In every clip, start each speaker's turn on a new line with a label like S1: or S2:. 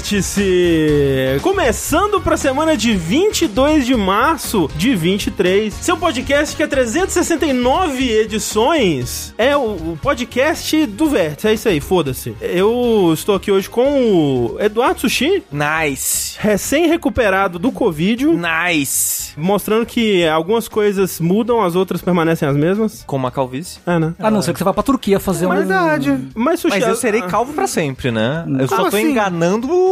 S1: Vértice! Começando pra semana de 22 de março de 23. Seu podcast que é 369 edições é o, o podcast do Vértice. É isso aí, foda-se. Eu estou aqui hoje com o Eduardo Sushi,
S2: Nice.
S1: recém-recuperado do Covid,
S2: Nice.
S1: mostrando que algumas coisas mudam, as outras permanecem as mesmas.
S2: Com uma calvície.
S1: É, né?
S3: A não ser que você vá pra Turquia fazer um.
S1: Mas, Sushi,
S2: Mas eu serei
S1: ah,
S2: calvo pra sempre, né? Eu só
S4: Como
S2: tô
S4: assim?
S2: enganando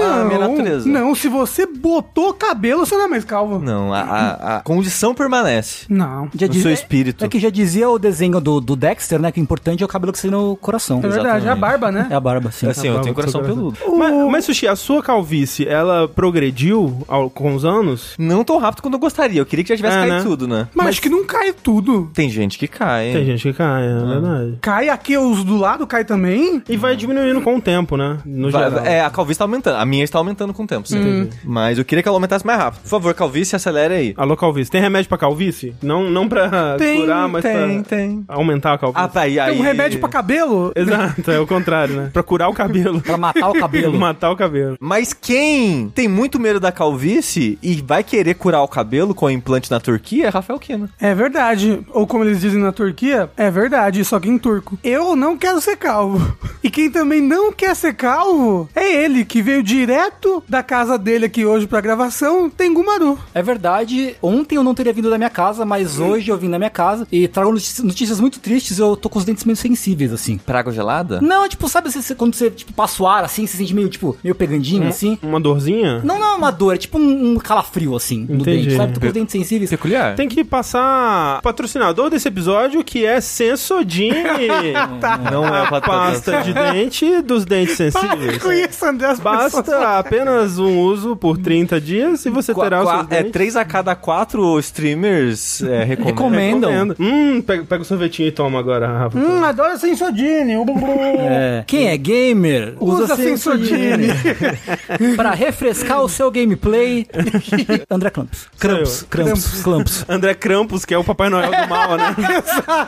S2: a minha natureza.
S4: Não, se você botou cabelo, você não é mais calvo.
S2: Não, a, a- a condição permanece.
S4: Não.
S3: Já
S2: No seu espírito.
S3: É que já dizia o desenho do, do Dexter, né? Que o importante é o cabelo que você tem no coração.
S4: É verdade, é a barba, né?
S3: É a barba, sim.
S2: Assim, eu tenho coração peludo.
S1: Mas, mas, Sushi, a sua calvície, ela progrediu ao- com os anos?
S2: Não tão rápido quanto eu gostaria. Eu queria que já tivesse
S1: É,
S2: caído
S1: né?
S2: tudo, né?
S4: Mas, acho que não cai tudo.
S2: Tem gente que cai.
S1: Tem gente que cai, é
S2: Ah.
S1: verdade.
S4: Cai aqui, os do lado cai também.
S1: E vai diminuindo com o tempo, né? No
S2: Vai-
S1: geral.
S2: é, a calvície tá aumentando. A minha está aumentando com o tempo, sim. Mas eu queria que ela aumentasse mais rápido. Por favor, calvície, acelere aí.
S1: Alô, calvície. Tem remédio pra calvície? Não, não pra
S4: Tem,
S1: curar, mas tá-
S4: tem,
S1: pra
S4: tem.
S1: aumentar a calvície.
S2: Ah, tá. E aí...
S4: Tem um remédio pra cabelo.
S1: Exato, é o contrário, né? Pra curar o cabelo.
S3: Pra matar o cabelo.
S1: Matar o cabelo.
S2: Mas quem tem muito medo da calvície e vai querer curar o cabelo com implante na Turquia é Rafael Kina.
S4: É verdade. Ou como eles dizem na Turquia, é verdade, só que em turco. Eu não quero ser calvo. E quem também não quer ser calvo é ele, que veio direto da casa dele aqui hoje pra gravação, tem Gumaru.
S3: É verdade, ontem eu não teria vindo da minha casa, mas hoje eu vim da minha casa e trago notícias, notícias muito tristes, eu tô com os dentes meio sensíveis, assim.
S2: Pra água gelada?
S3: Não, tipo, sabe você- você- quando você tipo, passa o ar, assim, você sente meio, tipo, meio
S2: Hum.
S3: pegandinho, assim?
S1: Uma dorzinha?
S3: Não, não é uma dor, é tipo um, um calafrio, assim, no
S1: Entendi.
S3: dente, sabe? Tô com os dentes sensíveis.
S2: Peculiar.
S1: Tem que passar patrocinador desse episódio, que é Sensodine.
S2: Não é
S1: a
S2: pra
S1: pasta de dente dos dentes sensíveis.
S4: Conheço André as pessoas.
S1: Basta apenas um uso por 30 dias e você
S2: Qua-
S1: terá os
S2: qua-
S1: seus
S2: é,
S1: dentes.
S2: três a cada quatro streamers é, recomendam.
S1: Comendo.
S3: Recomendam.
S1: Hum, pega, pega o sorvetinho e toma agora, Rafa.
S4: Hum, adoro sensodine.
S3: É. Quem é gamer
S4: Usa sensodine.
S3: Pra refrescar o seu gameplay. André Clamps. Cramps,
S1: Sou
S3: Cramps, Clamps.
S1: André Krampus, que é o Papai Noel do mal, né?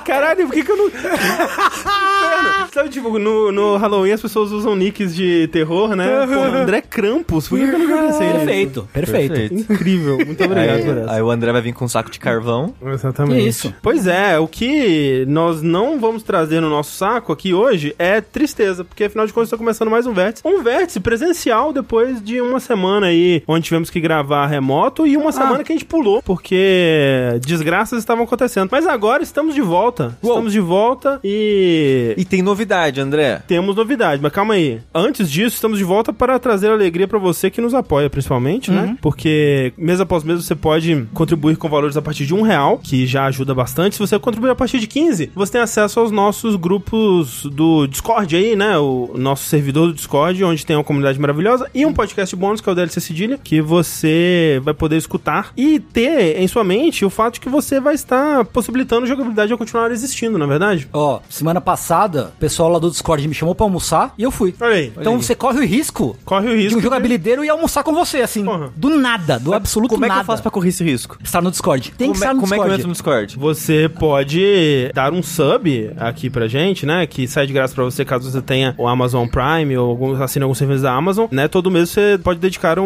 S1: Caralho, por que que eu não... Mano, Sabe, tipo, no, no Halloween as pessoas usam nicks de terror, né? Pô, André Krampus, por que que eu nunca pensei nisso?
S3: Perfeito, perfeito.
S1: né? Incrível, muito obrigado por
S2: Aí,
S1: essa.
S2: aí o André vai vir com um saco de carvão.
S1: Exatamente.
S3: Que isso?
S1: Pois é, o que nós não vamos trazer no nosso saco aqui hoje é tristeza, porque afinal de contas está começando mais um vértice. Um vértice presencial depois de uma semana aí, onde tivemos que gravar remoto
S3: Ah.
S1: e uma semana que a gente pulou, porque desgraças estavam acontecendo. Mas agora estamos de volta.
S2: Uou.
S1: Estamos de volta e.
S2: E tem novidade, André.
S1: Temos novidade, mas calma aí. Antes disso, estamos de volta para trazer alegria para você que nos apoia, principalmente, né? Porque mês após mês você pode contribuir com valores a partir de um real, que já ajuda bastante. Se você contribuir a partir de 15, você tem acesso aos nossos grupos do Discord aí, né? O nosso servidor do Discord, onde tem uma comunidade maravilhosa e um podcast bônus, que é o DLC Cedilha, que você vai poder escutar e ter em sua mente o fato de que você vai estar possibilitando a jogabilidade a continuar existindo, na é verdade?
S3: Ó, semana passada, o pessoal lá do Discord me chamou pra almoçar e eu fui.
S1: Olha aí.
S3: Então você corre o risco
S1: Corre o
S3: de
S1: risco.
S3: um
S1: de-
S3: jogabilideiro ir almoçar com você, assim.
S1: Porra.
S3: Do nada, do absoluto
S2: Como é
S3: nada.
S2: que eu faço pra correr esse risco?
S3: Estar no Discord. Tem
S2: como
S3: que
S2: é,
S3: estar no
S2: como é que
S3: Discord.
S2: eu entro no Discord?
S1: Você pode dar um sub aqui pra gente, né? Que sai de graça pra você caso você tenha o Amazon Prime ou algum, assine algum serviço da Amazon, né? Todo mês você pode dedicar um,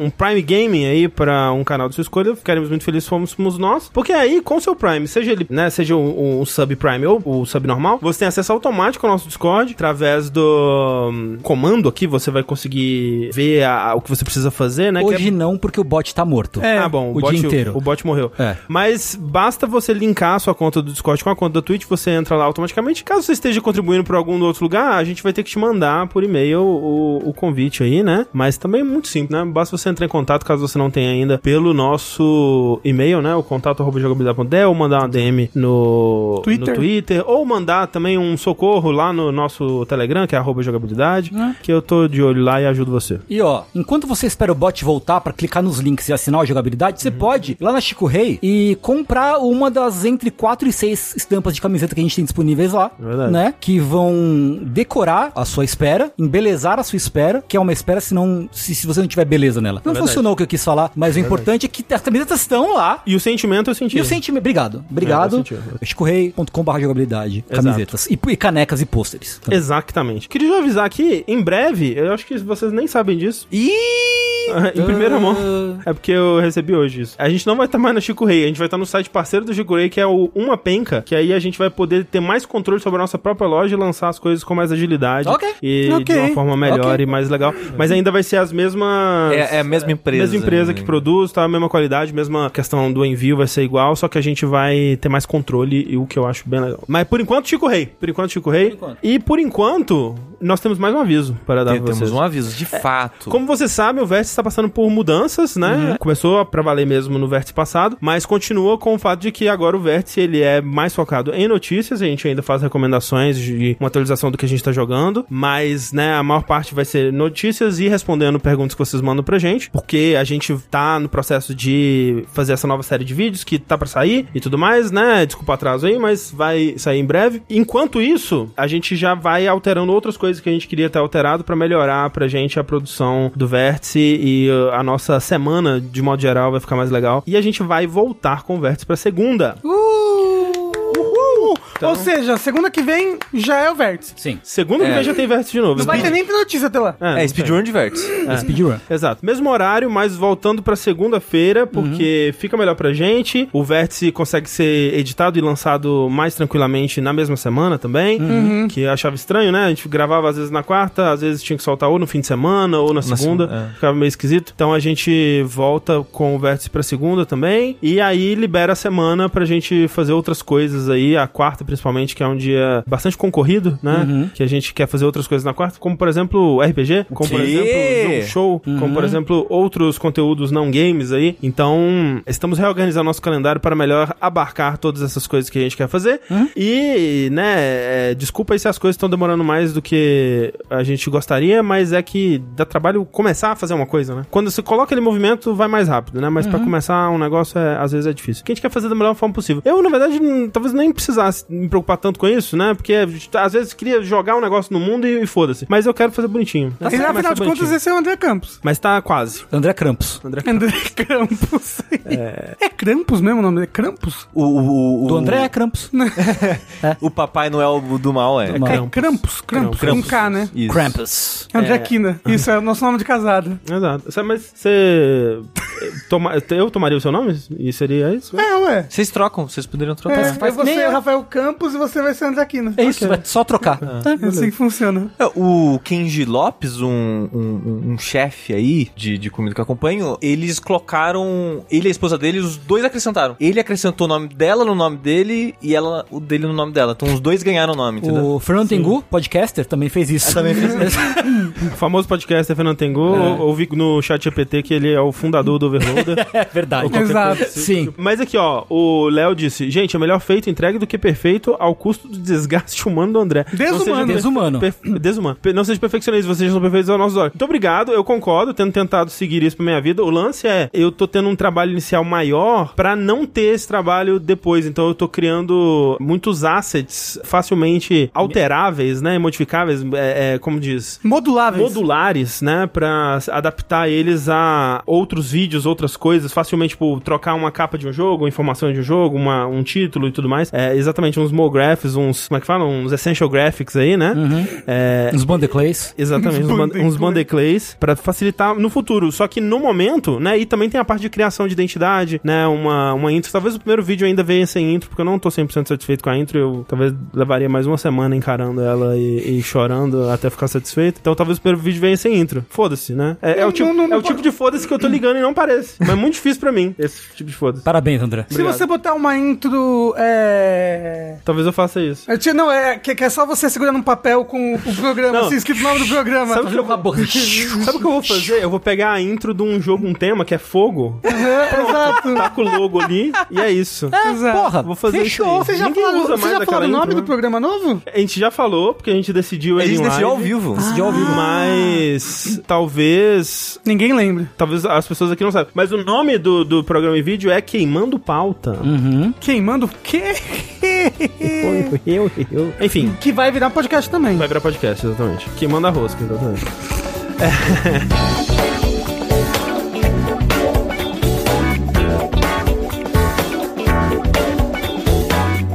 S1: um Prime Gaming aí pra um canal de sua escolha. Ficaremos muito felizes se fomos, fomos nós. Porque aí, com o seu Prime, seja ele, né? Seja o, o sub Prime ou o sub normal, você tem acesso automático ao nosso Discord. Através do hum, comando aqui, você vai conseguir ver a- a- o que você precisa fazer, né? que é-
S3: Hoje não, porque o bot tá morto.
S1: é, ah, bom, o,
S3: o
S1: bot,
S3: dia inteiro.
S1: O bot morreu.
S3: É.
S1: Mas basta você linkar a sua conta do Discord com a conta da Twitch, você entra lá automaticamente. Caso você esteja contribuindo para algum outro lugar, a gente vai ter que te mandar por e-mail o, o convite aí, né? Mas também é muito simples, né? Basta você entrar em contato, caso você não tenha ainda, pelo nosso e-mail, né? O contato arroba jogabilidade.de ou mandar uma DM no no
S4: Twitter.
S1: Twitter ou mandar também um socorro lá no nosso Telegram, que é arroba jogabilidade,
S3: Né?
S1: que eu tô de olho lá e ajudo você.
S3: E ó, enquanto você espera o bot voltar pra clicar nos links e assinar a jogabilidade,
S1: Uhum.
S3: você pode ir lá na Chico Rei e comprar uma das entre 4 e 6 estampas de camiseta que a gente tem disponíveis lá,
S1: É Verdade.
S3: né? Que vão decorar a sua espera, embelezar a sua espera, que é uma espera se não se, se você não tiver beleza nela. Não
S1: É Verdade.
S3: funcionou o que eu quis falar, mas o importante é que as camisetas estão lá.
S1: E o sentimento eu senti.
S3: E o sentimento. Obrigado.
S1: É, eu
S3: Obrigado.
S1: senti, eu
S3: É, Chicorrei.com.br jogabilidade.
S1: Exato.
S3: Camisetas. E, e canecas e pôsteres. também.
S1: Exatamente. Queria já avisar aqui, em breve, eu acho que vocês nem sabem disso, Ah,
S2: Ih!
S1: em primeira mão. É porque eu recebi hoje isso. A gente não vai estar mais no Chico Rei, a gente vai estar no site parceiro do Chico Rei, que é o Uma Penca, que aí a gente vai poder ter mais controle sobre a nossa própria loja e lançar as coisas com mais agilidade
S3: Ok.
S1: e
S4: Ok.
S1: de uma forma melhor
S2: Ok.
S1: e mais legal. Mas ainda vai ser as mesmas...
S2: É, é a mesma empresa. né?
S1: Mesma empresa que produz, tá? Mesma qualidade, mesma questão do envio vai ser igual, só que a gente vai ter mais controle, e o que eu acho bem legal. Mas por enquanto, Chico Rei. Por enquanto, Chico Rei.
S3: enquanto.
S1: E por enquanto, nós temos mais um aviso para dar
S2: Tem-
S1: pra vocês.
S2: Temos um aviso, de fato.
S1: Como você sabe, o Vértice está passando por mudanças, né? Começou pra valer mesmo no Vértice passado, mas continua com o fato de que agora o Vértice ele é mais focado em notícias, a gente ainda faz recomendações de uma atualização do que a gente tá jogando, mas, né, a maior parte vai ser notícias e respondendo perguntas que vocês mandam pra gente, porque a gente tá no processo de fazer essa nova série de vídeos que tá pra sair e tudo mais, né? Desculpa o atraso aí, mas vai sair em breve. Enquanto isso, a gente já vai alterando outras coisas que a gente queria ter alterado pra melhorar pra gente a produção do Vértice e uh, a nossa semana, de modo geral, vai ficar mais legal. E a gente vai voltar com o Vértice pra segunda.
S4: Uhul! Ou seja, segunda que vem já é o vértice.
S3: Sim.
S1: Segunda que
S2: É.
S1: vem já tem Vértice de novo.
S4: Não vai ter
S1: Speed- tá
S4: nem notícia até lá.
S1: não
S2: É,
S1: tem.
S2: speedrun de vértice.
S3: Speedrun.
S1: Exato. Mesmo horário, mas voltando pra segunda-feira, porque fica melhor pra gente. O Vértice consegue ser editado e lançado mais tranquilamente na mesma semana também. Que eu achava estranho, né? A gente gravava às vezes na quarta, às vezes tinha que soltar ou no fim de semana ou na segunda.
S2: segunda, é.
S1: Ficava meio esquisito. Então a gente volta com o Vértice pra segunda também. E aí libera a semana pra gente fazer outras coisas aí. A quarta, principalmente, que é um dia bastante concorrido, né? Que a gente quer fazer outras coisas na quarta, como por exemplo RPG, como por
S2: quê?
S1: exemplo
S4: Uhum.
S1: jogo show, como por exemplo outros conteúdos não games aí. Então, estamos reorganizando nosso calendário para melhor abarcar todas essas coisas que a gente quer fazer.
S4: Uhum.
S1: E, né, é, desculpa aí se as coisas estão demorando mais do que a gente gostaria, mas é que dá trabalho começar a fazer uma coisa, né? Quando você coloca ele em movimento, vai mais rápido, né?
S4: Uhum.
S1: Mas pra para começar um negócio, é- às vezes é difícil. O que a gente quer fazer da melhor forma possível. Eu, na verdade, hum, talvez nem precisasse me preocupar tanto com isso, né? Porque às vezes queria jogar um negócio no mundo e, e foda-se. Mas eu quero fazer bonitinho.
S4: E
S1: Mas
S4: afinal
S1: tá
S4: de contas,
S1: bonitinho.
S4: esse é o André Campos.
S1: Mas tá quase.
S3: André Krampus.
S4: André Campos. É... Krampus mesmo o nome dele? Krampus?
S2: O, o, o,
S3: Do André é Krampus.
S2: O Papai Noel do mal é.
S3: Do mal.
S4: É Krampus, Krampus. Com K, né?
S2: Isso.
S3: Krampus.
S4: André Quina. Isso, é o nosso nome de casado.
S1: Exato. Sabe, Mas você. toma- Eu tomaria o seu nome? E seria isso?
S4: É, ué.
S2: Vocês trocam, vocês poderiam trocar.
S4: É,
S3: faz
S4: eu vou
S3: meia-
S4: ser o Rafael Campos e você vai ser o André Quina.
S3: É isso, vai só trocar.
S1: Ah.
S3: Tá?
S4: É assim que funciona.
S2: É, O Kenji Lopes, um, um- um- um chefe aí de, de comida que eu acompanho, eles colocaram. Ele e a esposa dele, os dois acrescentaram. Ele acrescentou o nome dela no nome dele e ela o dele no nome dela. Então os dois ganharam o nome, entendeu?
S3: O Fernando Tengu, podcaster, também fez
S1: Ah,
S3: isso. Também fez isso.
S1: O famoso podcast Fernando Tengu. Eu Ouvi no chat GPT que ele é o fundador do Overloader.
S3: é verdade.
S4: Exato.
S3: Sim.
S1: Mas aqui, ó, o Léo disse: gente, é melhor feito entregue do que perfeito ao custo do desgaste humano do André. Não seja
S4: Desumano.
S1: perfe-
S3: Desumano.
S1: perfe- Desumano. Pe- Não seja perfeccionista, vocês são perfeitos aos nossos olhos. Muito obrigado, eu concordo, tendo tentado seguir isso pra minha vida. O lance é, eu tô tendo um trabalho inicial maior pra não ter esse trabalho depois. Então eu tô criando muitos assets facilmente alteráveis, né? Modificáveis, é, é, como diz
S4: Moduláveis.
S1: modulares, né, Pra s- adaptar eles a outros vídeos, outras coisas, facilmente, tipo, trocar uma capa de um jogo, uma informação de um jogo, uma- um título e tudo mais. É, exatamente, uns mographs, uns, como é que fala? Uns essential graphics aí, né? É,
S3: Os Bandeclays.
S1: Exatamente, uns,
S4: Uns
S1: ban-
S4: bandeclays.
S1: uns bandeclays pra facilitar no futuro. Só que no momento, né? E também tem a parte de criação de identidade, né? Uma, uma intro. Talvez o primeiro vídeo ainda venha sem intro, porque eu não tô 100% satisfeito com a intro. Eu talvez levaria mais uma semana encarando ela e, e chorando até ficar satisfeito. Então talvez o primeiro vídeo venha sem intro. Foda-se, né? É, é o,
S4: Não,
S1: tipo,
S4: não, não
S1: é o
S4: pode-
S1: tipo de foda-se que eu tô ligando e não parece. Mas é muito difícil pra mim, esse tipo de foda-se.
S3: Parabéns, André.
S4: Se você botar uma intro. É.
S1: Talvez eu faça isso.
S4: Eu tinha- Não, é que, que é só você segurando um papel com o programa,
S1: Não.
S4: assim, escrito o nome do programa.
S1: Sabe o que eu vou- Sabe o que eu vou fazer? Eu vou pegar a intro de um jogo, um tema que é fogo,
S4: É, exato.
S1: taco o logo ali e é isso.
S4: Exato.
S3: Porra,
S1: Vou fazer
S3: fechou.
S1: isso
S4: Você
S1: aí.
S4: já
S1: Ninguém
S4: falou,
S1: usa
S4: você
S1: mais
S4: já
S1: aquela
S4: falou o nome
S1: intro,
S4: do
S1: né?
S4: programa novo?
S1: A gente já falou, porque a gente decidiu ele
S2: Eles
S1: em
S2: decidiram ao
S1: live,
S2: vivo.
S1: Mas talvez...
S4: Ninguém lembra.
S1: Talvez as pessoas aqui não saibam. Mas o nome do, do programa e vídeo é Queimando Pauta.
S2: Hum.
S4: Queimando o quê?
S1: Oi, Eu, eu. Enfim,
S4: que vai virar podcast também.
S1: vai virar podcast, exatamente. Queimando a rosca, exatamente.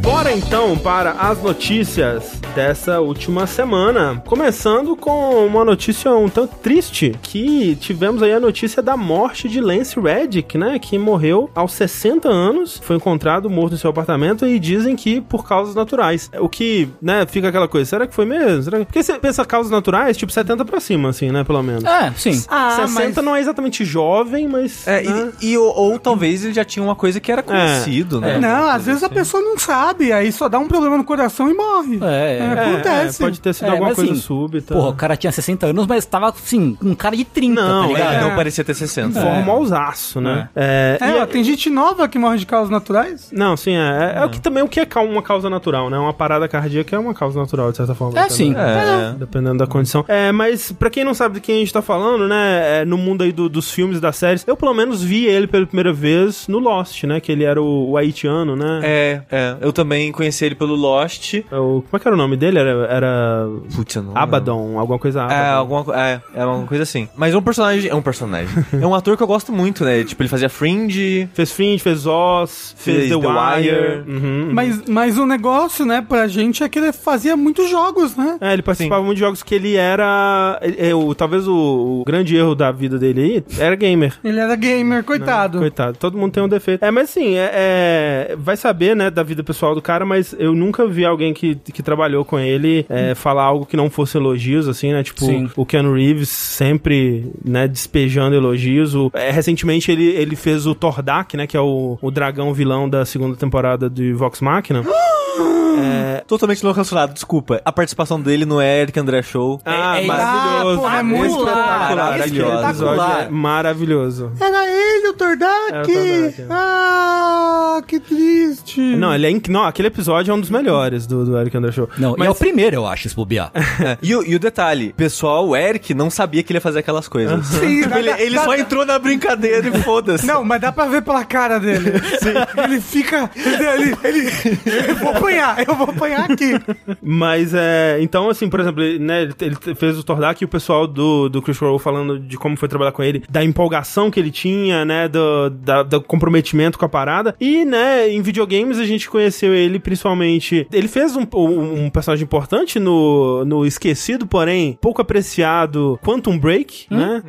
S1: Bora então para as notícias dessa última semana. Começando com uma notícia um tanto triste, que tivemos aí a notícia da morte de Lance Reddick, né, que morreu aos 60 anos, foi encontrado morto em seu apartamento e dizem que por causas naturais. O que, né, fica aquela coisa, será que foi mesmo? Será que... Porque você pensa causas naturais, tipo 70 pra cima, assim, né, pelo menos.
S3: É, sim.
S4: Ah,
S1: 60 não é exatamente jovem, mas...
S2: É,
S1: né?
S2: e, e ou, ou talvez ele já tinha uma coisa que era conhecido, né?
S4: É. Não, às vezes a pessoa não sabe, aí só dá um problema no coração e morre.
S3: É, é.
S1: É,
S4: acontece.
S1: é, pode ter sido
S3: É,
S1: alguma
S3: mas
S1: coisa
S3: assim,
S1: súbita.
S3: Porra, o cara tinha 60 anos, mas tava, assim, um cara de 30,
S1: Não,
S3: tá ligado?
S2: É,
S4: É.
S2: não parecia ter 60.
S1: formalzaço, né? É.
S4: É,
S1: e
S4: ó, tem gente nova que morre de causas naturais.
S1: Não, sim, é, é, é o que também o que é ca- uma causa natural, né? Uma parada cardíaca é uma causa natural, de certa forma.
S3: É,
S1: também.
S3: sim.
S2: É.
S1: Dependendo da condição. É, mas pra quem não sabe de quem a gente tá falando, né? é, no mundo aí do- dos filmes e das séries, eu pelo menos vi ele pela primeira vez no Lost, né? Que ele era o, o haitiano, né?
S2: É, é. Eu também conheci ele pelo Lost.
S1: É o- como é que era o nome dele? Era, era
S2: Putz, eu não.
S1: Abaddon, alguma
S3: Ah,
S1: coisa
S3: tá
S2: É,
S1: Abaddon.
S2: alguma co- é, é uma coisa assim. Mas é um personagem. É um personagem. é um ator que eu gosto muito, né? Tipo, ele fazia Fringe.
S1: Fez Fringe, fez Oz, fez,
S2: Fez
S1: The,
S2: The
S1: Wire.
S2: Wire.
S1: Uhum.
S4: Mas, mas o negócio, né, pra gente é que ele fazia muitos jogos, né?
S1: É, ele participava muito de jogos que ele era. é, é, o, talvez o, o grande erro da vida dele aí era gamer.
S4: Ele era gamer, coitado.
S1: Coitado, todo mundo tem um defeito. É, mas assim, é, é- vai saber, né, da vida pessoal do cara, mas eu nunca vi alguém que, que trabalhou com ele é, falar algo que não fosse elogios, assim, né? Tipo,
S3: Sim.
S1: o Keanu Reeves sempre, né, despejando elogios. O- é, recentemente ele, ele fez o Tordak, né, que é o, o dragão vilão da segunda temporada de Vox Machina.
S3: É.
S2: Totalmente não relacionado, desculpa. A participação dele no Eric André Show.
S3: é-
S4: Ah, pô, é muito
S1: espetacular.
S2: espetacular.
S1: Aquele episódio é maravilhoso.
S4: Era ele, o
S1: Era o
S4: Tordak!
S1: Tordak, é.
S4: ah, que triste.
S1: Não, ele é inc- não, aquele episódio é um dos melhores do, do Eric André Show.
S3: Não, e é o primeiro, eu acho, esse bobear.
S2: É. E, o- e o detalhe, pessoal, o Eric não sabia que ele ia fazer aquelas coisas.
S3: Uhum.
S4: Sim,
S2: Tipo, ele
S4: dá-
S2: ele
S4: dá-
S2: só entrou na brincadeira e foda-se.
S4: Não, mas dá pra ver pela cara dele. Ele fica. Ele, ele, eu vou apanhar, eu vou apanhar aqui.
S1: Mas é. Então, assim, por exemplo, ele, né, ele, ele fez o Tordak e o pessoal do, do Chris Crow falando de como foi trabalhar com ele, da empolgação que ele tinha, né? Do, da- do comprometimento com a parada. E, né, em videogames a gente conheceu ele principalmente. Ele fez um, um- um personagem importante no, no esquecido, porém pouco apreciado Quantum Break, né?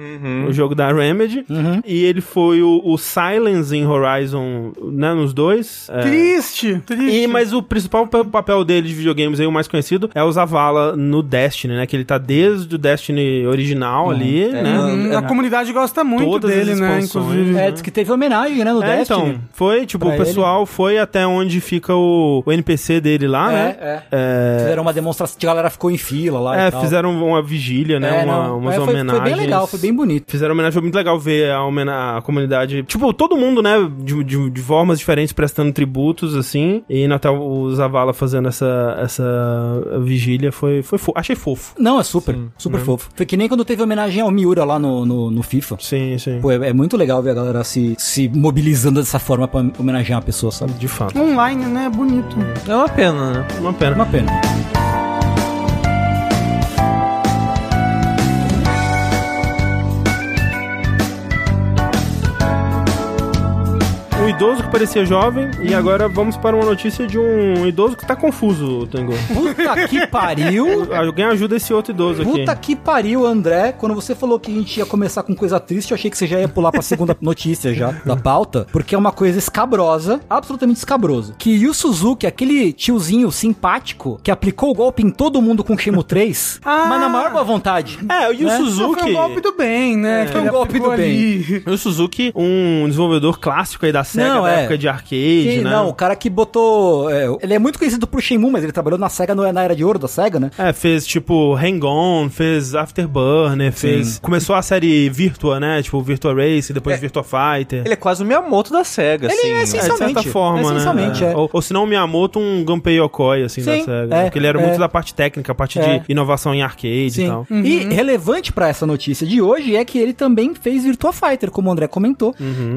S1: O jogo da Remedy. E ele foi o, o Silence em Horizon, né? Nos dois. É.
S4: Triste, triste.
S1: E, mas o principal pa- papel dele de videogames aí, o mais conhecido, é o Zavala no Destiny, né? Que ele tá desde o Destiny original
S3: Uhum.
S1: ali, né?
S4: Hum, a comunidade gosta muito
S1: Todas as
S4: dele, né?
S1: expansões.
S4: Inclusive.
S3: É, diz que teve homenagem, né, no
S1: Uhum. É,
S3: Destiny.
S1: então, foi, tipo,
S3: Pra
S1: o pessoal foi até onde fica o, o NPC dele lá,
S3: É,
S1: né?
S3: é.
S1: É,
S3: Fizeram uma demonstração, a galera ficou em fila lá
S1: é,
S3: e tal.
S1: fizeram uma vigília, né?
S3: É,
S1: uma,
S3: não,
S1: umas
S3: é, foi,
S1: homenagens.
S3: foi bem legal, foi bem bonito.
S1: Fizeram homenagem, foi muito legal ver a, homena- a comunidade. Tipo, todo mundo, né? De, de- de formas diferentes prestando tributos, assim. E Natal, o Zavala fazendo essa, essa vigília foi, foi fofo. Achei fofo.
S3: Não, é super, super fofo. Foi que nem quando teve homenagem ao Miura lá no, no, no FIFA.
S1: Sim, sim.
S3: Pô, é, é muito legal ver a galera se, se mobilizando dessa forma pra homenagear uma pessoa, sabe?
S1: De fato.
S4: Online, né? Bonito.
S2: É uma pena, né?
S1: Uma pena.
S3: É Uma pena.
S1: Um idoso que parecia jovem. E agora vamos para uma notícia de um idoso que tá confuso, Tango.
S3: Puta que pariu!
S1: Alguém ajuda esse outro idoso aqui.
S3: Puta que pariu, André. Quando você falou que a gente ia começar com coisa triste, eu achei que você já ia pular pra segunda notícia já da pauta, porque é uma coisa escabrosa, absolutamente escabrosa. Que Yu Suzuki, aquele tiozinho simpático que aplicou o golpe em todo mundo com Shimo 3,
S4: Ah!
S3: mas na maior boa vontade.
S1: É, o Yu
S3: Né?
S4: Não,
S1: Suzuki. É.
S4: Foi um golpe do bem, né?
S3: Foi um golpe do
S4: bem.
S1: O Suzuki, um desenvolvedor clássico aí da SEGA,
S3: Não,
S1: da
S3: é.
S1: época de arcade,
S3: Sim,
S1: né?
S3: não, o cara que botou. é, ele é muito conhecido por Shenmue, mas ele trabalhou na SEGA no- na era de ouro da SEGA, né?
S1: É, fez tipo Hang On, fez Afterburner, fez. Começou a série Virtua, né? Tipo Virtua Race, depois Virtua Fighter.
S2: Ele é quase o Miyamoto da SEGA,
S3: Ele
S2: assim.
S3: é assim,
S2: né?
S1: É, de certa
S3: essencialmente,
S1: forma,
S3: é
S1: né?
S3: essencialmente, é.
S1: Ou, ou se não, o Miyamoto, um Gunpei Yokoi, assim, da
S3: Sim,
S1: SEGA.
S3: é,
S1: porque ele era
S3: é.
S1: muito da parte técnica, a parte
S3: É.
S1: de inovação em arcade e
S3: Sim.
S1: tal.
S3: Então. E relevante pra essa notícia
S1: Uhum,
S3: de hoje é que ele também fez Virtua Fighter, como o André comentou.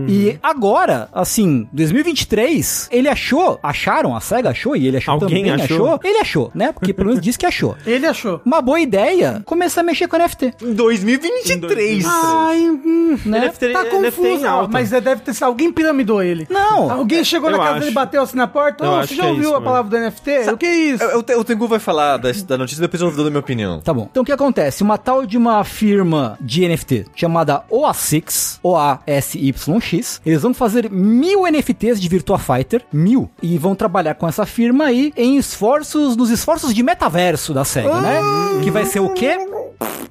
S3: E agora, assim, 2023, ele achou, acharam, a SEGA achou e ele achou
S1: Alguém
S3: também,
S1: achou?
S3: Ele achou, né? Porque pelo menos disse que achou.
S4: Ele achou.
S3: Uma boa ideia começar a mexer com NFT,
S2: Em 2023.
S4: Ai, hum,
S3: né?
S1: NFT
S4: tá
S1: NFT
S4: confuso.
S1: em
S4: ó,
S1: alta.
S4: Mas é, deve ter sido alguém piramidou ele.
S3: Não.
S4: Alguém chegou na
S1: Eu
S4: casa
S1: acho.
S4: dele, bateu assim na porta.
S1: Eu
S4: "Ô,
S1: acho
S4: você
S1: que
S4: já
S1: é
S4: ouviu
S1: isso
S4: a
S1: mesmo.
S4: palavra do NFT? o que é isso?
S2: Eu- eu te- O Tengu vai falar da, da notícia, depois eu vou dando a minha opinião.
S3: Tá bom. Então o que acontece? Uma tal de uma firma de NFT chamada OA6, O-A-S-Y-X, eles vão fazer mil NFTs de Virtua Fighter, mil, e vão trabalhar com essa firma aí em esforços, nos esforços de metaverso da SEGA, né? Que vai ser o quê?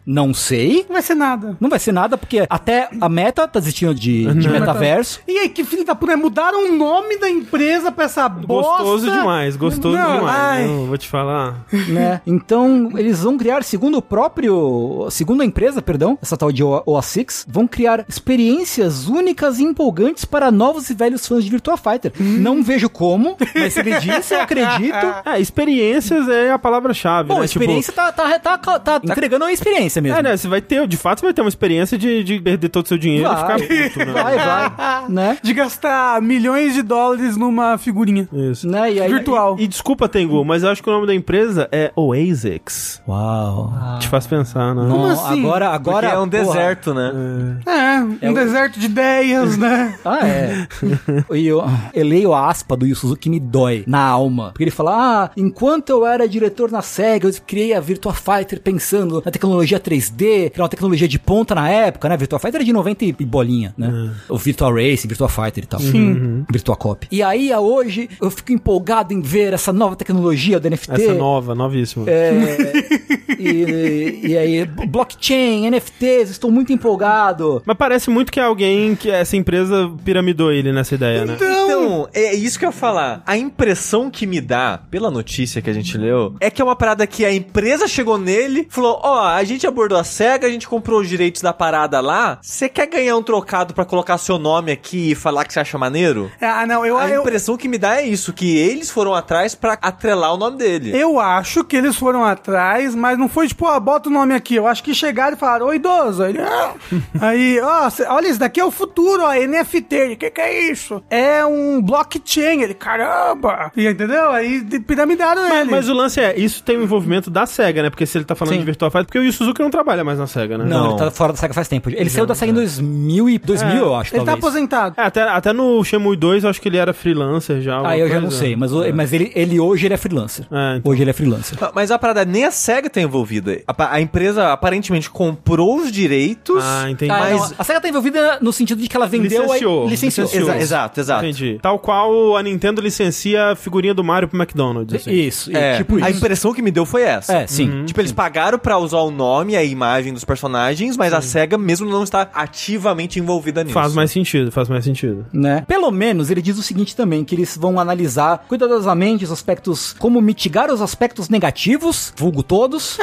S3: Não sei.
S4: Não vai ser nada.
S3: Não vai ser nada, porque até a meta tá desistindo de, de metaverso.
S4: E aí, que filho da puta, né? mudaram o nome da empresa pra essa bosta.
S1: Gostoso demais, gostoso
S4: Não,
S1: demais. né?
S4: ai.
S1: Eu vou te falar.
S3: né? Então, eles vão criar, segundo o próprio, segundo a empresa, perdão, essa tal de O- OA6, vão criar experiências únicas e empolgantes para novos e velhos fãs de Virtua Fighter.
S1: Hum.
S3: Não vejo como, mas se ele disse, eu acredito.
S1: É, experiências é a palavra-chave.
S3: Bom,
S1: né?
S3: a experiência tá, tá, tá, tá, tá entregando a experiência
S1: Tipo,
S3: mesmo.
S1: é, né? Você vai ter, de fato, você vai ter uma experiência de, de perder todo o seu dinheiro
S3: Vai,
S1: e ficar puto, né?
S3: vai, vai, né?
S4: De gastar milhões de dólares numa figurinha.
S1: Isso.
S3: Né? E aí...
S4: Virtual.
S1: E desculpa, Tengu, mas eu acho que o nome da empresa é Oasis.
S3: Uau.
S1: Te faz pensar, né?
S3: Não,
S4: assim?
S3: Agora, agora...
S2: Porque é um
S3: porra.
S2: deserto, né?
S4: É, um
S3: É o-
S4: deserto de ideias, né?
S3: Ah, é. e eu, eu leio a aspa do Yu Suzuki que me dói na alma. Porque ele fala: Ah, enquanto eu era diretor na SEGA, eu criei a Virtua Fighter pensando na tecnologia 3D, que era uma tecnologia de ponta na época, né? Virtua Fighter era de 90 e bolinha, né?
S1: É.
S3: O Virtua Race, Virtua Fighter e tal. Sim.
S1: Uhum.
S3: Virtua Cop. E aí, a hoje, eu fico empolgado em ver essa nova tecnologia do NFT.
S1: Essa é nova, novíssima.
S3: É, e, e aí, blockchain, NFTs, estou muito empolgado.
S1: Mas parece muito que é alguém que essa empresa piramidou ele nessa ideia, né?
S2: Então, é isso que eu ia falar. A impressão que me dá, pela notícia que a gente leu, é que é uma parada que a empresa chegou nele, falou: Ó, a gente abordou a SEGA, a gente comprou os direitos da parada lá. Você quer ganhar um trocado pra colocar seu nome aqui e falar que você acha maneiro?
S4: Ah, não, eu,
S2: a
S4: eu,
S2: impressão que me dá é isso, que eles foram atrás pra atrelar o nome dele.
S4: eu acho que eles foram atrás, mas não foi tipo, ó, bota o nome aqui. Eu acho que chegaram e falaram, ô idoso. Aí, ele, "Ah." Aí, ó, cê- olha, isso daqui é o futuro, ó, NFT. Ele, que que é isso? É um blockchain. Ele, caramba. E, entendeu? Aí de- piramidaram
S1: Mas,
S4: ele.
S1: mas o lance é, isso tem um envolvimento da SEGA, né? Porque se ele tá falando
S3: Sim.
S1: de Virtua Fighter, porque o Yu Suzuki não trabalha mais na SEGA, né?
S3: Não,
S2: Não. tá.
S3: ele tá fora da SEGA faz tempo. Ele saiu da SEGA em 2000, e 2000 eu acho,
S4: ele tá
S3: talvez.
S4: aposentado.
S1: É, até, até no Shenmue 2, eu acho que ele era freelancer já.
S3: Ah,
S1: alguma
S3: eu já não
S1: coisa.
S3: sei, mas, o- mas ele, ele hoje ele é freelancer.
S1: É, então.
S3: Hoje ele é freelancer.
S2: Ah, Mas a parada nem a SEGA tá envolvida. A, pa- a empresa aparentemente comprou os direitos.
S1: Ah, entendi.
S3: Ah,
S2: Mas-
S3: não, a SEGA tá envolvida no sentido de que ela vendeu
S1: Licenciou,
S3: aí, licenciou.
S1: licenciou.
S2: Exa- exato, exato.
S1: Entendi. Tal qual a Nintendo licencia a figurinha do Mario pro McDonald's.
S3: Exa-
S1: assim.
S3: Isso, e
S2: É,
S3: tipo
S2: a
S3: isso.
S2: impressão que me deu foi essa.
S3: É, sim. Uhum,
S2: tipo, eles pagaram pra usar o nome e a imagem dos personagens, mas a SEGA mesmo não está ativamente envolvida nisso.
S1: Faz mais sentido, faz mais sentido.
S3: Né? Pelo menos ele diz o seguinte também, que eles vão analisar cuidadosamente os aspectos, como mitigar os aspectos negativos, vulgo todos,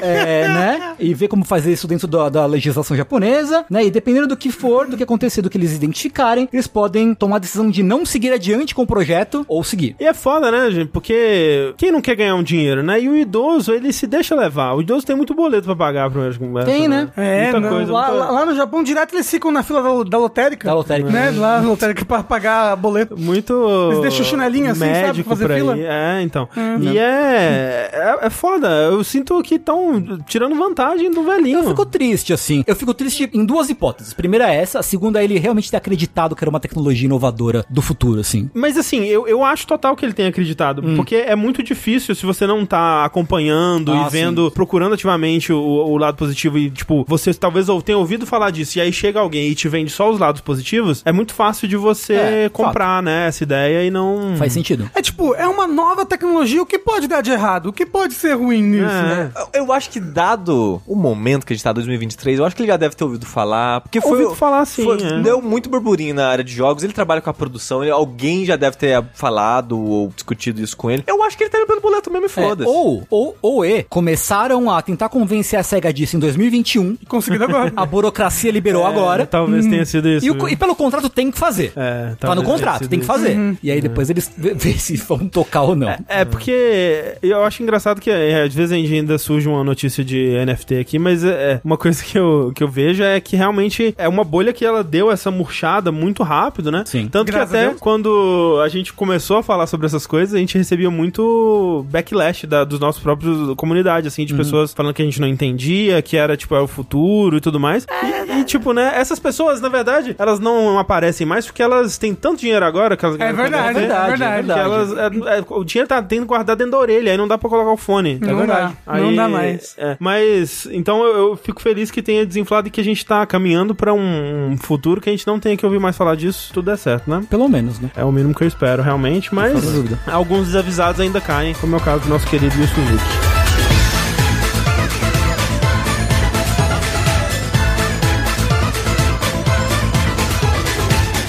S3: é, né? E ver como fazer isso dentro da, da legislação japonesa, né? E dependendo do que for, do que acontecer, do que eles identificarem, eles podem tomar a decisão de não seguir adiante com o projeto ou seguir.
S1: E é foda, né, gente? Porque quem não quer ganhar um dinheiro, né? E o idoso, ele se deixa levar. O idoso tem muito boleto pra pagar primeiro conversa.
S3: Tem, né?
S4: É,
S1: muita
S4: não,
S1: coisa.
S4: lá,
S1: muita-
S4: lá- lá no Japão, direto eles ficam na fila da, da lotérica.
S3: Da lotérica.
S4: Né? Lá na lotérica pra pagar boleto.
S1: Muito.
S4: Eles deixam o chinelinho assim, sabe, pra
S1: médico
S4: fazer
S1: pra
S4: fila.
S1: ir. É, então. E é, é. é foda. Eu sinto que estão tirando vantagem do velhinho.
S3: Eu fico triste, assim. Eu fico triste em duas hipóteses. Primeira é essa, a segunda é ele realmente ter acreditado que era uma tecnologia inovadora do futuro, assim.
S1: Mas assim, eu, eu acho total que ele tenha acreditado.
S4: Hum.
S1: Porque é muito difícil se você não tá acompanhando
S3: Ah,
S1: e vendo, procurando ativamente o, o lado positivo e, tipo, você talvez ou tenha ouvido falar disso e aí chega alguém e te vende só os lados positivos, é muito fácil de você
S3: É,
S1: comprar, né, essa ideia e não.
S3: Faz sentido.
S4: É tipo, é uma nova tecnologia, o que pode dar de errado? O que pode ser ruim nisso,
S1: É.
S4: né?
S2: Eu- Eu acho que dado o momento que a gente tá 2023, eu acho que ele já deve ter ouvido falar, porque foi
S1: Ouvido falar, sim, é.
S2: deu muito burburinho na área de jogos, ele trabalha com a produção, ele- alguém já deve ter falado ou discutido isso com ele. Eu acho que ele tá indo pelo boleto mesmo e
S3: É,
S2: foda-se.
S3: ou, ou, ou e, começaram a tentar convencer a SEGA disso em 2021.
S4: Conseguindo agora.
S3: A burocracia liberou
S1: É,
S3: agora.
S1: Talvez tenha sido isso.
S3: E, o co-
S1: viu?
S3: e pelo contrato tem que fazer.
S1: É, talvez
S3: tá no
S1: tenha
S3: contrato,
S1: sido
S3: tem que
S1: isso. Uhum.
S3: fazer. E aí depois eles vê vê se vão tocar ou não.
S1: É, porque eu acho engraçado que é, às vezes ainda surge uma notícia de NFT aqui, mas é, é, uma coisa que eu, que eu vejo é que realmente é uma bolha que ela deu essa murchada muito rápido, né?
S3: Sim.
S1: Tanto
S4: Graças
S1: que
S4: a
S1: até
S4: Deus.
S1: quando a gente começou a falar sobre essas coisas, a gente recebia muito backlash da, dos nossos próprios comunidade, assim, de pessoas falando que a gente não entendia, que era, tipo, é o futuro e tudo mais.
S4: É
S1: E, e, tipo, né, essas pessoas, na verdade, elas não aparecem mais porque elas têm tanto dinheiro agora que elas ganham com
S4: verdade,
S1: DVD,
S4: é verdade, é
S1: que elas, é- é- o dinheiro tá tendo guardado dentro da orelha, aí não dá pra colocar o fone.
S4: Não
S3: verdade.
S4: dá. Não
S1: É Aí-
S4: dá mais.
S1: é, mas, então eu, eu fico feliz que tenha desinflado e que a gente tá caminhando pra um, um futuro que a gente não tenha que ouvir mais falar disso, tudo é certo, né?
S3: Pelo menos, né?
S1: É o mínimo que eu espero, realmente, mas
S3: Sem dúvida.
S1: alguns desavisados ainda caem, como é o caso do nosso querido Yu Suzuki.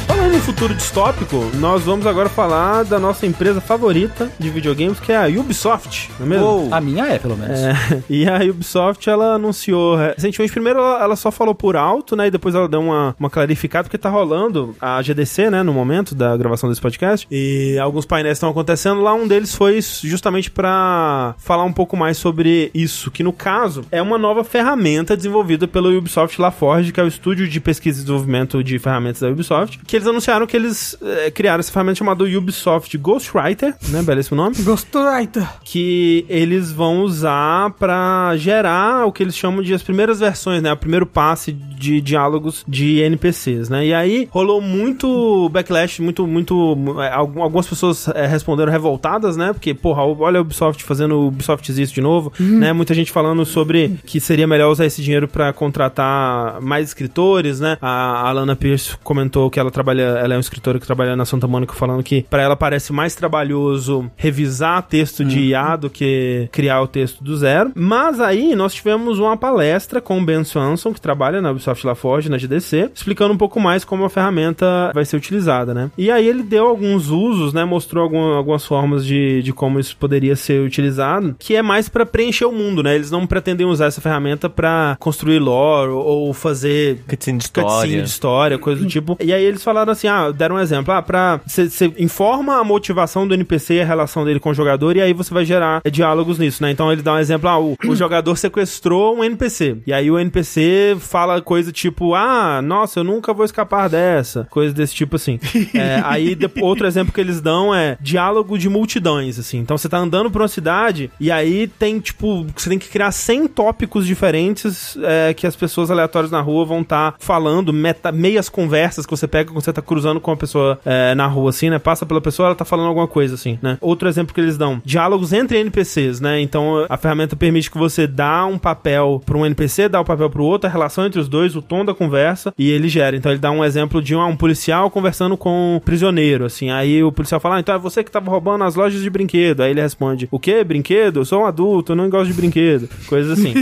S1: Falando em futuro distópico, nós vamos agora falar da nossa empresa favorita de videogames, que é a Ubisoft, não é mesmo?
S2: Uou.
S3: A minha é, pelo menos.
S1: E a Ubisoft, ela anunciou é, recentemente, primeiro ela, ela só falou por alto, né, e depois ela deu uma, uma clarificada, porque tá rolando a GDC, né, no momento da gravação desse podcast, e alguns painéis estão acontecendo, lá um deles foi justamente pra falar um pouco mais sobre isso, que no caso é uma nova ferramenta desenvolvida pela Ubisoft LaForge, que é o estúdio de pesquisa e desenvolvimento de ferramentas da Ubisoft, que eles anunciaram que eles eh, criaram essa ferramenta chamada Ubisoft Ghostwriter, né, belíssimo nome,
S4: Ghostwriter.
S1: que eles vão usar pra gerar o que eles chamam de as primeiras versões, né? O primeiro passe de diálogos de NPCs, né? E aí rolou muito backlash, muito, muito. é, algum- Algumas pessoas é, responderam revoltadas, né? Porque, porra, olha a Ubisoft fazendo o Ubisoft isso de novo, né? Muita gente falando sobre que seria melhor usar esse dinheiro pra contratar mais escritores, né? A Alana Pierce comentou que ela trabalha, ela é uma escritora que trabalha na Santa Mônica falando que pra ela parece mais trabalhoso revisar texto de IA do que criar o texto do zero. Mas aí nós tivemos uma palestra com o Ben Swanson, que trabalha na Ubisoft LaForge, na GDC, explicando um pouco mais como a ferramenta vai ser utilizada, né? E aí ele deu alguns usos, né? Mostrou algum- algumas formas de, de como isso poderia ser utilizado, que é mais pra preencher o mundo, né? Eles não pretendem usar essa ferramenta pra construir lore ou, ou fazer
S2: Cutscene de
S1: cutscene
S2: história.
S1: de história, coisa do tipo. E aí eles falaram assim, ah, deram um exemplo, ah, pra... Você informa a motivação do NPC e a relação dele com o jogador, e aí você vai gerar eh, diálogos nisso, né? Então ele dá um exemplo, ah, o, o jogador sequestrou um NPC, e aí o NPC fala coisa tipo, ah, nossa, eu nunca vou escapar dessa, coisa desse tipo assim. É, aí de- outro exemplo que eles dão é diálogo de multidões, assim. Então você tá andando por uma cidade, e aí tem, tipo, você tem que criar 100 tópicos diferentes é, que as pessoas aleatórias na rua vão estar falando, meta- meias conversas que você pega quando você tá cruzando com uma pessoa é, na rua, assim, né? Passa pela pessoa, ela tá falando alguma coisa, assim, né? Outro exemplo que eles dão, diálogos entre NPCs, né? Então a ferramenta permite que você dá um papel pra um NPC, dá o papel pro outro, a relação entre os dois, o tom da conversa, e ele gera. Então ele dá um exemplo de um, um policial conversando com um prisioneiro, assim. Aí o policial fala, ah, então é você que tava roubando as lojas de brinquedo. Aí ele responde, o quê? Brinquedo? Eu sou um adulto, eu não gosto de brinquedo. Coisas assim.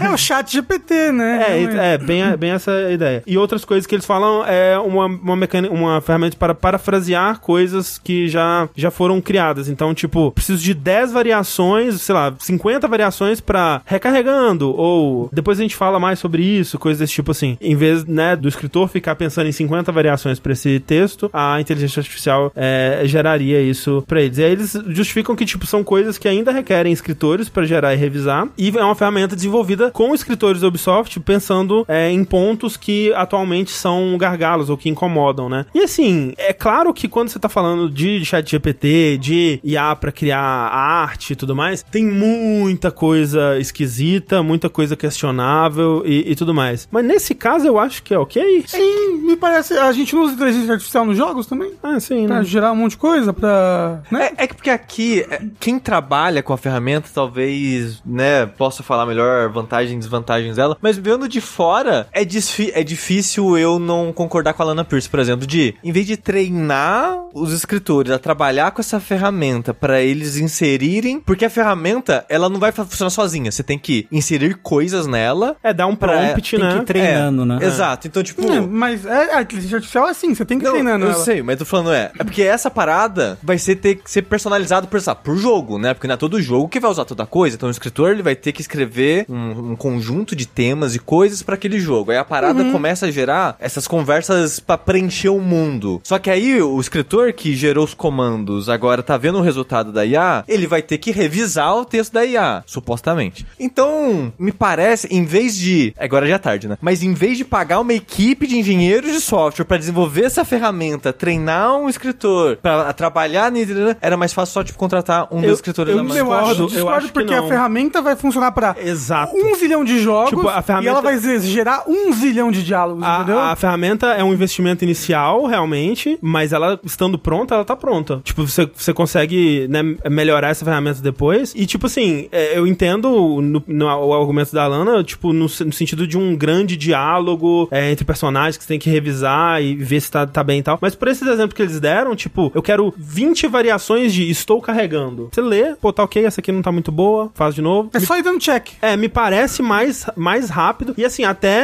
S4: É o chat GPT, né? Realmente.
S1: É, é bem, bem essa ideia. E outras coisas que eles falam é uma, uma, mecânica, uma ferramenta para parafrasear coisas que já, já foram criadas. Então, tipo, preciso de 10 variações, sei lá, 50 variações para recarregando, ou depois a gente fala mais sobre isso, coisas desse tipo assim. Em vez, né, do escritor ficar pensando em 50 variações para esse texto, a inteligência artificial é, geraria isso para eles. E aí eles justificam que, tipo, são coisas que ainda requerem escritores para gerar e revisar, e é uma ferramenta desenvolvida com escritores da Ubisoft, pensando é, em pontos que atualmente são gargalos ou que incomodam, né? E assim, é claro que quando você tá falando de chat GPT, de IA para criar arte e tudo mais, tem muita coisa esquisita, muita coisa questionável e, e tudo mais. Mas nesse caso eu acho que é ok.
S4: Sim, me parece. A gente usa inteligência artificial nos jogos também?
S1: Ah, sim,
S4: Pra
S1: né?
S4: gerar um monte de coisa, pra. Né?
S2: É, é que porque aqui, é, quem trabalha com a ferramenta, talvez, né, possa falar melhor vantagens e desvantagens dela, mas vendo de fora, é, disfi- é difícil eu não concordar com a Lana Pierce, por exemplo, de, em vez de treinar os escritores a trabalhar com essa ferramenta pra eles inserirem, porque a ferramenta, ela não vai fa- funcionar sozinha, você tem que inserir coisas nela,
S1: É dar um
S2: Pra-
S1: prompt,
S3: tem que
S1: né?
S3: tre- Treinando,
S2: É,
S3: né?
S2: Exato, então, tipo...
S4: É, mas é, a inteligência artificial é assim, você tem que ir
S2: Não,
S4: treinando
S2: eu
S4: ela.
S2: sei, mas tô falando é, é porque essa parada vai ser ter que ser personalizado por, sabe, por jogo, né? Porque não é todo jogo que vai usar toda coisa, então o escritor ele vai ter
S4: Uhum.
S2: que escrever um, um conjunto de temas e coisas pra aquele jogo. Aí a parada começa a gerar essas conversas pra preencher o mundo. Só que aí o escritor que gerou os comandos agora tá vendo o resultado da IA, ele vai ter que revisar o texto da IA, supostamente. Então, me parece, em vez de. Agora já é tarde, né? Mas em vez de pagar uma equipe de engenheiros de software pra desenvolver essa ferramenta, treinar um escritor pra trabalhar nisso, era mais fácil só, tipo, contratar um dos escritores
S1: eu
S2: da
S1: me
S2: Microsoft.
S1: Discordo, eu
S4: acho, discordo
S1: acho que
S4: porque
S1: não.
S4: a ferramenta vai funcionar pra
S1: Exato.
S4: um zilhão de jogos
S1: Tipo, a
S4: e
S1: ferramenta-
S4: ela vai gerar um zilhão de diálogos, entendeu?
S1: A, a ferramenta é um investimento inicial, realmente, mas ela estando pronta, ela tá pronta. Tipo, você, você consegue né, melhorar essa ferramenta depois. E, tipo assim, é, eu entendo no- no- o argumento da Lana, tipo, no, se- no sentido de um grande diálogo é, entre personagens que você tem que revisar e ver se tá, tá bem e tal. Mas por esses exemplos que eles deram, tipo, eu quero 20 variações de estou carregando. Você lê, pô, tá ok, essa aqui não tá muito boa, faz de novo.
S4: É só ir dando check.
S1: É, me parece mais, mais rápido. E assim, até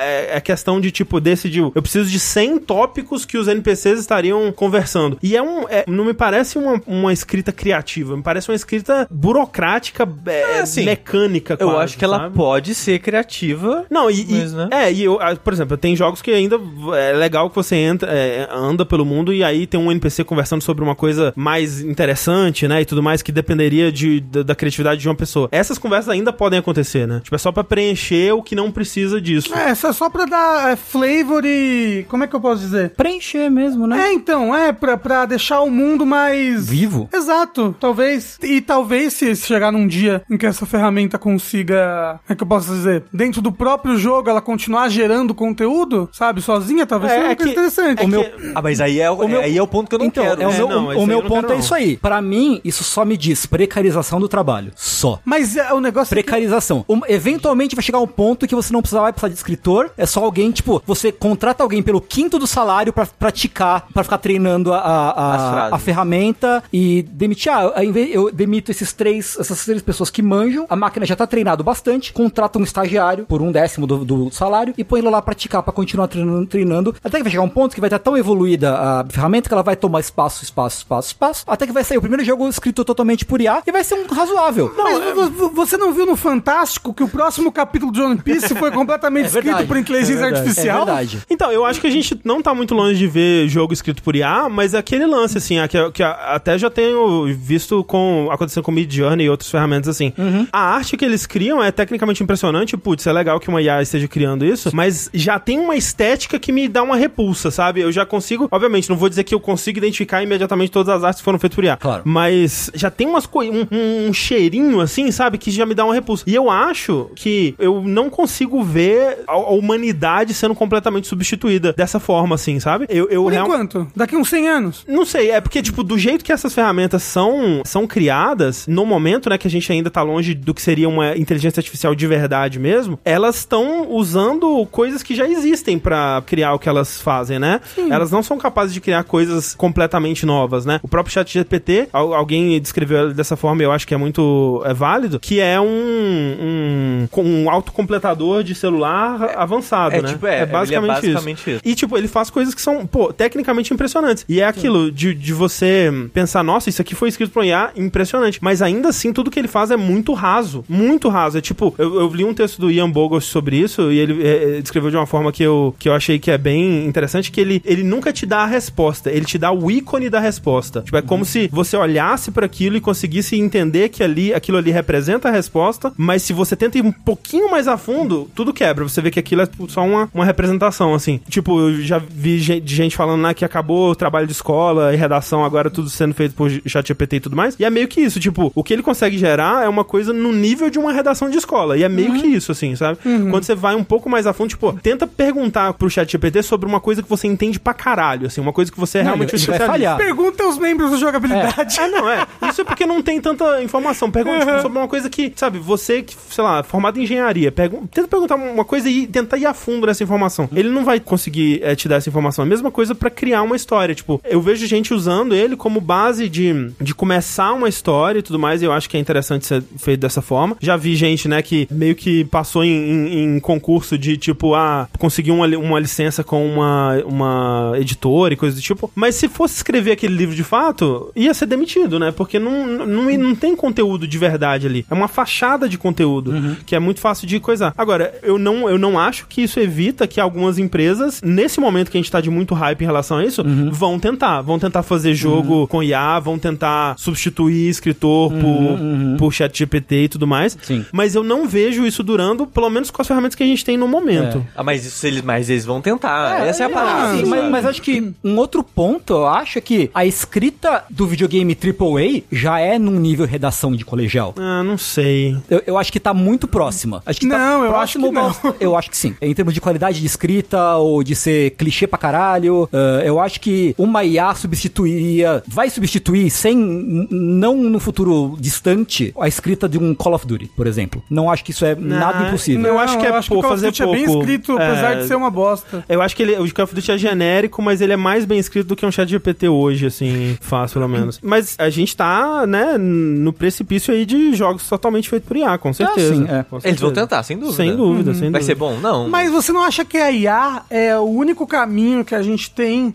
S1: é, é questão de tipo, decidiu. Eu preciso de 100 tópicos que os NPCs estariam conversando. E é um. é- não me parece uma, uma escrita criativa, me parece uma escrita burocrática, é,
S2: É, assim,
S1: mecânica.
S2: Eu
S1: quase,
S2: acho que ela
S1: sabe?
S2: pode ser criativa.
S1: Não, e, e-
S2: Mas, né?
S1: é, e eu, ah, por exemplo, tem jogos que ainda é legal que você entra, é, anda pelo mundo e aí tem um NPC conversando sobre uma coisa mais interessante, né, e tudo mais que dependeria de, da, da criatividade de uma pessoa. Essas conversas ainda podem acontecer, né? Tipo, é só pra preencher o que não precisa disso.
S4: É, só, só pra dar é, flavor e. Como é que eu posso dizer?
S3: Preencher mesmo, né?
S4: É, então, é, pra, pra deixar o mundo mais.
S3: Vivo.
S4: Exato, talvez. E talvez se chegar num dia em que essa ferramenta consiga. Como é que eu posso dizer? Dentro do próprio jogo ela continuar gerando conteúdo, sabe? Sozinha, talvez
S1: É,
S4: seja uma
S1: é
S4: coisa
S1: que-
S4: interessante.
S1: é
S4: O meu-
S1: que-
S2: Ah, mas aí é, o,
S3: meu-
S2: aí é o ponto que eu não
S3: então,
S2: quero.
S3: é o
S1: É,
S3: meu,
S1: não,
S3: o
S1: esse aí
S3: meu
S1: eu não
S3: ponto
S1: quero,
S3: é
S1: não.
S3: isso aí. Pra mim, isso só me diz precarização do trabalho. Só.
S4: Mas é, o negócio. é que-
S3: Precarização. Um- eventualmente vai chegar um ponto que você não precisa, vai precisar de escritor, é só alguém, tipo, você contrata alguém pelo quinto do salário pra praticar, pra ficar treinando a, a,
S2: As
S3: a,
S2: frases.
S3: a ferramenta e demitir. Ah, ao invés- eu demito esses três, essas três pessoas que manjam, a máquina já tá treinado bastante, contrata um estagiário por um décimo do, do salário e põe ele lá praticar pra continuar treinando, treinando, até que vai chegar um ponto que vai estar tão evoluída a ferramenta que ela vai tomar espaço, espaço, espaço, espaço, até que vai sair o primeiro jogo escrito totalmente por IA e vai ser um razoável.
S4: Mas
S1: é-
S4: vo- vo- você não viu no Fantástico que o próximo capítulo de One Piece foi
S1: É
S4: completamente escrito por inteligência artificial?
S3: É verdade.
S1: Então, eu acho que a gente não tá muito longe de ver jogo escrito por IA, mas é aquele lance, assim, é que, que a- até já tenho visto com acontecendo com Mid Journey e outras ferramentas assim. A arte que eles criam é tecnicamente impressionante, putz, é legal que uma IA esteja criando isso, mas já tem uma estética que me dá uma repulsa, sabe? Eu já consigo, obviamente, não vou dizer que eu consigo identificar imediatamente todas as artes que foram feitas por IA,
S3: Claro.
S1: mas já tem umas coi- um, um- um cheirinho assim, sabe, que já me dá uma repulsa. E eu acho que eu não consigo ver a, a humanidade sendo completamente substituída dessa forma, assim, sabe? Eu, eu
S4: Por
S1: real-
S4: enquanto, daqui uns 100 anos.
S1: Não sei, é porque, tipo, do jeito que essas ferramentas são, são criadas, no momento, né, que a gente ainda tá longe do que seria uma inteligência artificial de verdade mesmo, elas estão usando coisas que já existem pra criar o que elas fazem, né? Elas não são capazes de criar coisas completamente novas, né? O próprio chat GPT, al- alguém descreveu ele dessa forma, e eu acho que é muito é válido, que é um, um, com um autocompletador de celular avançado,
S2: é
S1: né?
S2: tipo, é, ele é basicamente isso.
S1: E, tipo, ele faz coisas que são, pô, tecnicamente impressionantes. E é aquilo de, de você pensar, nossa, isso aqui foi escrito por um IA, impressionante. Mas ainda assim, tudo que ele faz é muito raso. Muito raso. É tipo, eu, eu li um texto do Ian Bogos sobre isso e ele é, é, descreveu de uma forma que eu, que eu achei que é bem interessante, que ele, ele nunca te dá a resposta, ele te dá o ícone da resposta. Tipo, é como se você olhasse pra aquilo e conseguisse entender que ali, aquilo ali representa a resposta, mas se você tenta ir um pouquinho mais a fundo, tudo quebra. Você vê que aquilo é tipo, só uma, uma representação, assim. Tipo, eu já vi gen- de gente falando né, que acabou o trabalho de escola e redação, agora tudo sendo feito por chat GPT e tudo mais. E é meio que isso, tipo, o que ele consegue gerar é uma coisa no nível de uma redação de escola. E é meio
S3: Uhum.
S1: que isso, assim, sabe? Quando você vai um pouco mais a fundo, tipo, tenta perguntar pro chat GPT sobre uma coisa que você entende pra caralho, assim, uma coisa que você é realmente
S3: Não,
S1: um
S3: ele vai
S1: especialista.
S3: falhar.
S4: Pergunta aos membros do jogabilidade.
S1: É, não, é. Isso é porque não tem tanta informação. Pergunta tipo, sobre uma coisa que, sabe, você que, sei lá, formado em engenharia, pergun tenta perguntar uma coisa e tentar ir a fundo nessa informação. Ele não vai conseguir eh, te dar essa informação. A mesma coisa pra criar uma história. Tipo, eu vejo gente usando ele como base de, de começar uma história e tudo mais, e eu acho que é interessante ser feito dessa forma. Já vi gente, né, que meio que passou em, em- em concurso de, tipo, ah, conseguir uma, li- uma licença com uma, uma editora e coisa do tipo. Mas se fosse escrever aquele livro de fato, ia ser demitido, né? Porque não, não, não tem conteúdo de verdade ali. É uma fachada de conteúdo que é muito fácil de coisar. Agora, eu não, eu não acho que isso evita que algumas empresas, nesse momento que a gente tá de muito hype em relação a isso, vão tentar. Vão tentar fazer jogo com IA, vão tentar substituir escritor por, por chat GPT e tudo mais.
S3: Sim.
S1: Mas eu não vejo isso durando, pelo menos com as ferramentas que a gente tem no momento.
S2: Ah, mas isso eles, mas eles vão tentar. Essa é a parada.
S3: Ah, Sim, mas,
S2: sabe?
S3: mas acho que um outro ponto, eu acho, é que a escrita do videogame AAA já é num nível redação de colegial.
S1: Ah, não sei.
S3: Eu, eu acho que tá muito próxima. Acho que tá
S4: Não, eu
S3: próximo
S4: acho que
S3: ao Bal- Eu acho que sim. Em termos de qualidade de escrita ou de ser clichê pra caralho, eh, eu acho que uma IA substituiria, vai substituir sem, n- não no futuro distante, a escrita de um Call of Duty, por exemplo. Não acho que isso é nada
S1: Nah,
S3: impossível.
S1: não. Eu acho que é
S4: o
S1: pô,
S4: Call of
S1: fazer
S4: Duty é bem
S1: pouco.
S4: escrito,
S1: É.
S4: apesar de ser uma bosta.
S1: Eu acho que ele, o Call of Duty é genérico, mas ele é mais bem escrito do que um chat GPT hoje, assim, fácil pelo menos. Mas a gente tá, né, no precipício aí de jogos totalmente feitos por IA, com certeza.
S3: sim, é.
S1: Com
S2: Eles
S1: certeza.
S2: vão tentar, sem dúvida.
S1: Sem dúvida, sem dúvida.
S2: Uhum. Vai ser bom? Não.
S4: Mas você não acha que a IA é o único caminho que a gente tem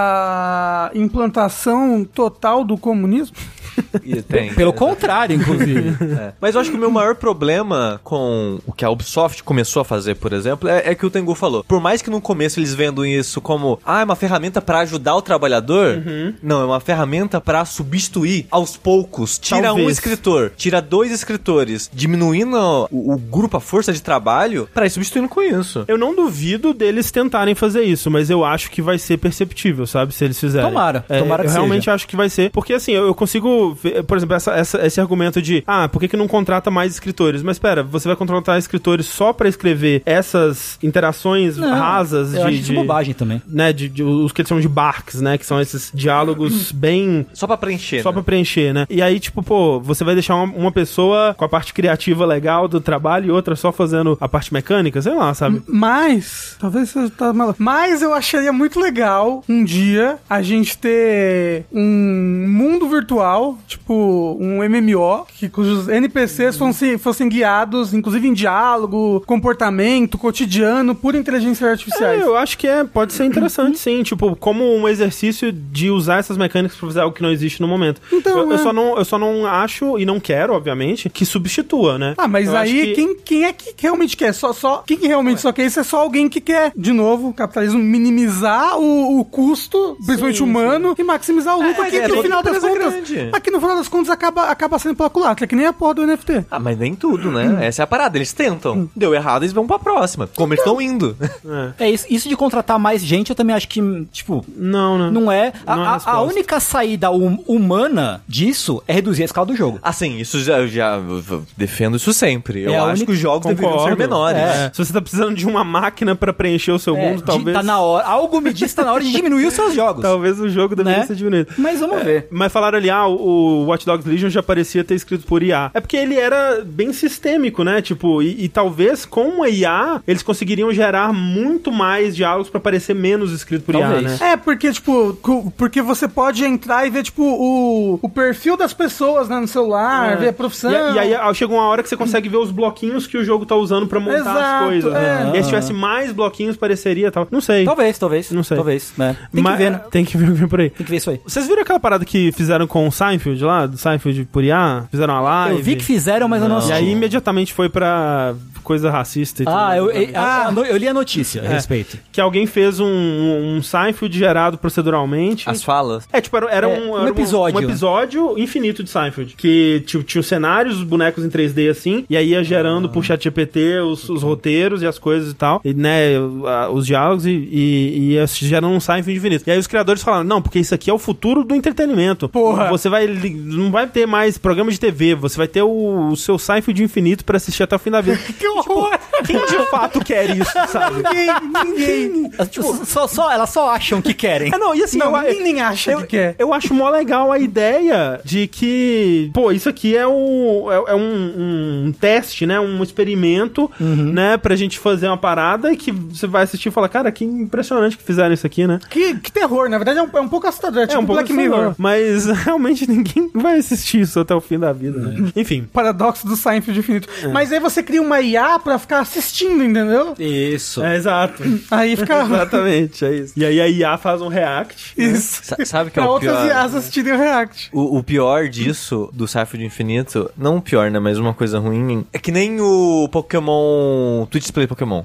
S4: pra implantação total do comunismo?
S2: E tem.
S3: Pelo contrário, inclusive.
S2: É. Mas eu acho que o meu maior problema com o que a Ubisoft começou a fazer, por exemplo, é, é que o Tengu falou. Por mais que no começo eles vendam isso como, ah, é uma ferramenta pra ajudar o trabalhador,
S1: Uhum.
S2: não, é uma ferramenta pra substituir aos poucos. Tira um
S1: Talvez.
S2: escritor, tira dois escritores, diminuindo o, o grupo, a força de trabalho, pra ir substituindo com isso.
S1: Eu não duvido deles tentarem fazer isso, mas eu acho que vai ser perceptível, sabe? Se eles fizerem. É,
S3: Tomara, tomara
S1: eu
S3: que
S1: realmente
S3: seja.
S1: acho que vai ser. Porque assim, eu, eu consigo ver, por exemplo, essa- essa- esse argumento de, ah, por que, que não contrata mais escritores? Mas pera, você vai contratar escritores só pra escrever essas interações
S3: Não,
S1: rasas
S3: eu
S1: de.
S3: acho isso
S1: de-
S3: bobagem também.
S1: né, de, de- os que eles chamam de barks, né, que são esses diálogos bem
S2: Só pra preencher.
S1: só
S2: né?
S1: pra preencher, né? E aí, tipo, pô, você vai deixar uma, uma pessoa com a parte criativa legal do trabalho e outra só fazendo a parte mecânica, sei lá, sabe?
S4: Mas, talvez eu tá maluco. Mas eu acharia muito legal um dia a gente ter um mundo virtual, tipo um MMO, que cujos NPCs fossem, fossem guiados, inclusive em diálogo, comportamento, cotidiano, por inteligência artificial.
S1: É, eu acho que é, pode ser interessante, sim. Tipo, como um exercício de usar essas mecânicas pra fazer algo que não existe no momento.
S4: Então,
S1: eu, eu
S4: é.
S1: só não, eu só não acho, e não quero, obviamente, que substitua, né?
S4: Ah, mas
S1: Eu acho
S4: aí
S1: que-
S4: quem, quem é que realmente quer? Só, só, quem que realmente só quer isso é só alguém que quer, de novo, capitalismo, minimizar o, o custo, principalmente humano, e maximizar o lucro.
S2: mas
S4: que,
S2: é
S4: que no
S2: toda
S4: final das
S2: empresa
S4: contas,
S2: grande.
S4: aqui no final das contas acaba, acaba sendo pela culatra, que nem a porra do NFT.
S2: Ah, mas nem tudo,
S1: Uhum.
S2: né? Essa é a parada, eles tentam. Deu errado, eles vão pra próxima. Como eles estão indo.
S3: É isso, isso de contratar mais gente, eu também acho que, tipo,
S1: Não, não.
S3: não é. A,
S1: Não é
S3: a- a
S1: resposta.
S3: única saída hum- humana disso é reduzir a escala do jogo.
S2: Assim, isso já, eu já eu- eu defendo isso sempre. Eu
S3: É a
S2: acho
S3: única-
S2: que os jogos deveriam ser
S1: Concordo.
S2: menores. né?
S1: É. Se você tá precisando de uma máquina pra preencher o seu
S3: É,
S1: mundo,
S3: de-
S1: talvez.
S3: Tá na hora, algo me diz que tá na hora de diminuir os seus jogos.
S1: Talvez É. o jogo deveria
S3: Né?
S1: ser diminuído.
S3: Mas vamos ver.
S1: Mas falaram ali, ah, o o Watch Dogs Legion já parecia ter escrito por IA. É porque ele era bem sistêmico, né? Tipo, e, e talvez com uma IA eles conseguiriam gerar muito mais diálogos pra parecer menos escrito por IA,
S3: Talvez.
S1: né?
S4: É, porque, tipo, cu- porque você pode entrar e ver, tipo, o, o perfil das pessoas, né, no
S3: É,
S4: celular, ver a profissão.
S1: É. E, a- e aí ah, chega uma hora que você consegue ver os bloquinhos que o jogo tá usando pra montar as
S4: Exato,
S1: coisas.
S4: é.
S1: E aí, se tivesse mais bloquinhos, pareceria tal. Não sei.
S3: Talvez, talvez.
S1: Não sei.
S3: Talvez, né? Tem
S1: Mas-
S3: que ver, né?
S1: Tem que ver, ver por aí.
S3: Tem que ver isso aí.
S1: Vocês viram aquela parada que fizeram com o Seinfeld lá? Do Seinfeld por IA? Fizeram uma live?
S3: eu vi que fizeram, mas eu não
S1: E
S3: assisti.
S1: aí imediatamente foi pra coisa racista e
S3: ah,
S1: tudo. né?
S3: eu, eu- ah, no- eu li a
S1: É.
S3: notícia a respeito.
S1: Que alguém fez um, um, um Seinfeld gerado proceduralmente.
S2: As falas.
S1: É, tipo, era, era
S3: É,
S1: um,
S3: um
S1: era
S3: episódio.
S1: Um, episódio infinito de Seinfeld. Que tipo, tinha os cenários, os bonecos em 3D assim, e aí ia gerando
S3: Ah.
S1: por chat GPT os, os roteiros e as coisas e tal, e, né, a- os diálogos e, e, e ia se gerando um Seinfeld infinito. E aí os criadores falaram, não, porque isso aqui é o futuro do entretenimento.
S4: Porra.
S1: Você vai, li- não vai ter mais programa de TV, você vai ter o, o seu Seinfeld infinito pra assistir até o fim da vida.
S4: Que
S3: Tipo,
S4: horror!
S1: Quem de fato quer isso, sabe?
S4: ninguém, ninguém.
S3: Ah, tipo, só, só, elas só acham que querem.
S1: É, não, e assim,
S4: Não,
S1: eu-
S4: ninguém nem acha
S1: eu,
S4: que quer.
S1: Eu acho mó legal a ideia de que, pô, isso aqui é, o, é, é um, um teste, né? Um experimento,
S4: Uhum.
S1: né? Pra gente fazer uma parada e que você vai assistir e falar, cara, que impressionante que fizeram isso aqui, né?
S4: Que, que terror, na verdade é um, é um pouco assustador, é tipo
S1: é um pouco
S4: Black Mirror.
S1: assustador, Mas realmente ninguém vai
S4: É.
S1: assistir isso até o fim da vida, né? Enfim. É.
S4: Paradoxo do Seinfeld infinito. Mas aí você cria uma IA pra ficar assistindo, entendeu?
S3: Isso.
S1: É, exato.
S4: Aí fica
S1: Exatamente, é isso. E aí a IA faz um react.
S4: isso.
S2: Sa- sabe que é
S4: Pra
S2: o
S4: outras
S2: pior?
S4: IAs assistirem o React.
S2: O, o pior disso, do Cypher do Infinito, não o pior, né? Mas uma coisa ruim. É que nem o Pokémon. Twitch Play Pokémon.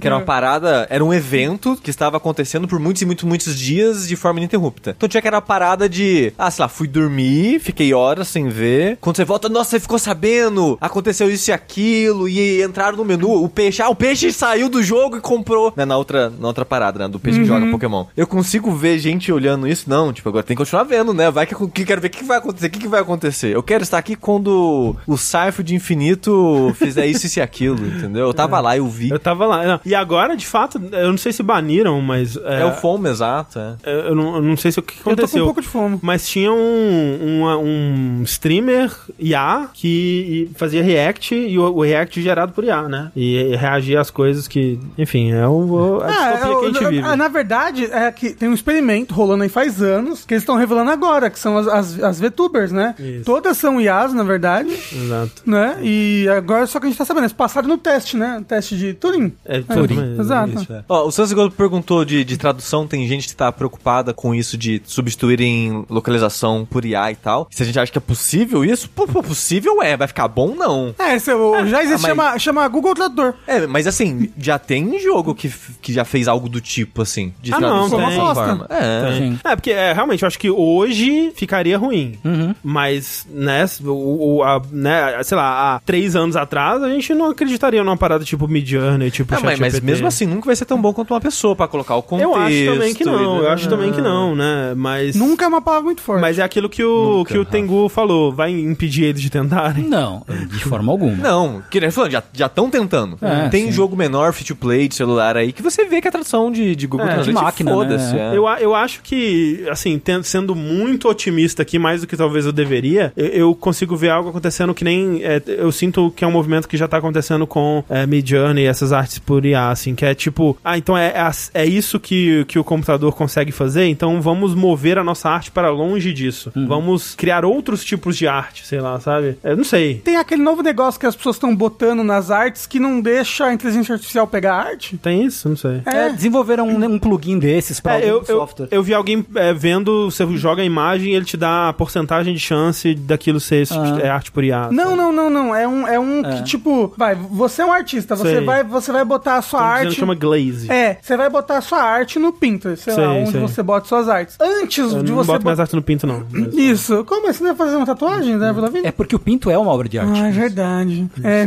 S2: Que era uma parada. Era um evento que estava acontecendo por muitos e muitos, muitos dias de forma ininterrupta. Então tinha que era uma parada de. Ah, sei lá, fui dormir, fiquei horas sem ver. Quando você volta, nossa, você ficou sabendo! Aconteceu isso e aquilo, e entraram no menu. O peixe. Ah, o peixe saiu do jogo e comprou. Né, na, outra, na outra parada, né? Do peixe que joga Pokémon. Eu consigo ver gente olhando isso? Não, tipo, agora tem que continuar vendo, né? Vai que eu que quero ver o que vai acontecer, o que, que vai acontecer. Eu quero estar aqui quando o Saifo de Infinito fizer isso isso e aquilo, entendeu? Eu tava lá, eu vi.
S1: Eu tava lá. não. E agora, de fato, eu não sei se baniram, mas.
S2: É, o fome, exato, é.
S1: Eu não, eu não sei se o que
S4: Eu tô com
S1: aconteceu.
S4: um pouco de fome.
S1: Mas tinha um, uma- um streamer IA que fazia React e o, o React gerado por IA, né? E reagia às coisas que. Enfim, é o, a
S4: Ah,
S1: distopia
S4: eu-
S1: que a gente
S4: eu-
S1: vive.
S4: ah, na verdade, é que tem um experimento rolando aí faz anos, que eles estão revelando agora, que são as, as, as VTubers, né?
S1: Isso.
S4: Todas são IAs, na verdade,
S1: Exato.
S4: né? E agora só que a gente tá sabendo, eles passaram no teste, né? Teste de Turing. Né?
S1: É,
S4: Turing. Exato.
S1: isso, é.
S2: Ó, o Santos Gold perguntou de, de tradução, tem gente que tá preocupada com isso de substituírem localização por IA e tal. Se a gente acha que é possível isso, pô, pô, possível é, vai ficar bom não.
S4: É, esse, o- já existe,
S2: ah, mas-
S4: chama, chama Google Tradutor.
S2: É, mas assim, já tem jogo que, f- que já fez algo do tipo, assim, de
S1: Ah, não,
S2: tradução
S1: tem.
S2: dessa forma. É.
S3: Sim.
S1: É, porque é, realmente, eu acho que hoje ficaria ruim.
S3: Uhum.
S1: Mas, né, o, o- a, né, sei lá, há três anos atrás, a gente não acreditaria numa parada tipo Midjourney, tipo
S2: Ah, mas, mas
S1: ChatGPT.
S2: mesmo assim, nunca vai ser tão bom quanto uma pessoa pra colocar o contexto.
S1: Eu acho também que não,
S2: e-
S1: eu acho também que não, né? Mas.
S4: Nunca é uma palavra muito forte.
S1: Mas é aquilo que o,
S2: Nunca,
S1: que o
S2: Rafa.
S1: Tengu falou, vai impedir eles de tentarem.
S3: Não, de forma alguma.
S2: Não, que nem eu falando, já estão tentando.
S3: É,
S2: tem
S3: sim.
S2: jogo menor, free to play, de celular aí, que você vê que a tradução de, de Google
S1: É, de
S2: Translate
S3: máquina,
S2: foda-se.
S3: né?
S2: é.
S1: Eu, a- eu acho que, assim, ten- sendo muito otimista aqui, mais do que talvez eu deveria, eu, eu consigo ver algo acontecendo que nem. é, eu sinto que é um movimento que já tá acontecendo com é, Midjourney e essas artes por IA, assim, que é tipo, ah, então é, é, as- é isso que, que o computador consegue fazer, então vamos mover a nossa arte para longe disso. Vamos criar outros tipos de arte, sei lá, sabe? Eu não sei.
S4: Tem aquele novo negócio que as pessoas estão botando nas artes que não deixa a inteligência artificial pegar a arte.
S1: Tem isso? Não sei.
S3: É, desenvolveram um, um plugin desses pra
S1: É, eu,
S3: algum
S1: eu,
S3: software.
S1: eu vi alguém é, vendo, você joga a imagem e ele te dá a porcentagem de chance daquilo ser subst- é arte por IA.
S4: Ah. Não, não, não, não. É um, é um
S3: É.
S4: que, tipo, vai, você é um artista, você
S1: Sei.
S4: vai, você vai botar a sua
S1: a
S4: arte.
S1: arte chama Glaze.
S4: É, você vai botar a sua arte no Pinterest, sei, lá,
S1: Sei,
S4: onde
S1: sei.
S4: você bota suas artes. Antes
S1: Eu
S4: de
S1: não
S4: você
S1: boto mais né?
S4: botar.
S1: arte no pinto, não.
S4: Isso. Como é? Você não vai fazer uma tatuagem da vida?
S3: É porque o Pinto é uma obra de arte.
S4: Ah, é verdade. É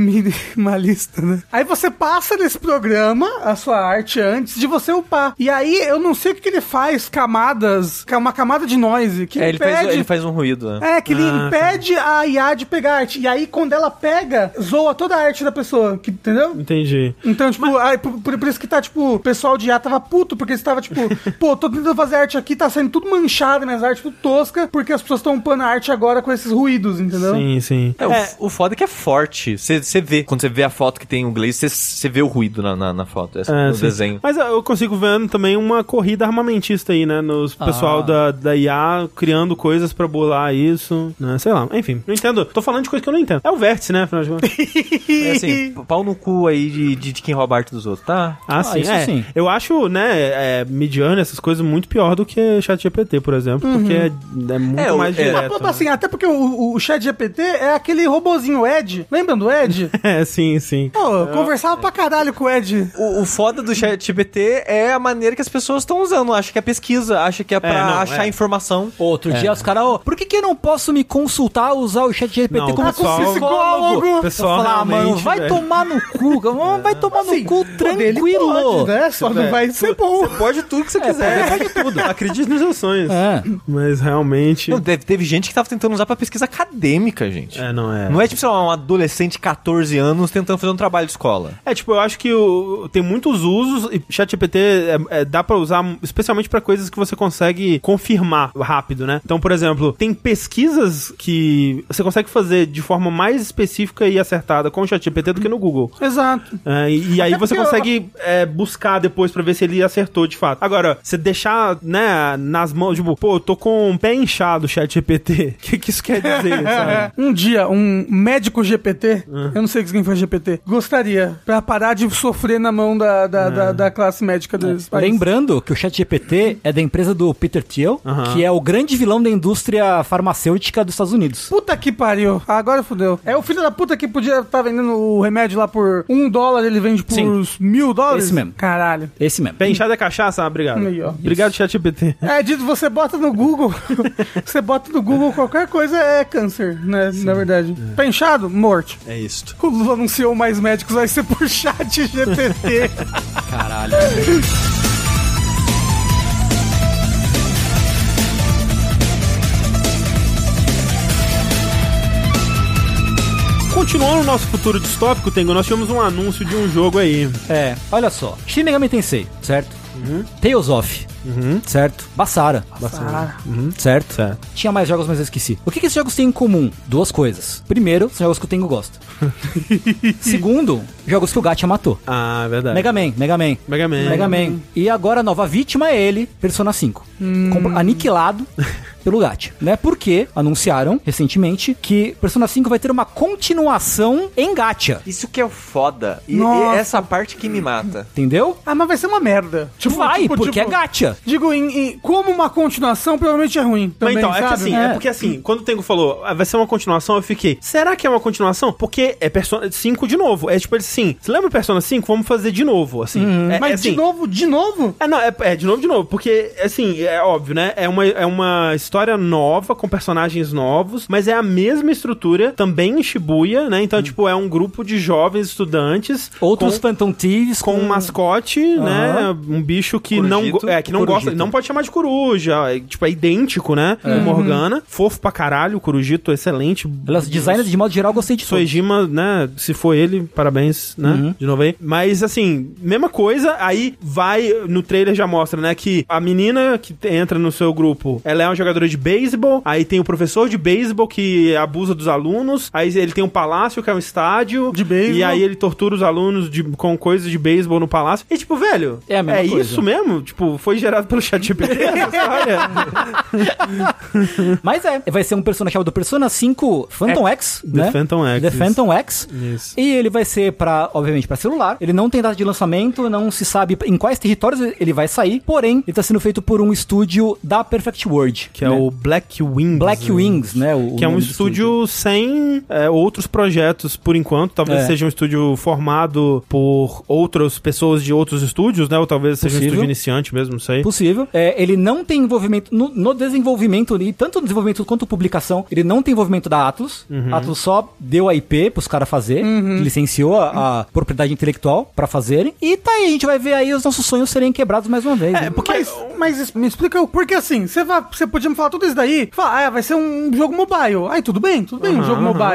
S4: minimalista, né? Aí você passa nesse programa a sua arte antes de você upar. E aí eu não sei o que que ele faz, camadas, que é uma camada de noise que
S2: É, ele,
S4: impede.
S2: faz, ele faz um ruído, né?
S4: É, que ele
S1: Ah,
S4: impede a IA de pegar arte. E aí, quando ela pega, zoa toda a arte da pessoa, que- entendeu?
S1: Entendi.
S4: Então, tipo, aí, por, por- por isso que tá, tipo, o pessoal de IA tava puto, porque eles tava, tipo, pô, tô tentando fazer arte aqui, tá saindo tudo manchado, minhas artes tudo tosca, porque as pessoas estão upando a arte agora com esses ruídos, entendeu?
S1: Sim, sim.
S2: É, o- O, foda é que é forte. Você você vê. Quando você vê a foto que tem o glaze, você- você vê o ruído na, na, na foto, essa-
S1: É,
S2: no
S1: sim.
S2: desenho.
S1: Mas ah, eu consigo ver também uma corrida armamentista aí, né? Nos
S4: Ah.
S1: pessoal da, da IA criando coisas pra bolar isso, né? Sei lá. Enfim, não entendo. Tô falando de coisa que eu não entendo. É o vértice, né? Afinal de contas.
S2: É assim, p- pau no cu aí de, de, de quem rouba a arte dos outros, tá?
S1: Ah, sim,
S3: isso
S1: é.
S3: sim.
S1: Eu acho, né, é, Midiane, essas coisas muito pior do que ChatGPT, por exemplo, porque é, é muito
S2: É, o-
S1: mais
S2: é.
S4: Ah,
S1: direto. né?
S4: pô, assim, até porque o, o chat GPT é aquele robozinho Ed. Lembram do Ed?
S1: É, sim, sim.
S4: Pô, eu conversava pra caralho com o Ed.
S2: O, o foda do ChatGPT é a maneira que as pessoas estão usando. Acha que é pesquisa, acha que é pra
S1: não,
S2: achar
S1: é.
S2: informação.
S3: Outro dia os caras, ó, por que, que eu não posso me consultar, usar o chat GPT
S1: Não, tá
S3: como
S1: o pessoal-
S3: psicólogo?
S1: o pessoal
S3: eu falar, ah, mano,
S1: realmente,
S3: vai
S1: velho.
S3: tomar no cu, cara, vai tomar no cu
S4: Ele
S3: tranquilo.
S4: pode, né? Só não vai ser bom.
S2: Pode tudo que você
S1: É, pode tudo. Acredite nos seus sonhos.
S3: É.
S1: Mas realmente.
S2: Não, teve, teve gente que tava tentando usar pra pesquisa acadêmica, gente.
S1: É, não é.
S2: Não é tipo, sei lá, um adolescente de 14 anos tentando fazer um trabalho de escola.
S1: É, tipo, eu acho que o- tem muitos usos e ChatGPT é, é, dá pra usar especialmente pra coisas que você consegue confirmar rápido, né? Então, por exemplo, tem pesquisas que você consegue fazer de forma mais específica e acertada com o ChatGPT do que no Google.
S4: Exato.
S1: É, e, e aí
S4: Até
S1: você
S4: porque
S1: consegue é, buscar depois pra ver se ele acertou de fato. Agora, você deixar, né, nas mãos, tipo, pô, eu tô com o pé inchado, chat GPT. O que, que isso quer dizer, sabe?
S3: Ah.
S4: Um dia, um médico GPT, eu não sei quem foi GPT, gostaria. Pra parar de sofrer na mão da, da,
S3: Ah.
S4: da- da classe médica
S3: É,
S4: deles.
S3: Lembrando que o ChatGPT é da empresa do Peter Thiel,
S1: Aham.
S3: que é o grande vilão da indústria farmacêutica dos Estados Unidos.
S4: Puta que pariu. Agora fudeu. É o filho da puta que podia estar vendendo o remédio lá por um dólar, ele vende por
S3: Sim.
S4: uns mil dólares?
S3: Esse mesmo.
S4: Caralho.
S3: Esse mesmo.
S1: Tem enxada cachaça? Ah, obrigado.
S4: Aí, ó.
S1: Obrigado, ChatGPT.
S4: É, dito, você bota no Google. você bota no Google qualquer coisa é câncer, né? Na verdade.
S3: É.
S4: Penchado? Morte.
S1: É isso.
S4: O Lula anunciou mais médicos, vai ser por chat GPT.
S3: Caralho.
S1: Continuando o nosso futuro distópico, Tengu, nós tivemos um anúncio de um jogo aí.
S3: É, olha só. Shin Megami Tensei, certo?
S1: Uhum.
S3: Tales of, certo? Basara,
S4: Cara,
S3: certo?
S1: Certo.
S3: Tinha mais jogos, mas eu esqueci. O que, que esses jogos têm em comum? Duas coisas. Primeiro, são jogos que o Tengo gosta. Segundo, jogos que o Gacha matou.
S1: Ah, verdade.
S3: Mega Man, Mega Man.
S1: Mega Man.
S3: Mega Man. E agora a nova vítima é ele, Persona 5.
S1: Hum.
S3: Compro- Aniquilado pelo Gacha, né? Porque anunciaram recentemente que Persona 5 vai ter uma continuação em Gacha,
S2: Isso que é o foda. E, e
S4: Nossa.
S2: essa parte que me mata.
S3: entendeu?
S4: Ah, mas vai ser uma merda. Tipo,
S3: vai,
S4: tipo,
S3: porque
S4: tipo-
S3: é Gacha.
S4: Digo, em, em- como uma continuação, provavelmente é ruim.
S1: Mas
S4: Também,
S1: então, é que
S4: sabe?
S1: assim, é.
S3: É.
S1: porque assim, quando o Tengo falou, "Ah, vai ser uma continuação, eu fiquei, será que é uma continuação? Porque é Persona 5 de novo. É tipo assim, você lembra Persona 5? Vamos fazer de novo, assim. É,
S4: Uhum. Mas
S1: é assim,
S4: de novo, de novo?
S1: É, não, é, é de novo, de novo, porque, assim, é óbvio, né? É uma, é uma história nova, com personagens novos, mas é a mesma estrutura, também em Shibuya, né? Então, tipo, é um grupo de jovens estudantes.
S3: Outros
S1: com...
S3: Phantom Thieves
S1: Com um mascote, né? Um bicho que não,
S2: Corujito.
S1: go- é, que não
S3: Corujito.
S1: gosta, não pode chamar de coruja. é, tipo, é idêntico, né? Com Morgana. Fofo pra caralho, o Corujito, excelente.
S3: Elas designers de modo geral eu gostei de todos.
S1: Soejima, né? Se for ele, parabéns, né?
S3: Uhum.
S1: De novo aí. Mas assim, mesma coisa, aí vai. No trailer já mostra, né? Que a menina que te- entra no seu grupo, ela é uma jogadora de beisebol. Aí tem o professor de beisebol que abusa dos alunos. Aí ele tem um palácio que é um estádio.
S4: De beisebol.
S1: E aí ele tortura os alunos de- com coisas de beisebol no palácio. E tipo, velho,
S3: É a mesma coisa.
S1: isso mesmo? Tipo, foi gerado pelo ChatGPT essa história?
S3: Mas é, vai ser um personagem chamado Persona 5 Phantom X,
S1: É. The
S3: né?
S1: Phantom X,
S3: The
S1: isso.
S3: Phantom X.
S1: Isso.
S3: E ele vai ser para, obviamente, para celular. Ele não tem data de lançamento, não se sabe em quais territórios ele vai sair. Porém, ele tá sendo feito por um estúdio da Perfect World,
S1: Que é
S3: né?
S1: o Black Wings.
S3: Black
S1: né?
S3: Wings, né? o- o
S1: Que é um
S3: nome do
S1: estúdio sem é, outros projetos por enquanto. Talvez
S3: É.
S1: seja um estúdio formado por outras pessoas de outros estúdios, né? Ou talvez seja um
S3: Possível.
S1: estúdio iniciante mesmo, não sei.
S3: Possível. É, ele não tem envolvimento no, no desenvolvimento, e tanto no desenvolvimento quanto publicação, ele não tem envolvimento da Atlus. Atlus só deu a IP pros caras fazer,
S4: Uhum.
S3: licenciou a, a propriedade intelectual pra fazerem. E tá aí, a gente vai ver aí os nossos sonhos serem quebrados mais uma vez.
S1: É,
S3: né?
S4: Mas, mas es- me explica o porquê assim. Você vai- você podia me falar tudo isso daí? Fala, ah, vai ser um jogo mobile. Aí tudo bem, tudo bem, um
S1: Aham,
S4: jogo
S1: aham.
S4: mobile.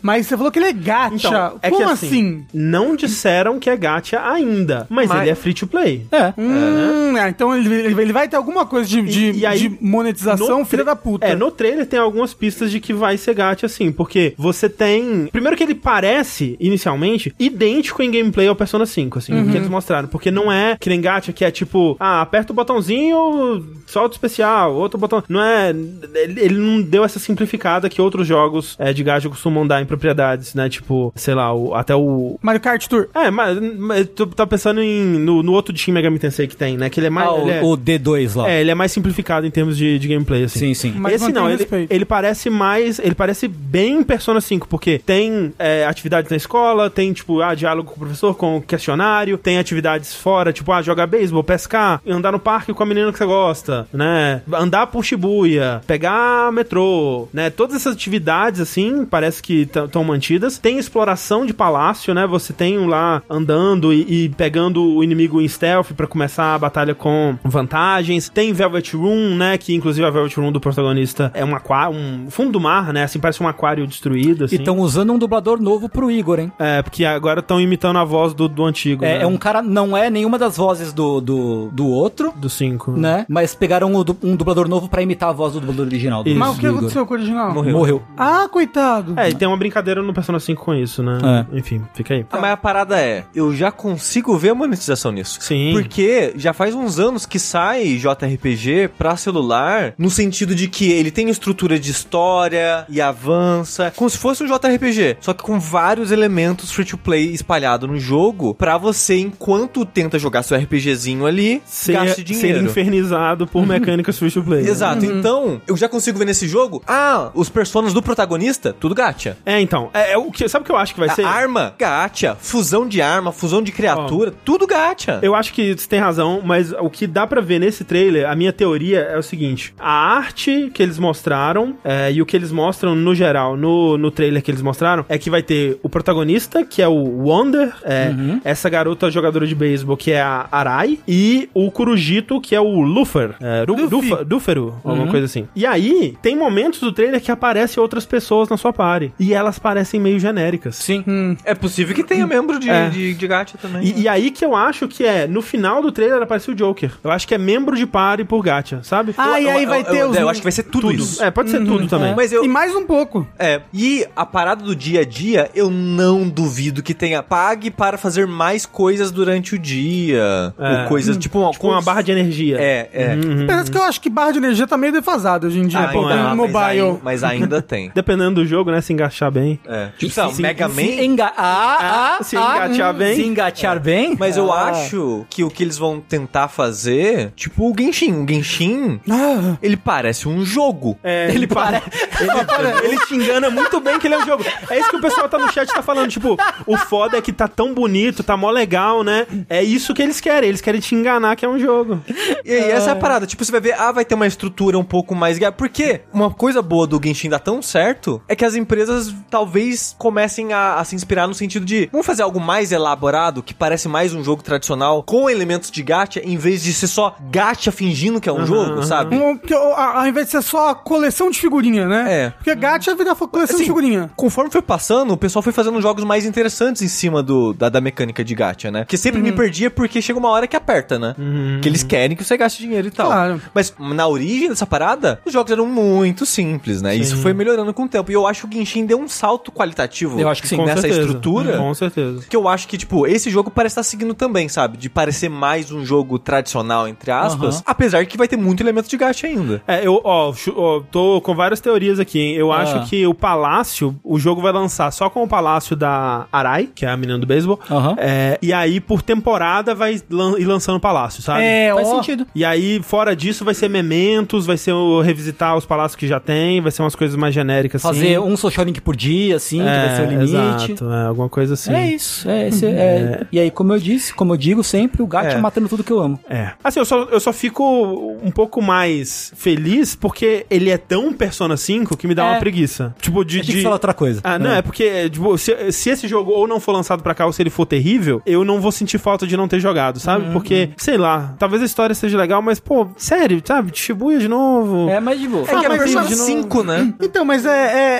S4: Mas você falou que ele é gacha.
S1: Então, é
S4: Como
S1: que assim,
S4: assim?
S1: não disseram que é gacha ainda, mas,
S2: Mas-
S1: ele é free to play.
S3: É.
S4: Hum, ah, então ele, ele- ele vai ter alguma coisa de, de-
S1: e aí,
S4: de monetização,
S1: No
S4: filha
S1: tra-
S4: da puta.
S1: É, no trailer tem algumas pistas de que vai ser gacha, assim, porque você tem... Primeiro que ele parece, inicialmente, idêntico em gameplay ao Persona 5, assim,
S4: Uhum.
S1: o que eles mostraram. Porque não é que nem gacha, que é tipo, ah, aperta o botãozinho, solta o especial, outro botão... Não é... Ele, ele não deu essa simplificada que outros jogos é, de gacha costumam dar em propriedades, né? Tipo, sei lá, o- até o...
S4: Mario Kart Tour.
S1: É, mas, mas tu tá pensando em, no, no outro time Megami Tensei que tem, né? Que ele é mais...
S3: Ah, o,
S1: ele é-
S3: o D2 lá.
S1: é, ele é mais simplificado em termos de, de gameplay, assim.
S3: Sim, sim.
S4: Mas
S1: Esse
S4: mantém
S1: não,
S4: o
S1: ele,
S4: respeito.
S1: ele parece mais. Ele parece bem Persona 5, porque tem é, atividades na escola, tem, tipo, ah, diálogo com o professor, com o questionário, tem atividades fora, tipo, ah, jogar beisebol, pescar, andar no parque com a menina que você gosta, né? Andar por Shibuya, pegar metrô, né? Todas essas atividades, assim, parece que estão mantidas. Tem exploração de palácio, né? Você tem um lá andando e, e pegando o inimigo em stealth pra começar a batalha com vantagens. Tem Velvet Room, né? Que inclusive a Velvet Room do protagonista é um aquário, um fundo do mar, né? Assim, parece um aquário destruído,
S3: E
S1: assim.
S3: estão usando um dublador novo pro Igor, hein?
S1: É, porque agora estão imitando a voz do, do antigo.
S3: É,
S1: né?
S3: é um cara, não é nenhuma das vozes do, do, do outro,
S1: Do 5.
S3: né? Mas pegaram o du- um dublador novo pra imitar a voz do dublador original. Do,
S4: Mas o
S3: do
S4: que
S3: Igor.
S4: aconteceu com o original?
S2: Morreu.
S3: Morreu.
S4: Ah, coitado.
S1: É, e tem uma brincadeira no Persona 5 com isso, né? Enfim, fica aí.
S2: Tá. Ah, mas a parada é, eu já consigo ver a monetização nisso.
S1: Sim.
S2: Porque já faz uns anos anos que sai JRPG pra celular, no sentido de que ele tem estrutura de história e avança, como se fosse um JRPG, só que com vários elementos free to play espalhado no jogo, pra você, enquanto tenta jogar seu RPGzinho ali,
S1: Ser,
S2: gaste
S1: ser
S2: dinheiro.
S1: infernizado por mecânicas free to play. né?
S2: Exato, então eu já consigo ver nesse jogo, ah, os personagens do protagonista, tudo gacha.
S1: É, então. É, é o que, sabe o que eu acho que vai
S2: A
S1: ser?
S2: Arma, gacha. Fusão de arma, fusão de criatura, tudo gacha.
S1: Eu acho que você tem razão, mas o que dá pra ver nesse trailer, a minha teoria é o seguinte: a arte que eles mostraram é, e o que eles mostram no geral no, no trailer que eles mostraram é que vai ter o protagonista, que é o Wonder, é, essa garota jogadora de beisebol, que é a Arai, e o Kurujito, que é o Lufer. É, Ru-
S4: Luffy.
S1: Dufa- Duferu, alguma coisa assim. E aí, tem momentos do trailer que aparecem outras pessoas na sua party. E elas parecem meio genéricas.
S2: Sim. É possível que tenha membro de, de, de gacha também.
S1: E, e aí que eu acho que é, no final do trailer aparece o Joker. Eu acho que é membro de party por gacha, sabe?
S4: Ah, e aí vai
S2: eu,
S4: ter
S2: eu,
S4: os-
S2: eu acho que vai ser tudo, isso.
S1: É, pode ser tudo também.
S2: Mas eu.
S4: E mais um pouco.
S2: É, e a parada do dia a dia, eu não duvido que tenha pague para fazer mais coisas durante o dia.
S1: É.
S2: Ou coisas tipo uma,
S1: Com uma barra de energia.
S2: É, é.
S1: Uhum.
S4: Apesar que eu acho que barra de energia tá meio defasada hoje em dia.
S2: Ah,
S4: É, pô,
S1: então,
S2: ainda- mas,
S4: no mobile.
S2: ainda, mas ainda tem.
S1: Dependendo do jogo, né? Se engaixar bem.
S2: É. Tipo, sei lá,
S3: assim,
S1: sim,
S2: Mega Man.
S3: Se, enga ah, ah,
S1: se
S3: ah,
S1: engatear
S3: hum,
S1: bem.
S3: Se engatear bem.
S2: Mas eu
S3: Ah.
S2: acho que o que eles vão tentar fazer, tipo o Genshin. O Genshin,
S4: Ah,
S2: ele parece um jogo.
S1: É, ele para. Ele, ele te engana muito bem que ele é um jogo. É isso que o pessoal tá no chat tá falando. Tipo, o foda é que tá tão bonito, tá mó legal, né? É isso que eles querem. Eles querem te enganar que é um jogo.
S2: E aí, essa é a parada. Tipo, você vai ver, ah, vai ter uma estrutura um pouco mais. guiada. Porque uma coisa boa do Genshin dar tão certo é que as empresas talvez comecem a, a se inspirar no sentido de vamos fazer algo mais elaborado, que parece mais um jogo tradicional, com elementos de gacha, em vez de ser só gacha fingindo que é um jogo, sabe?
S4: um- que eu- a- ao invés de ser só a coleção de figurinha, né?
S2: É.
S4: Porque gacha vira fo- coleção
S2: Assim,
S4: de figurinha.
S2: Conforme foi passando, o pessoal foi fazendo jogos mais interessantes em cima do, da, da mecânica de gacha, né? Que sempre
S3: Uhum.
S2: me perdia porque chega uma hora que aperta, né? Que eles querem que você gaste dinheiro e tal.
S4: Claro.
S2: Mas na origem dessa parada, os jogos eram muito simples, né? E Isso foi melhorando com o tempo. E eu acho que o Genshin deu um salto qualitativo
S3: Eu acho que sim. Uhum.
S1: Com
S2: nessa
S1: certeza.
S2: estrutura.
S1: Com certeza.
S2: Que eu acho que, tipo, esse jogo parece estar seguindo também, sabe? De parecer mais um jogo tradicional, entre aspas.
S3: Aham.
S2: Apesar que vai ter muito elemento de gacha ainda.
S1: É, eu, ó, chu- ó, tô com várias teorias aqui, hein? Eu
S3: Ah.
S1: acho que o Palácio, o jogo vai lançar só com o Palácio da Arai, que é a menina do beisebol.
S3: Aham.
S1: É, e aí, por temporada, vai lan ir lançando o Palácio, sabe?
S3: Faz
S4: ó,
S3: sentido.
S1: E aí, fora disso, vai ser mementos, vai ser o revisitar os palácios que já tem, vai ser umas coisas mais genéricas
S3: Fazer
S1: assim. É,
S3: um social link por dia, assim, que vai ser o limite.
S1: Exato, é, alguma coisa assim.
S3: É isso. É, esse, é- E aí, como eu disse, como eu digo sempre, o gato
S2: É.
S3: matando tudo que eu amo.
S1: É. Assim, eu só, eu só fico um pouco mais feliz porque ele é tão Persona 5 que me dá
S3: É.
S1: uma preguiça. Tipo, de.
S3: Eu tinha que
S1: de-
S3: falar outra coisa.
S1: Ah, não, é, porque, tipo, se, se esse jogo ou não for lançado pra cá ou se ele for terrível, eu não vou sentir falta de não ter jogado, sabe? porque, sei lá, talvez a história seja legal, mas, pô, sério, sabe? Shibuya de novo.
S3: É, mas de boa.
S2: É que é
S4: mas
S2: Persona
S4: de novo-
S2: 5, né?
S4: Então, mas é.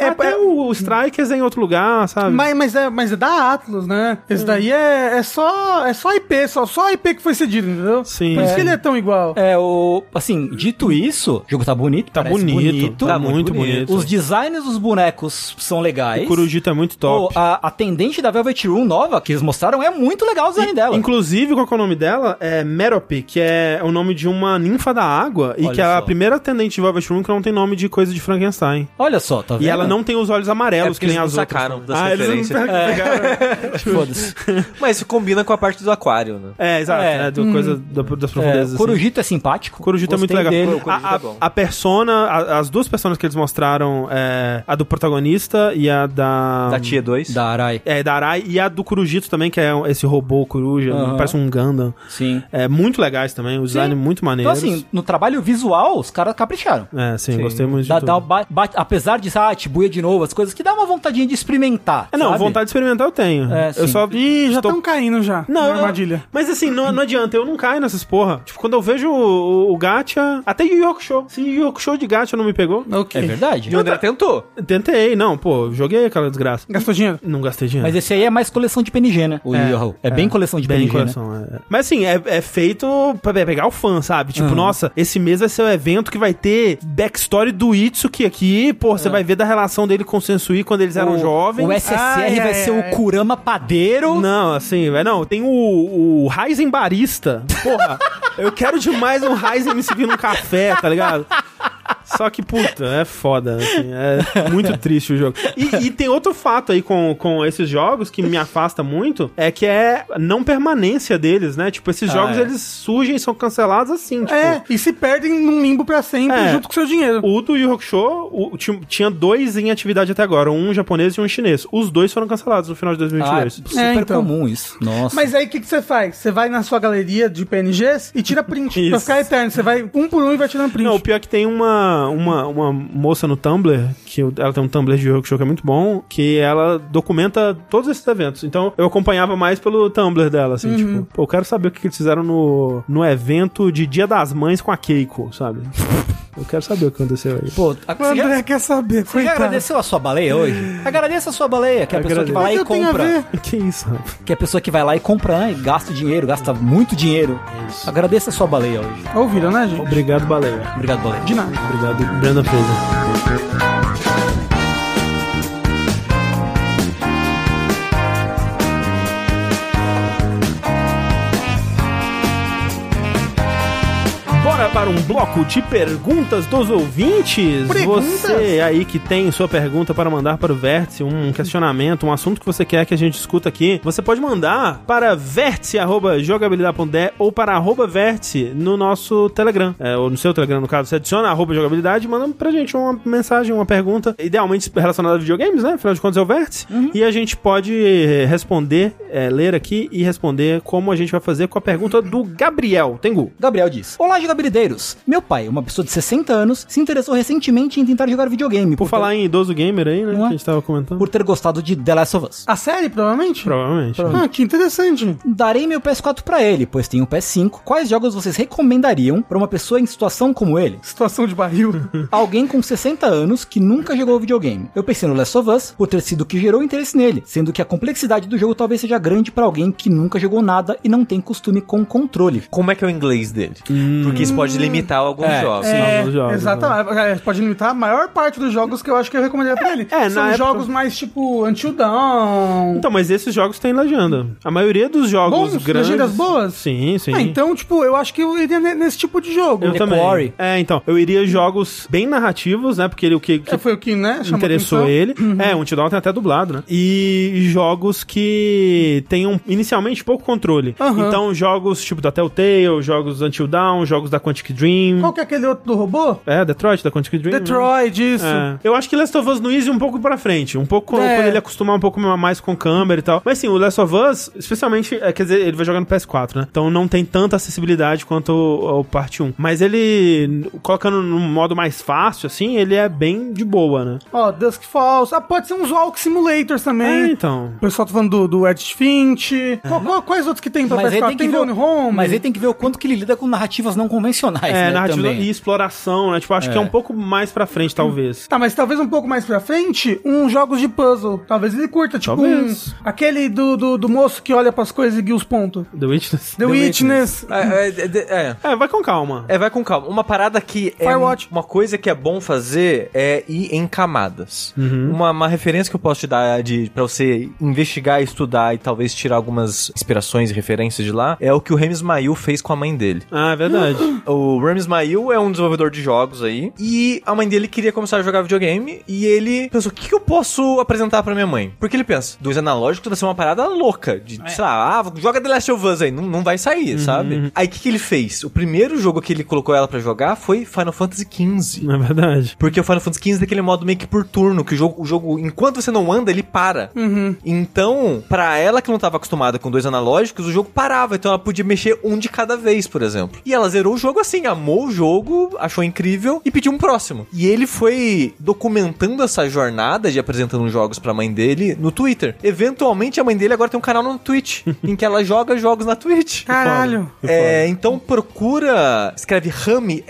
S4: é, é,
S1: Até
S4: é-
S1: o Strikers é em outro lugar, sabe?
S4: mas, mas é, mas é da Atlas, né? Esse daí é, é só é só IP, só, só IP que foi cedido, entendeu?
S1: Sim.
S4: Por isso
S1: É.
S4: que ele é tão igual.
S3: É, o. Assim, dito isso, o jogo tá bonito.
S1: Tá
S3: parece
S1: bonito, tá muito bonito.
S3: Os designs dos bonecos são legais.
S1: O Kurujito é muito top.
S3: Pô, a atendente da Velvet Room nova que eles mostraram é muito legal o design dela.
S1: Inclusive, qual que é o nome dela? É Merope, que é o nome de uma ninfa da água e
S3: Olha
S1: que é a
S3: só.
S1: primeira atendente de Velvet Room que não tem nome de coisa de Frankenstein.
S3: Olha só, tá vendo?
S1: E ela não tem os olhos amarelos,
S2: É
S1: que
S2: porque
S1: nem
S2: eles não
S1: as outras. Ah,
S2: sacaram das
S1: eles não
S2: referências.
S1: pe- pegaram.
S3: Foda-se.
S2: Mas isso combina com a parte do aquário, né?
S1: É, exato.
S3: É.
S1: né, do coisa da- das
S3: É,
S1: profundezas. assim.
S3: Corujito é simpático.
S1: Corujito é muito legal.
S3: Gostei dele.
S2: Corujito
S1: a,
S2: é
S1: a-
S2: bom.
S1: a persona, a- as duas personas que eles mostraram, é, a do protagonista e a da.
S2: Da Tia 2.
S3: Da Arai.
S1: É, da Arai e a do Kurujito também, que é um- esse robô coruja,
S3: Aham.
S1: parece um Gundam.
S3: Sim.
S1: É, muito legais também, o design muito maneiro.
S3: Então, assim, no trabalho visual, os caras capricharam.
S1: É, sim, gostei muito de
S3: Dá,
S1: tudo.
S3: dá, ba- bate- apesar de, ah, Tibuia de novo, as coisas que dá uma vontadinha de experimentar.
S1: É, não,
S3: sabe?
S1: vontade de experimentar eu tenho.
S3: É,
S1: eu
S3: sim.
S1: só vi,
S4: Já
S1: já
S4: estão
S1: tô...
S4: caindo já
S1: Não,
S4: na
S1: eu-
S4: armadilha.
S1: Mas assim, não, não adianta, eu não caio nessas porra. Tipo, quando eu vejo o, o Gacha, até Yu Yu Show. Se Yu Yu Show de Gacha não me pegou,
S3: É
S4: Ok.
S3: verdade.
S2: E o André tentou.
S1: tentei, não, pô, joguei aquela desgraça.
S4: Gastou dinheiro?
S1: Não gastei dinheiro.
S3: Mas esse aí é mais coleção de PNG, né? O
S1: É,
S3: Yu-Gi-Oh! É, bem coleção de
S1: Bem
S3: PNG, né?
S1: coração, é. Mas assim, é, é feito pra pe- pegar o fã, sabe? Tipo,
S3: Uhum.
S1: nossa, esse mês vai ser o evento que vai ter backstory do Itsuki aqui. Pô, você vai ver da relação dele com É. o Sensui quando eles né? eram
S3: o,
S1: jovens.
S3: O SSR
S4: Ai,
S3: vai
S4: ai,
S3: ser
S4: ai.
S3: o Kurama Padeiro.
S1: é, Não, assim, velho, não. Tem o, o Raizen Barista. Porra, Eu quero demais um Ryzen me servindo um café, tá ligado? Só que, puta, é foda. assim, é muito triste o jogo. E, e tem outro fato aí com, com esses jogos que me afasta muito, é que é a não permanência deles, né? Tipo, esses
S2: Ah,
S1: jogos,
S2: é.
S1: eles surgem e são cancelados assim, tipo...
S4: É, e se perdem num limbo pra sempre
S1: É.
S4: junto com o seu dinheiro.
S1: O do Yu Hakusho o- ti- tinha dois em atividade até agora, um japonês e um chinês. Os dois foram cancelados no final de
S3: Ah, é
S1: 2022.
S3: super
S4: É, então.
S3: comum isso. Nossa.
S4: Mas é- aí o que, que você faz? Você vai na sua galeria de PNGs e tira print pra
S1: Isso.
S4: ficar eterno. Você vai um por um e vai tirando print.
S1: Não, o pior é que tem uma, uma, uma moça no Tumblr, que eu- ela tem um Tumblr de Yu Show que é muito bom, que ela documenta todos esses eventos. Então eu acompanhava mais pelo Tumblr dela, assim, tipo, pô, eu quero saber o que que eles fizeram no, no evento de Dia das Mães com a Keiko, sabe? Eu quero saber o que aconteceu aí.
S3: Pô, a,
S4: o
S3: você, já,
S4: André quer saber,
S3: você já
S4: coitado.
S3: agradeceu a sua baleia hoje? Agradeça a sua baleia, que é a pessoa que
S1: Agradeço.
S3: vai lá
S4: Mas
S3: e
S4: eu tenho a ver.
S3: compra.
S1: Que isso, rapaz?
S3: Que é a pessoa que vai lá e compra né, e gasta dinheiro, gasta muito dinheiro. Agradeça a sua baleia hoje.
S4: Ouviram, né, gente?
S1: Obrigado, Baleia.
S3: Obrigado, baleia.
S4: De nada.
S1: Obrigado, Brenda Fraser. Bora para um bloco de perguntas dos ouvintes.
S4: Perguntas?
S1: Você aí que tem sua pergunta para mandar para o Vértice, um questionamento, um assunto que você quer que a gente discuta aqui, você pode mandar para vértice.jogabilidade.de ou para arroba vértice no nosso Telegram, É, ou no seu Telegram, no caso. Você adiciona arroba jogabilidade e manda pra gente uma mensagem, uma pergunta, idealmente relacionada a videogames, né? Afinal de contas é o Vértice. E a gente pode eh, responder, é, ler aqui e responder como a gente vai fazer com a pergunta do Gabriel. Tem Gu.
S3: Gabriel diz: Olá, jogabilideiros. Meu pai, uma pessoa de 60 anos, se interessou recentemente em tentar jogar videogame.
S1: Por falar em idoso gamer aí, né?
S3: Não é?
S1: Que a gente tava comentando.
S3: Por ter gostado de The Last of Us. Ah,
S4: A série, provavelmente?
S1: Provavelmente.
S4: Ah, que interessante.
S3: Darei meu PS4 pra ele, pois tenho um PS5. Quais jogos vocês recomendariam pra uma pessoa em situação como ele?
S4: Situação de barril.
S3: Alguém com 60 anos que nunca jogou videogame. Eu pensei no Last of Us por ter sido o que gerou interesse nele, sendo que a complexidade do jogo talvez seja grande pra alguém que nunca jogou nada e não tem costume com controle.
S2: Como é que é o inglês dele? Porque isso
S4: Hum.
S2: pode limitar alguns
S3: É,
S2: jogos.
S1: É, dos jogos,
S4: exatamente. É, Pode limitar a maior parte dos jogos que eu acho que eu recomendaria pra ele.
S1: é,
S4: São
S1: na época-
S4: jogos mais tipo Until Dawn.
S1: Então, mas esses jogos têm legenda. A maioria dos jogos
S4: Bons?
S1: grandes.
S4: Legendas boas?
S1: Sim, sim.
S4: Ah, então, tipo, eu acho que eu iria ne- nesse tipo de jogo.
S1: Eu
S3: The
S1: também.
S3: Quarry.
S1: É, então. Eu iria jogos bem narrativos, né? Porque ele, o que, que
S4: É, foi o que, né? chamou
S1: interessou
S4: atenção. Uhum.
S1: ele. É, o Antidão tem até dublado, né? E jogos que tenham inicialmente pouco controle.
S4: Aham.
S1: Então, jogos tipo da Telltale, jogos Until Dawn, jogos da Quantic Dream.
S4: Qual que é aquele outro do robô?
S1: É, Detroit, da Quantic Dream. né?
S4: Detroit, isso.
S1: É. Eu acho que Last of Us no Easy um pouco pra frente. Um pouco
S4: É.
S1: quando ele acostumar um pouco mais com câmera e tal. Mas sim, o Last of Us, especialmente, é, quer dizer, ele vai jogar no PS4, né? Então não tem tanta acessibilidade quanto o, o parte 1. Mas ele, n- colocando num modo mais fácil, assim, ele é bem de boa, né?
S4: Ó, Dusk Falls. Ah, pode ser uns Walk Simulators
S3: Ah,
S1: É,
S4: também.
S1: então.
S4: O pessoal tá falando do, do Edge Finch. Qual- qual- quais outros que tem pra
S3: Mas ele,
S4: pescar?
S3: tem que ver,
S4: Gone Home.
S3: mas ele tem que ver o quanto que ele lida com narrativas não convencionais,
S1: É,
S3: né,
S1: narrativa
S3: também.
S1: e exploração, né? Tipo, acho que é um pouco mais pra frente, talvez.
S4: Tá, mas talvez um pouco mais pra frente, um jogos de puzzle. Talvez ele curta, tipo
S1: Talvez.
S4: um, aquele do, do, do moço que olha pras coisas e guia os pontos.
S1: The Witness.
S4: The, Witness.
S2: É, é, de- é.
S1: É, vai com calma.
S2: É, vai com calma. Uma parada que é
S4: Firewatch.
S2: uma coisa que é bom fazer é ir em camadas.
S4: Uhum.
S2: Uma, uma referência que eu posso te dar de para você investigar, estudar e talvez tirar algumas inspirações e referências de lá é o que o Remy Ismail fez com a mãe dele.
S1: Ah, é verdade.
S2: O Remy Ismail é um desenvolvedor de jogos aí. E a mãe dele queria começar a jogar videogame. E ele pensou: o que, que eu posso apresentar pra minha mãe? Porque ele pensa: dois analógicos vai ser uma parada louca. De, sei lá, ah, joga The Last of Us aí. Não, não vai sair, sabe? Aí o que, que ele fez? O primeiro jogo que ele colocou ela pra jogar foi Final Fantasy XV.
S1: é verdade.
S2: Porque o Final Fantasy XV é aquele modo meio que por turno, que o jogo, o jogo enquanto você não anda, ele para. Então, pra ela que não tava acostumada com dois analógicos, o jogo parava. Então ela podia mexer um de cada vez, por exemplo. E ela zerou o jogo assim, amou o jogo, achou incrível e pediu um próximo. E ele foi documentando essa jornada de apresentando jogos pra mãe dele no Twitter. Eventualmente, a mãe dele agora tem um canal no Twitch, em que ela joga jogos na Twitch.
S4: Caralho.
S2: É, então procura, escreve Rami,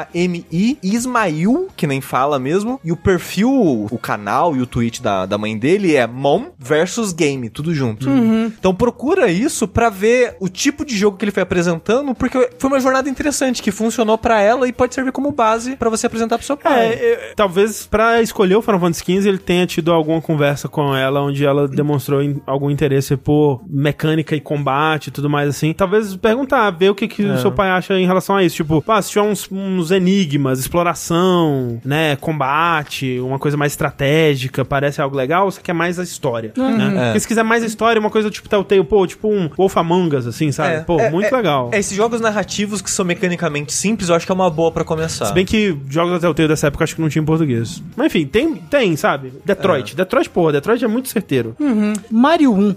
S2: R-A-M-I, Ismail, que nem fala mesmo, e o perfil, o canal e o tweet da, da mãe dele é Mom versus Game, tudo junto.
S1: Uhum.
S2: Então procura isso pra ver o tipo de jogo que ele foi apresentando, porque foi uma jornada interessante, que que funcionou pra ela e pode servir como base pra você apresentar pro seu pai.
S1: É, eu- talvez pra escolher o Final Fantasy XV ele tenha tido alguma conversa com ela onde ela demonstrou in- algum interesse por mecânica e combate e tudo mais assim. Talvez perguntar, ver o que, que
S2: É.
S1: o seu pai acha em relação a isso. Tipo, ah, se tiver uns, uns enigmas, exploração, né, combate, uma coisa mais estratégica, parece algo legal, ou você quer mais a história,
S2: Uhum.
S1: né? Porque se quiser mais a história, uma coisa tipo Telltale, pô, tipo um Wolf Among Us, assim, sabe?
S2: É,
S1: pô,
S2: é,
S1: muito
S2: é,
S1: legal.
S2: É, esses jogos narrativos que são mecanicamente simples, eu acho que é uma boa pra começar.
S3: Tá.
S1: Se bem que jogos da Telltale dessa época acho que não tinha em português. Mas enfim, tem, tem sabe? Detroit. Detroit, porra, Detroit é muito certeiro.
S3: Mario 1.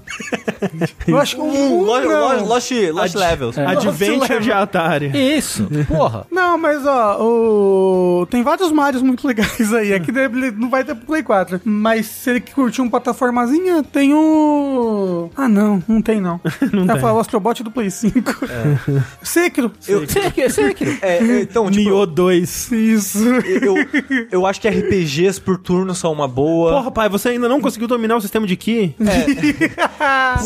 S4: Eu acho que
S2: Hum,
S4: um,
S2: Lo-
S4: não.
S2: Lo- Lost, Lost Levels.
S1: É. Adventure de Atari.
S3: É Isso, porra.
S4: Não, mas ó, o... tem vários Marios muito legais aí. Aqui dele não vai ter pro Play 4. Mas se ele curtir um plataformazinha, tem o. Ah, não, não tem não. não Já falou o Astrobot do Play 5. É. Sekiro.
S2: Eu-
S3: Sekiro, Sekiro.
S2: É, é, então, tipo,
S1: Nioh 2.
S4: Isso.
S2: eu, eu acho que RPGs por turno são uma boa.
S1: Porra, pai, você ainda não conseguiu dominar o sistema de Ki?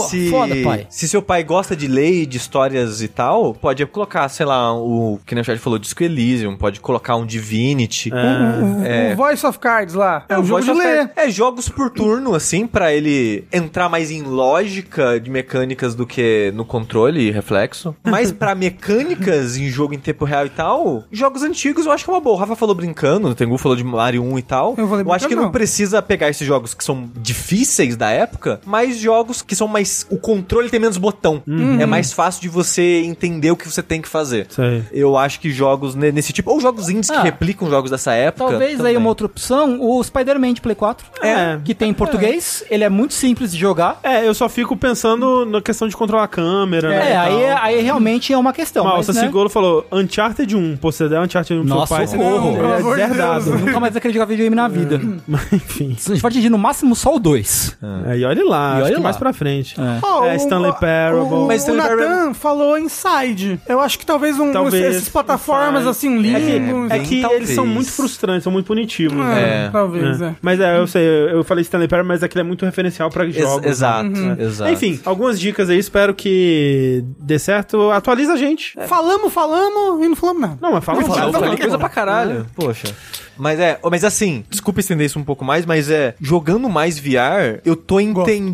S2: se,
S3: foda, pai.
S2: se seu pai gosta de lei, de histórias e tal, pode colocar, sei lá, o que nem o chat falou, Disco Elysium, pode colocar um Divinity.
S4: O, o Voice of Cards lá. É, um jogo
S2: Voice
S4: de
S2: of
S4: ler.
S2: Cards. É jogos por turno, assim, pra ele entrar mais em lógica de mecânicas do que no controle e reflexo. Mas pra mecânicas em jogo em tempo real e tal, jogos antigos eu acho que é uma boa. O Rafa falou brincando, o Tengu falou de Mario 1 e tal.
S4: Eu
S2: acho
S4: falei
S2: que não
S4: brincando, não.
S2: precisa pegar esses jogos que são difíceis da época, mas jogos que são mais. O controle tem menos botão.
S4: Uhum.
S2: É mais fácil de você entender o que você tem que fazer.
S1: Isso aí.
S2: Eu acho que jogos ne- nesse tipo, ou jogos indies
S3: Ah.
S2: que replicam jogos dessa época.
S3: Talvez aí
S2: também.
S3: uma outra opção, o Spider-Man de Play 4.
S1: É.
S3: Que tem em português, ele é muito simples de jogar.
S1: É, eu só fico pensando na questão de controlar a câmera, né?
S3: É,
S1: e
S3: aí,
S1: tal.
S3: aí realmente é uma questão.
S1: Mal,
S3: mas,
S1: o
S3: né,
S1: Cigolo falou Uncharted 1. Pô, você der Uncharted 1 pro seu
S3: Nossa,
S1: pai, você
S3: socorro.
S1: ele
S4: Pelo
S1: é
S4: amor de
S1: deserdado.
S4: Deus.
S3: Nunca mais vai querer jogar videogame na vida.
S1: Mas, enfim.
S3: A gente vai atingir no máximo só o 2.
S1: É, e olha lá,
S3: E
S1: acho
S3: olha
S1: que
S3: lá.
S1: mais pra frente.
S4: Ó,
S1: É,
S4: o-
S1: Stanley
S4: o-
S1: Parable.
S4: O,
S2: Mas
S4: o
S2: Stanley
S4: Nathan
S2: Parable-
S4: falou Inside. Eu acho que talvez um
S1: Talvez,
S4: esses plataformas
S1: Inside.
S4: assim, um
S1: É que,
S4: Limbo.
S1: é que
S2: talvez.
S1: eles são muito frustrantes, são muito punitivos.
S4: Ah,
S1: né?
S2: É.
S4: Talvez, é.
S1: Mas é, eu sei, eu eu falei Stanley Parable, mas aquele é muito referencial pra
S2: Ex-
S1: jogos. né?
S2: exato, exato.
S1: Enfim, algumas dicas aí, espero que dê certo. Atualiza a gente.
S4: é. Falamos, falamos e não falamos nada.
S1: Não, mas fala um É.
S2: Falou,
S1: fala,
S2: falei
S1: fala.
S2: coisa pra caralho. Poxa. Mas é, mas assim, desculpa estender isso um pouco mais, mas é, jogando mais VR, eu tô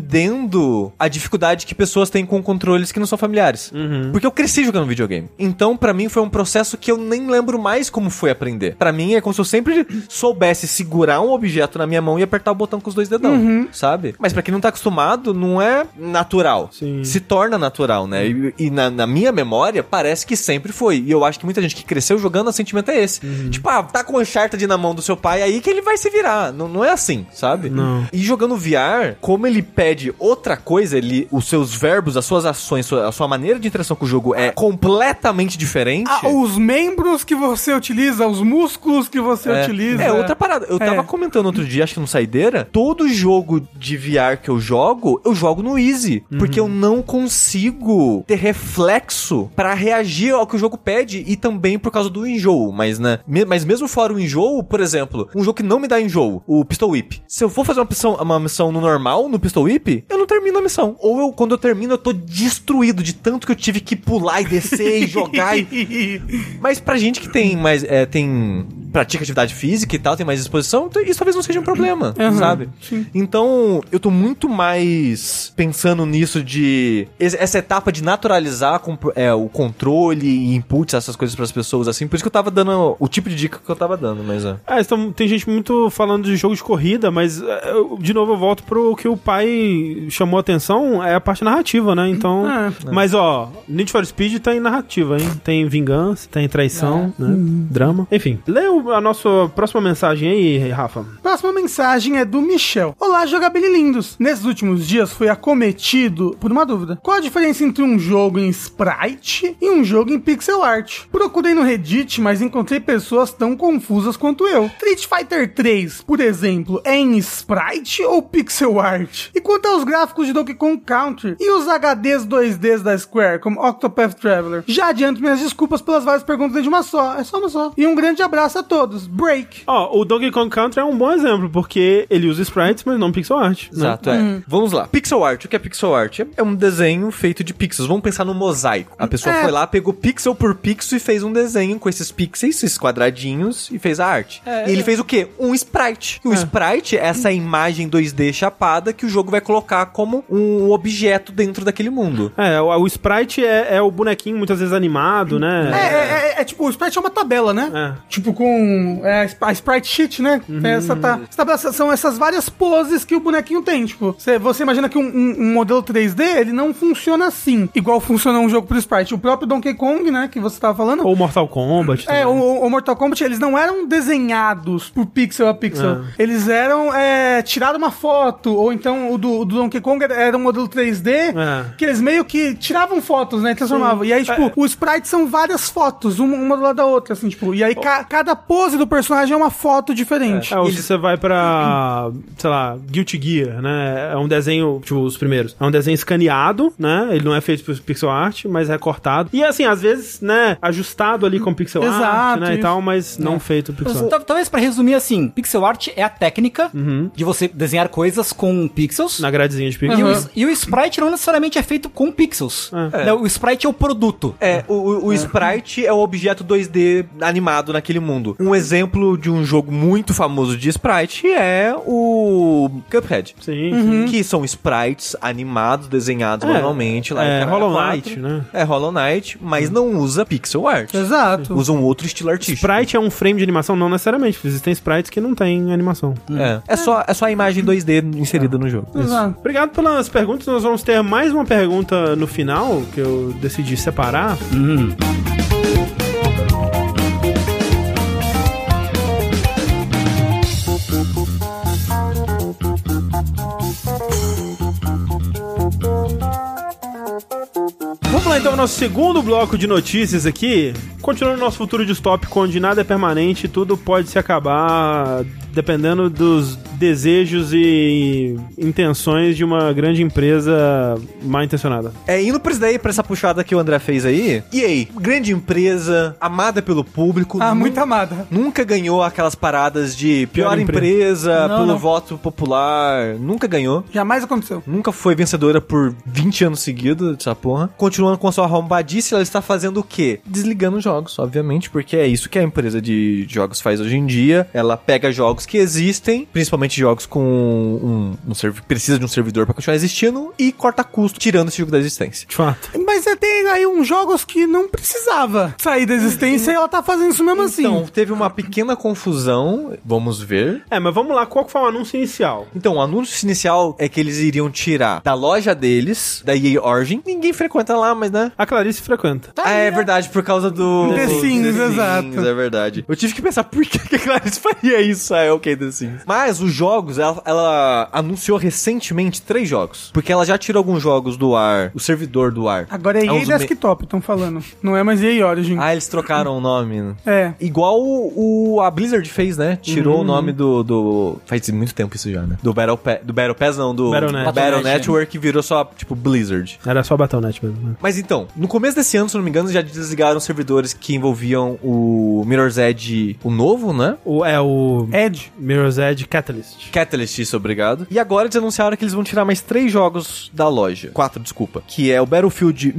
S2: entendendo a dificuldade que pessoas têm com controles que não são familiares. Porque eu cresci jogando videogame. Então, pra mim foi um processo que eu nem lembro mais como foi aprender. Pra mim é como se eu sempre soubesse segurar um objeto na minha mão e apertar o botão com os dois dedão, sabe? Mas pra quem não tá acostumado, não é natural.
S1: Sim.
S2: Se torna natural, né? E, e na, na minha memória, parece que sempre foi. E eu acho que muita gente que cresceu jogando, o sentimento é esse. Tipo, ah, tá com o Uncharted na mão do seu pai aí que ele vai se virar. Não, não é assim, sabe?
S1: Não.
S2: E jogando VR, como ele pede outra coisa, ele, os seus verbos, as suas ações, sua- a sua maneira de interação com o jogo é completamente diferente.
S4: Ah, os membros que você utiliza, os músculos que você
S2: É.
S4: utiliza.
S2: É outra parada. Eu
S4: É.
S2: tava comentando outro dia, acho que no Saideira, todo jogo de VR que eu jogo, eu jogo no Easy. Porque
S4: Uhum.
S2: eu não consigo ter reflexo pra reagir ao que o jogo pede e também por causa do enjoo. Mas, né? me- mas mesmo fora o enjoo, por exemplo, um jogo que não me dá enjoo, o Pistol Whip. Se eu for fazer uma missão, uma missão no normal, no Pistol Whip, eu não termino a missão. Ou eu, quando eu termino, eu tô destruído de tanto que eu tive que pular e descer e jogar e mas pra gente que tem mais. É, tem. pratica atividade física e tal, tem mais exposição, t- isso talvez não seja um problema, sabe? Então, eu tô muito mais pensando nisso de. es- Essa etapa de naturalizar com- é, o controle e inputs, essas coisas pras pessoas, assim. Por isso que eu tava dando o tipo de dica que eu tava dando, mas é.
S1: Ah, então, tem gente muito falando de jogo de corrida, mas eh, eu- de novo eu volto pro que o pai chamou a atenção, é a parte narrativa, né? Então. Mas ó, Need for Speed tem narrativa, hein? Tem vingança, tem traição, né? Drama. Enfim, lê o- a nossa próxima mensagem aí, Rafa.
S4: Próxima mensagem é do Michel. Olá, jogabililindos. Nesses últimos dias fui acometido por uma dúvida. Qual a diferença entre um jogo em sprite e um jogo em pixel art? Procurei no Reddit, mas encontrei pessoas tão confusas quanto eu. Street Fighter 3, por exemplo, é em sprite ou pixel art? E quanto aos gráficos de Donkey Kong Country e os HDs 2Ds da Square, como Octopath Traveler? Já adianto minhas desculpas pelas várias perguntas de uma só. É só uma só. E um grande abraço a todos. Break.
S1: Ó, o Donkey Kong Country é um bom exemplo, porque ele usa sprites, mas não pixel art. né?
S2: Exato, é. Vamos lá. Pixel art. O que é pixel art? É um desenho feito de pixels. Vamos pensar no mosaico. A pessoa
S4: É.
S2: foi lá, pegou pixel por pixel e fez um desenho com esses pixels, esses quadradinhos, e fez a arte. e ele fez o quê? Um sprite. E o sprite é essa imagem 2D chapada que o jogo vai colocar como um objeto dentro daquele mundo.
S1: É, o, o sprite é, é o bonequinho muitas vezes animado,
S4: É,
S1: né?
S4: é, é, é tipo, o Sprite é uma tabela, né?
S1: É.
S4: Tipo, com é, a sp- a Sprite Sheet, né? Essa tá, essa tabela- são essas várias poses que o bonequinho tem. Tipo, você, você imagina que um, um- um modelo 3D, ele não funciona assim. Igual funciona um jogo pro Sprite. O próprio Donkey Kong, né? Que você tava falando.
S1: Ou Mortal Kombat.
S4: É,
S1: também.
S4: o, o Mortal Kombat, eles não eram desenhados por pixel a pixel. Eles eram é, tirar uma foto, ou então o do, o do Donkey Kong era- era um modelo 3D,
S1: É.
S4: que eles meio que tiravam fotos, né? Transformavam. E aí, tipo, o sprite são várias fotos, uma, uma do lado da outra, assim, tipo. E aí ca- cada pose do personagem é uma foto diferente.
S1: É, ou se
S2: Eles-
S1: você vai pra, sei lá, Guilty Gear, né? É um desenho, tipo, os primeiros. É um desenho escaneado, né? Ele não é feito por pixel art, mas é cortado. E, assim, às vezes, né? Ajustado ali com pixel art, né?
S4: Exato,
S1: E
S4: isso. É. então-
S1: tal, mas não feito pixel art.
S3: Então, Tal- Talvez pra resumir assim, pixel art é a técnica de você desenhar coisas com pixels.
S1: Na gradezinha de pixel.
S3: E, o,
S4: Uhum.
S3: s- e o sprite não necessariamente é feito com pixels. Não, o sprite é o produto.
S2: É, o, o- o sprite é o objeto 2D animado naquele mundo. Um exemplo de um jogo muito famoso de sprite é o Cuphead.
S1: Sim,
S4: Uhum.
S2: que são sprites animados, desenhados
S1: É,
S2: manualmente.
S1: é,
S2: Lá em Caralho
S1: Hollow
S2: quatro.
S1: Knight, né?
S2: É Hollow Knight, mas não usa pixel art.
S4: Exato.
S2: Usa um outro estilo artístico.
S1: Sprite é um frame de animação? Não necessariamente. porque Existem sprites que não têm animação.
S2: É, é, só, é só a imagem 2D inserida no jogo.
S4: Exato.
S1: Obrigado pelas perguntas. Nós vamos ter mais uma pergunta no final, que eu decidi separar. Vamos lá então, ao nosso segundo bloco de notícias aqui. Continuando o nosso futuro distópico, onde nada é permanente, tudo pode se acabar dependendo dos desejos e intenções de uma grande empresa mal intencionada.
S2: É, indo pra isso daí, pra essa puxada que o André fez aí. E aí, grande empresa, amada pelo público.
S4: Ah,
S2: nu-
S4: muito amada.
S2: Nunca ganhou aquelas paradas de pior,
S1: Pior
S2: empresa,
S4: Não,
S2: pelo
S4: não.
S2: voto popular. Nunca ganhou.
S4: Jamais aconteceu.
S2: Nunca foi vencedora por 20 anos seguidos, essa porra. Continuando com a sua arrombadice, ela está fazendo o quê? Desligando jogos, obviamente, porque é isso que a empresa de jogos faz hoje em dia. Ela pega jogos que existem, principalmente jogos com um, um serv- precisa de um servidor para continuar existindo, e corta custo, tirando esse jogo da existência.
S1: De fato.
S4: Mas você tem aí uns jogos que não precisava sair da existência e ela tá fazendo isso mesmo assim.
S2: Então, teve uma pequena confusão, vamos ver.
S1: É, mas vamos lá, qual que foi o anúncio inicial?
S2: Então, o anúncio inicial é que eles iriam tirar da loja deles, da EA Origin. Ninguém frequenta lá, mas né?
S1: A Clarice frequenta.
S2: ah, é verdade, por causa do.
S4: Tá The Sims, exato.
S2: É verdade. Eu tive que pensar por que que a Clarice faria isso. Ah, é ok, The Sims. Mas os jogos, ela, ela anunciou recentemente três jogos. Porque ela já tirou alguns jogos do ar, o servidor do ar.
S4: Agora é
S2: Há
S4: EA
S2: uns me-
S4: Desktop, estão falando. Não é mais EA Origin.
S2: Ah, eles trocaram o nome. né?
S4: É.
S2: Igual o, o- a Blizzard fez, né? Tirou
S4: Uhum.
S2: o nome do, do. Faz muito tempo isso já, né? Do Battle Pass. Do Battle Pass, não, do
S1: Battle.net.
S2: Battle Network virou só, tipo, Blizzard.
S1: Era só Battle.net mesmo. né?
S2: Mas então, no começo desse ano, se não me engano, já desligaram servidores que envolviam o Mirror's Edge, o novo, né?
S1: O, é o
S4: Edge.
S1: Mirror's Edge Catalyst.
S2: Catalyst, isso, obrigado. E agora eles anunciaram que eles vão tirar mais três jogos da loja. Quatro, desculpa. Que é o Battlefield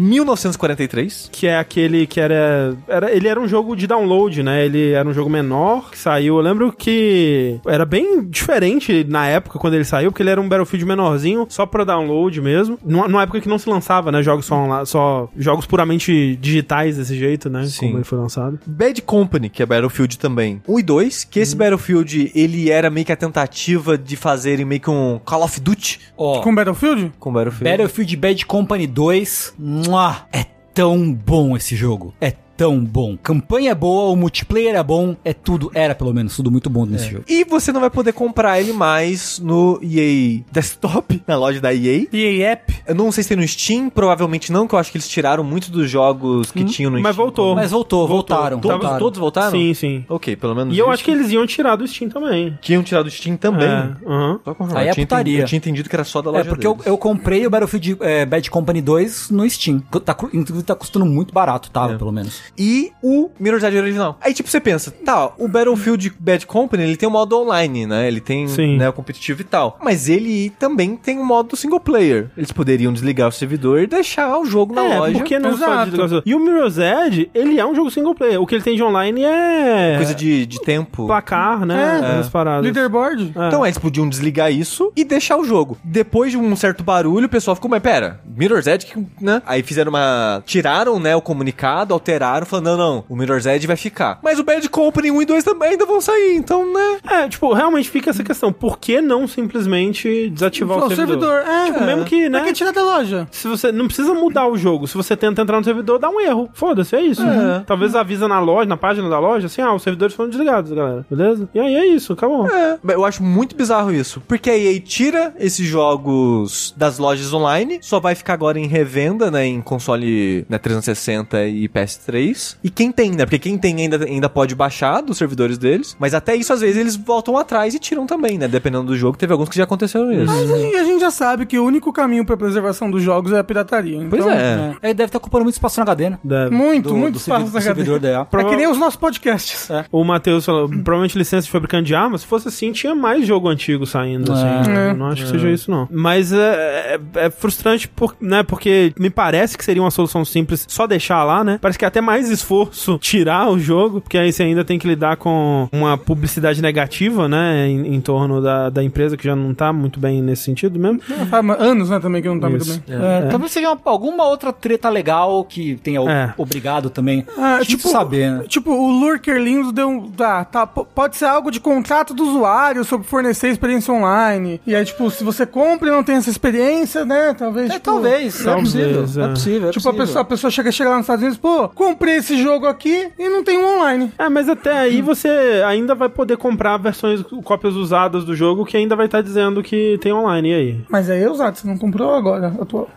S2: 1943.
S1: Que é aquele que era, era. Ele era um jogo de download, né? Ele era um jogo menor que saiu. Eu lembro que era bem diferente na época quando ele saiu, porque ele era um Battlefield menorzinho, só pra download mesmo. Numa, numa época que não se lançava, né? Jogos só, onla- só jogos puramente digitais desse jeito, né?
S2: Sim.
S1: Como ele foi lançado.
S2: Bad Company, que é Battlefield também. 1 e 2, que esse Battlefield, ele era meio que a tentativa de fazerem meio que um Call of Duty
S3: Ó,
S4: Com Battlefield?
S2: com Battlefield.
S3: Battlefield Bad Company 2, muah, é tão bom esse jogo. É tão bom. Campanha é boa, o multiplayer é bom, é tudo, era pelo menos, tudo muito bom
S2: É.
S3: nesse jogo.
S2: E você não vai poder comprar ele mais no EA Desktop, na loja da EA.
S4: EA App?
S2: Eu não sei se tem no Steam, provavelmente não, que eu acho que eles tiraram muito dos jogos que tinham no
S1: Hum, Mas
S2: Steam.
S1: voltou.
S3: Mas voltou, voltaram,
S2: Todos,
S3: voltaram.
S2: todos voltaram?
S1: Sim, sim.
S2: Ok, pelo menos.
S1: E eu
S2: isso.
S1: acho que eles iam tirar do Steam também.
S2: Que iam tirar do Steam também.
S1: É, aham.
S2: Só confirmar.
S3: Aí
S2: eu
S3: é
S2: tinha
S3: putaria.
S2: entendido- Eu tinha entendido que era só da
S3: É,
S2: loja
S3: porque eu,
S2: deles.
S3: eu é,
S2: É.
S3: comprei o Battlefield eh, Bad Company 2 no Steam. Tá, cu- inclusive tá custando muito barato, tava, pelo menos.
S2: e o Mirror's Edge original. Aí, tipo, você pensa, tá, o Battlefield Bad Company, ele tem um modo online, né? Ele tem,
S1: Sim.
S2: né, o competitivo e tal. Mas ele também tem um modo single player. Eles poderiam desligar o servidor e deixar o jogo na
S1: é,
S2: loja.
S1: porque não só
S4: Exato.
S1: de negócio- E o Mirror's Edge, ele é um jogo single player. O que ele tem de online é.
S2: Coisa de, de tempo.
S1: placar, né?
S4: É.
S1: Essas paradas.
S4: Leaderboard?
S1: É.
S2: Então eles podiam desligar isso e deixar o jogo. Depois de um certo barulho, o pessoal ficou, mas pera, Mirror's Edge, que- né? Aí fizeram uma... Tiraram, né, o comunicado, alteraram, falando, não, não, o Mirror's Edge vai ficar. Mas o Bad Company 1 e 2 também ainda vão sair, então, né?
S1: É, tipo, realmente fica essa questão. Por que não simplesmente desativar
S4: Só
S1: o servidor?
S4: É,
S1: Tipo, mesmo que, né?
S4: Pra que tirar da loja?
S1: Se você não precisa mudar o jogo, se você tenta entrar no servidor, dá um erro. Foda-se, é isso. Talvez avisa na loja, na página da loja, assim, ah, os servidores foram desligados, galera. Beleza? E aí é isso, acabou.
S2: É, mas eu acho muito bizarro isso. Porque a EA tira esses jogos das lojas online, só vai ficar agora em revenda, né? Em console né, 360 e PS3. E quem tem, né? Porque quem tem ainda, ainda pode baixar dos servidores deles. Mas até isso, às vezes, eles voltam atrás e tiram também, né? Dependendo do jogo, teve alguns que já aconteceram isso.
S4: Mas a gente, a gente já sabe que o único caminho pra preservação dos jogos é a pirataria. Então,
S2: Pois é.
S3: É. Ele deve estar ocupando muito espaço na HD, né?
S1: Deve.
S4: Muito,
S3: Do-
S4: muito
S3: do servi-
S4: espaço
S3: do
S4: na HD.
S3: servidor da EA.
S4: É que nem os nossos podcasts. É.
S1: O Matheus falou, provavelmente licença de fabricante de armas. Se fosse assim, tinha mais jogo antigo saindo, assim.
S4: É.
S1: Eu Não acho que seja isso, não. Mas é, é- é frustrante, por- né? Porque me parece que seria uma solução simples só deixar lá, né? Parece que é até mais esforço tirar o jogo, porque aí você ainda tem que lidar com uma publicidade negativa, né? Em, em torno da, da empresa, que já não tá muito bem nesse sentido mesmo.
S4: Faz anos, né, também, que não tá
S1: Isso.
S4: muito bem.
S3: É, Talvez seja uma- alguma outra treta legal que tenha o-
S1: É.
S3: obrigado também.
S4: Ah,
S3: Difícil
S4: tipo,
S3: saber, né?
S4: tipo, o Lurker Lindos deu um. Tá, tá, po- pode ser algo de contrato do usuário sobre fornecer experiência online. E aí, tipo, se você compra e não tem essa experiência, né? Talvez.
S3: É,
S4: tipo,
S3: talvez, é
S1: talvez,
S3: possível,
S1: é.
S3: é possível. é
S4: Tipo, a
S3: possível.
S4: pessoa, a pessoa chega, chega lá nos Estados Unidos, pô, comprei esse jogo aqui e não tem um online.
S1: É, mas até aí você ainda vai poder comprar versões, cópias usadas do jogo que ainda vai estar dizendo que tem online, e aí?
S4: Mas aí é usado, você não comprou agora. Eu tô...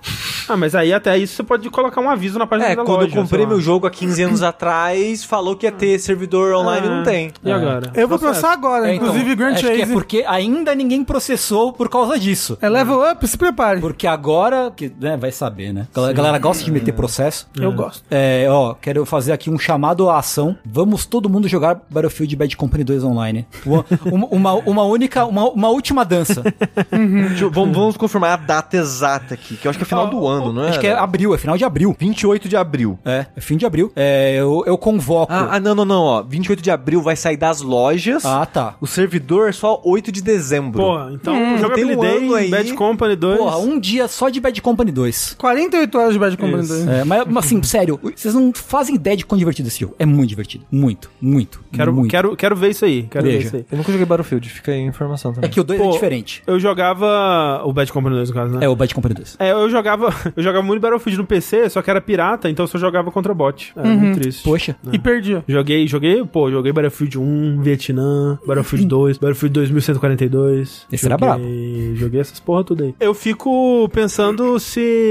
S1: Ah, mas aí até isso você pode colocar um aviso na página
S2: É,
S1: da
S2: quando
S1: loja.
S2: eu comprei
S1: sei lá.
S2: meu jogo há 15 anos atrás, falou que ia ter servidor online e não tem.
S1: Ah, E agora?
S4: Eu vou processar agora,
S3: É, então,
S4: inclusive Grand
S3: acho que é
S4: Chase.
S3: porque ainda ninguém processou por causa disso.
S4: É level up, se prepare.
S3: Porque agora, que, né, vai saber, né? A galera gosta de meter processo.
S4: Eu gosto.
S3: É, ó, quero fazer aqui um chamado à ação. Vamos todo mundo jogar Battlefield Bad Company 2 online. Uma, uma- uma, uma única, uma, uma última dança.
S2: Deixa eu- vamos, vamos confirmar a data exata aqui, que eu acho que é final do ano, não é?
S3: Acho que é abril, é final de abril.
S2: 28 de abril.
S3: É, é fim de abril. É, eu, eu convoco.
S2: Ah, ah, não, não, não, ó. 28 de abril vai sair das lojas.
S3: Ah, tá.
S2: O servidor é só 8 de dezembro.
S1: Porra, então
S2: tem
S1: jogabilidade,
S2: um ano aí.
S1: Bad Company 2.
S3: Porra, um dia só de Bad Company 2.
S4: 48 horas de Bad Company
S1: Isso.
S4: 2.
S3: É, mas, mas, assim, sério, vocês não fazem ideia de quão divertido esse jogo. É muito divertido. Muito, muito.
S1: Quero,
S3: muito.
S1: quero, quero ver isso aí. Quero ver
S3: Veja.
S1: isso aí.
S2: Eu nunca joguei Battlefield, fica aí a informação
S3: É
S2: também.
S3: que o 2 é
S1: Pô,
S3: diferente.
S1: Eu jogava. O Bad Company 2, no caso, né?
S3: É o Bad Company 2.
S1: É, eu jogava. Eu jogava muito Battlefield no PC, só que era pirata, então eu só jogava contra bot. Era
S2: Uhum.
S1: muito triste.
S3: Poxa.
S4: E perdi.
S1: Joguei, joguei, pô, joguei Battlefield 1, Vietnã, Battlefield 2, Battlefield 2142.
S3: Esse era
S1: Joguei- Joguei essas porra tudo aí. Eu fico pensando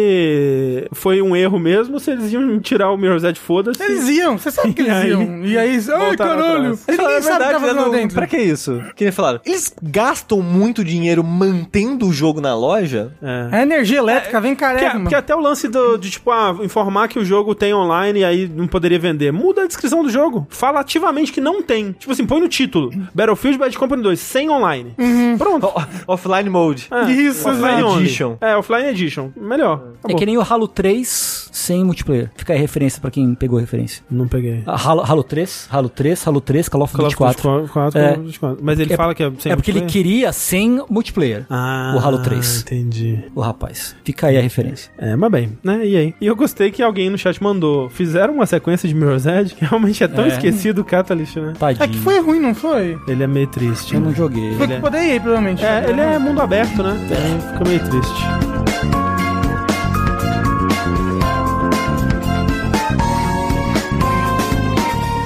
S1: se foi um erro mesmo, se eles iam tirar o Mirror's Edge, foda-se.
S4: Eles iam, você sabe que
S1: E
S4: eles
S1: aí?
S4: ião. E aí, ai,
S1: Voltaram
S4: caralho.
S1: atrás.
S4: E Ninguém sabe o que tá fazendo lá dentro.
S2: né? Pra que isso? Que nem falaram. Eles gastam muito dinheiro mantendo o jogo na loja?
S1: É.
S4: É energia elétrica, vem
S1: Porque,
S4: careca, É, mano.
S1: porque até o lance do- de, tipo, ah, informar que o jogo tem online e aí não poderia vender. Muda a descrição do jogo. Fala ativamente que não tem. Tipo assim, põe no título. Battlefield Bad Company 2, sem online. Pronto.
S2: O- Offline mode.
S1: É,
S4: Isso,
S1: offline
S2: exato.
S1: only.
S2: Edition.
S1: É, offline edition. Melhor.
S3: É
S1: Acabou.
S3: que nem o Halo 3 sem multiplayer. Fica aí referência pra quem pegou a referência.
S1: Não peguei.
S3: Ah, Halo, Halo 3, Halo 3, Halo 3, Call of
S1: Call
S3: Duty
S1: of
S3: 4.
S1: Duty 4,
S3: É.
S1: Call of Duty 4. Mas ele
S3: É-
S1: fala que é sem
S3: é porque ele
S1: multiplayer?
S3: queria sem multiplayer.
S1: Ah,
S3: o Halo 3.
S1: Entendi.
S3: O rapaz. Fica aí a referência.
S1: É, mas bem, né? E aí? E eu gostei que alguém no chat mandou. Fizeram uma sequência de Mirror's Edge que realmente é tão
S3: É.
S1: esquecido o Catalyst, né?
S3: Tadinho.
S4: É que foi ruim, não foi?
S1: Ele é meio triste.
S3: Eu
S1: né?
S3: não joguei.
S4: Foi que poder ir, provavelmente.
S1: É, ele é mundo aberto, né? É, fica meio triste.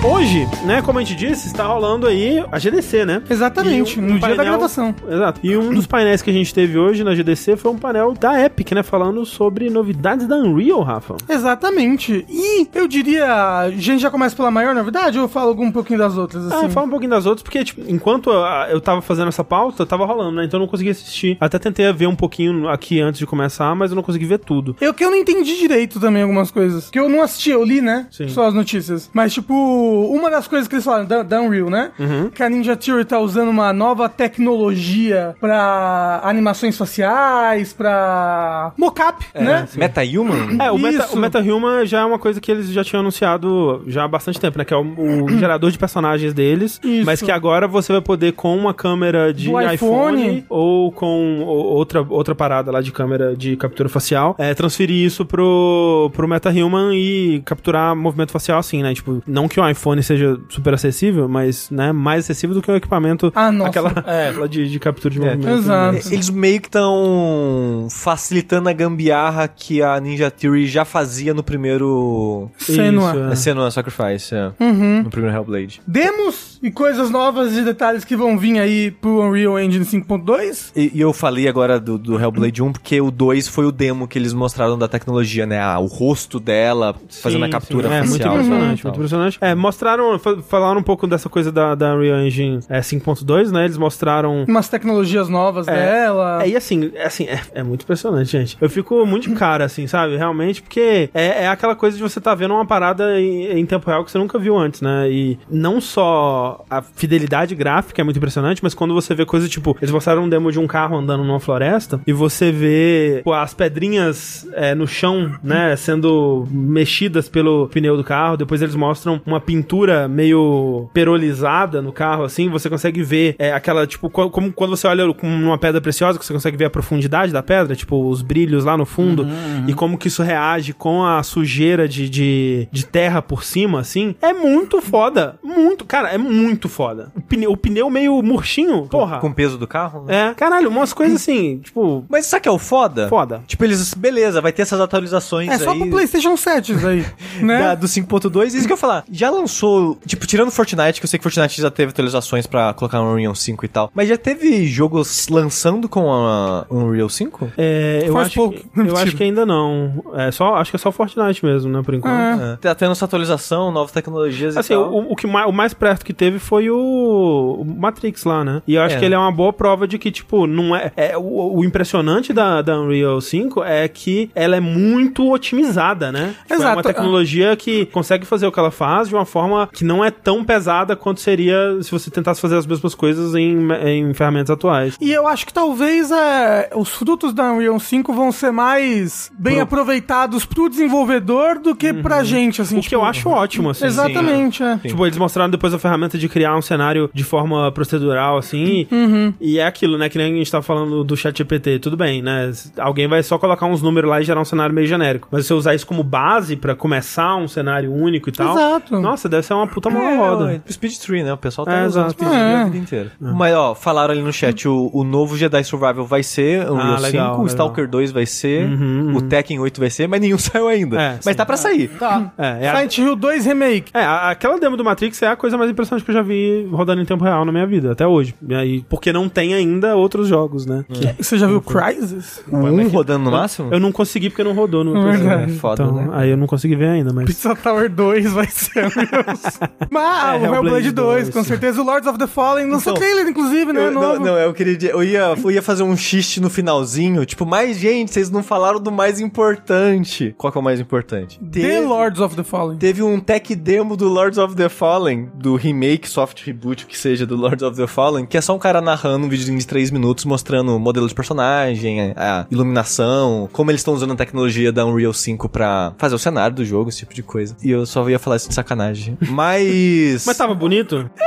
S1: Hoje hoje, né, como a gente disse, está rolando aí a GDC, né?
S4: Exatamente,
S1: E
S4: no dia da
S1: painel-
S4: gravação.
S1: Exato. E um dos painéis que a gente teve hoje na GDC foi um painel da Epic, né? Falando sobre novidades da Unreal, Rafa.
S4: Exatamente. E eu diria, a gente já começa pela maior novidade ou eu falo um pouquinho das outras assim?
S1: Ah, fala um pouquinho das outras, porque, tipo, enquanto ah, eu tava fazendo essa pauta, tava rolando, né? Então eu não consegui assistir. Até tentei ver um pouquinho aqui antes de começar, mas eu não consegui ver tudo.
S4: Eu que eu não entendi direito também algumas coisas. Que eu não assisti, eu li, né?
S1: Sim.
S4: Só as notícias. Mas, tipo, uma das coisas que eles falaram, da, da Unreal, né?
S1: Uhum.
S4: Que a Ninja Theory tá usando uma nova tecnologia pra animações faciais, pra mocap, né?
S2: Meta-Human?
S1: É, o meta,
S4: Isso.
S1: o meta Human já é uma coisa que eles já tinham anunciado já há bastante tempo, né? Que é o, o gerador de personagens deles,
S4: Uhum. Isso.
S1: mas que agora você vai poder com uma câmera de
S4: Do
S1: iPhone,
S4: iPhone.
S1: ou com o- outra, outra parada lá de câmera de captura facial, é, transferir isso pro, pro Meta Human e capturar movimento facial assim, né? Tipo, não que o iPhone seja super acessível, mas né, mais acessível do que o equipamento
S4: Ah, nossa. É.
S1: aquela, aquela de, de captura de movimento. né?
S4: Exato.
S2: É, Eles meio que estão facilitando a gambiarra que a Ninja Theory já fazia no primeiro.
S4: Senua.
S1: Isso,
S2: É. Senua Sacrifice, é.
S4: Uhum.
S2: No primeiro Hellblade.
S4: Demos e coisas novas e detalhes que vão vir aí pro Unreal Engine 5.2.
S2: E, e eu falei agora do, do Hellblade 1 porque o 2 foi o demo que eles mostraram da tecnologia, né? Ah, o rosto dela fazendo a
S1: Sim,
S2: captura
S1: sim. É,
S2: facial.
S1: muito
S2: sabe,
S1: impressionante,
S2: e
S1: muito
S2: tal.
S1: impressionante. É, mostraram, fa- falaram um pouco dessa coisa da, da Unreal Engine é, 5.2, né? Eles mostraram...
S4: Umas tecnologias novas dela.
S1: É, e assim, é, assim é, é muito impressionante, gente. Eu fico muito de cara, assim, sabe? Realmente, porque é, é aquela coisa de você tá vendo uma parada em, em tempo real que você nunca viu antes, né? E não só a fidelidade gráfica é muito impressionante, mas quando você vê coisa tipo, eles mostraram um demo de um carro andando numa floresta e você vê pô, as pedrinhas é, no chão, né, sendo mexidas pelo pneu do carro. Depois eles mostram uma pintura meio perolizada no carro, assim, você consegue ver é, aquela, tipo, co- como quando você olha com uma pedra preciosa, que você consegue ver a profundidade da pedra, tipo, os brilhos lá no fundo, e como que isso reage com a sujeira de, de, de terra por cima, assim. É muito foda. Muito, cara, é muito foda. O pneu, o pneu meio murchinho, porra.
S2: Com o peso do carro? né?
S1: É, caralho, umas coisas assim, tipo,
S2: Mas sabe o que é o foda?
S1: foda.
S2: Tipo, eles, beleza, vai ter essas atualizações
S4: É só
S2: aí.
S4: pro PlayStation 7 isso aí, né?
S2: da- do 5.2, isso que eu ia falar. Já lançou, tipo, tirando Fortnite, que eu sei que Fortnite já teve atualizações pra colocar no Unreal 5 e tal, mas já teve jogos lançando com a um Unreal 5?
S1: É, eu,
S4: Faz
S1: acho
S4: pouco.
S1: que, eu acho que ainda não. É só, acho que é só Fortnite mesmo, né, por enquanto.
S4: É.
S2: É. Tá tendo essa atualização, novas tecnologias
S1: Assim,
S2: e tal.
S1: o, o que mais, o mais perto que teve foi o, o Matrix lá, né? E eu acho
S2: É.
S1: que ele é uma boa prova de que, tipo, não é. é o, o impressionante da, da Unreal 5 é que ela é muito otimizada, né? Tipo, É
S4: Exato.
S1: uma tecnologia que consegue fazer o que ela faz de uma forma que não é tão pesada quanto seria se você tentasse fazer as mesmas coisas em, em ferramentas atuais.
S4: E eu acho que talvez é, os frutos da Unreal 5 vão ser mais bem
S1: Pro- Uhum.
S4: aproveitados pro desenvolvedor do que pra gente, assim.
S1: O
S2: tipo,
S1: que eu acho ótimo, assim.
S4: Exatamente, é.
S1: Tipo, eles mostraram depois a ferramenta de criar um cenário de forma procedural, assim.
S4: Uhum.
S1: E é aquilo, né? Que nem a gente tava falando do chat GPT. Tudo bem, né? S- Alguém vai só colocar uns números lá e gerar um cenário meio genérico. Mas você usar isso como base pra começar um cenário único e tal.
S4: Exato.
S1: Nossa, deve ser uma puta mão na
S2: É,
S1: roda.
S2: o Speed Tree, né? O pessoal tá
S1: É,
S2: usando
S1: exato.
S2: Speed Tree a
S4: É.
S2: vida inteira. Mas, ó, falaram ali no chat, o, o novo Jedi Survival vai ser Unreal
S1: Ah, legal,
S2: 5, o
S1: legal.
S2: Stalker 2 vai ser,
S1: Uhum,
S2: o Tekken 8 vai ser, mas nenhum saiu ainda.
S1: É, sim.
S2: mas tá pra sair.
S3: Tá.
S1: É, é a-
S4: Silent Hill 2 Remake.
S1: É, a- aquela demo do Matrix é a coisa mais impressionante que eu já vi rodando em tempo real na minha vida, até hoje. E aí, porque não tem ainda outros jogos, né? Que-
S4: Você já viu Crysis?
S2: Um rodando no É. máximo?
S1: Eu não consegui porque não rodou no meu PC.
S4: Verdade.
S2: É foda,
S1: Então,
S2: né?
S1: aí eu não consegui ver ainda, mas...
S4: Pizza Tower 2 vai ser Unreal's. Mas
S1: É,
S4: o Hellblade
S1: Hellblade
S4: 2, com
S1: 2,
S4: certeza. O Lords of the Fallen lançou
S2: Então,
S4: trailer, inclusive, né?
S1: É
S2: Eu- não,
S4: novo.
S2: não, é eu queria. dizer- Eu ia, eu ia fazer um xiste no finalzinho. Tipo, mas, gente, vocês não falaram do mais importante. Qual que é o mais importante?
S4: The Lords of the Fallen.
S2: Teve um tech demo do Lords of the Fallen, do remake, soft reboot, o que seja, do Lords of the Fallen, que é só um cara narrando um videozinho de 3 minutos, mostrando o modelo de personagem, a a iluminação, como eles estão usando a tecnologia da Unreal 5 pra fazer o cenário do
S4: tá
S2: jogo, esse tipo de coisa. E eu só ia falar isso de sacanagem. Mas.
S1: Mas tava bonito?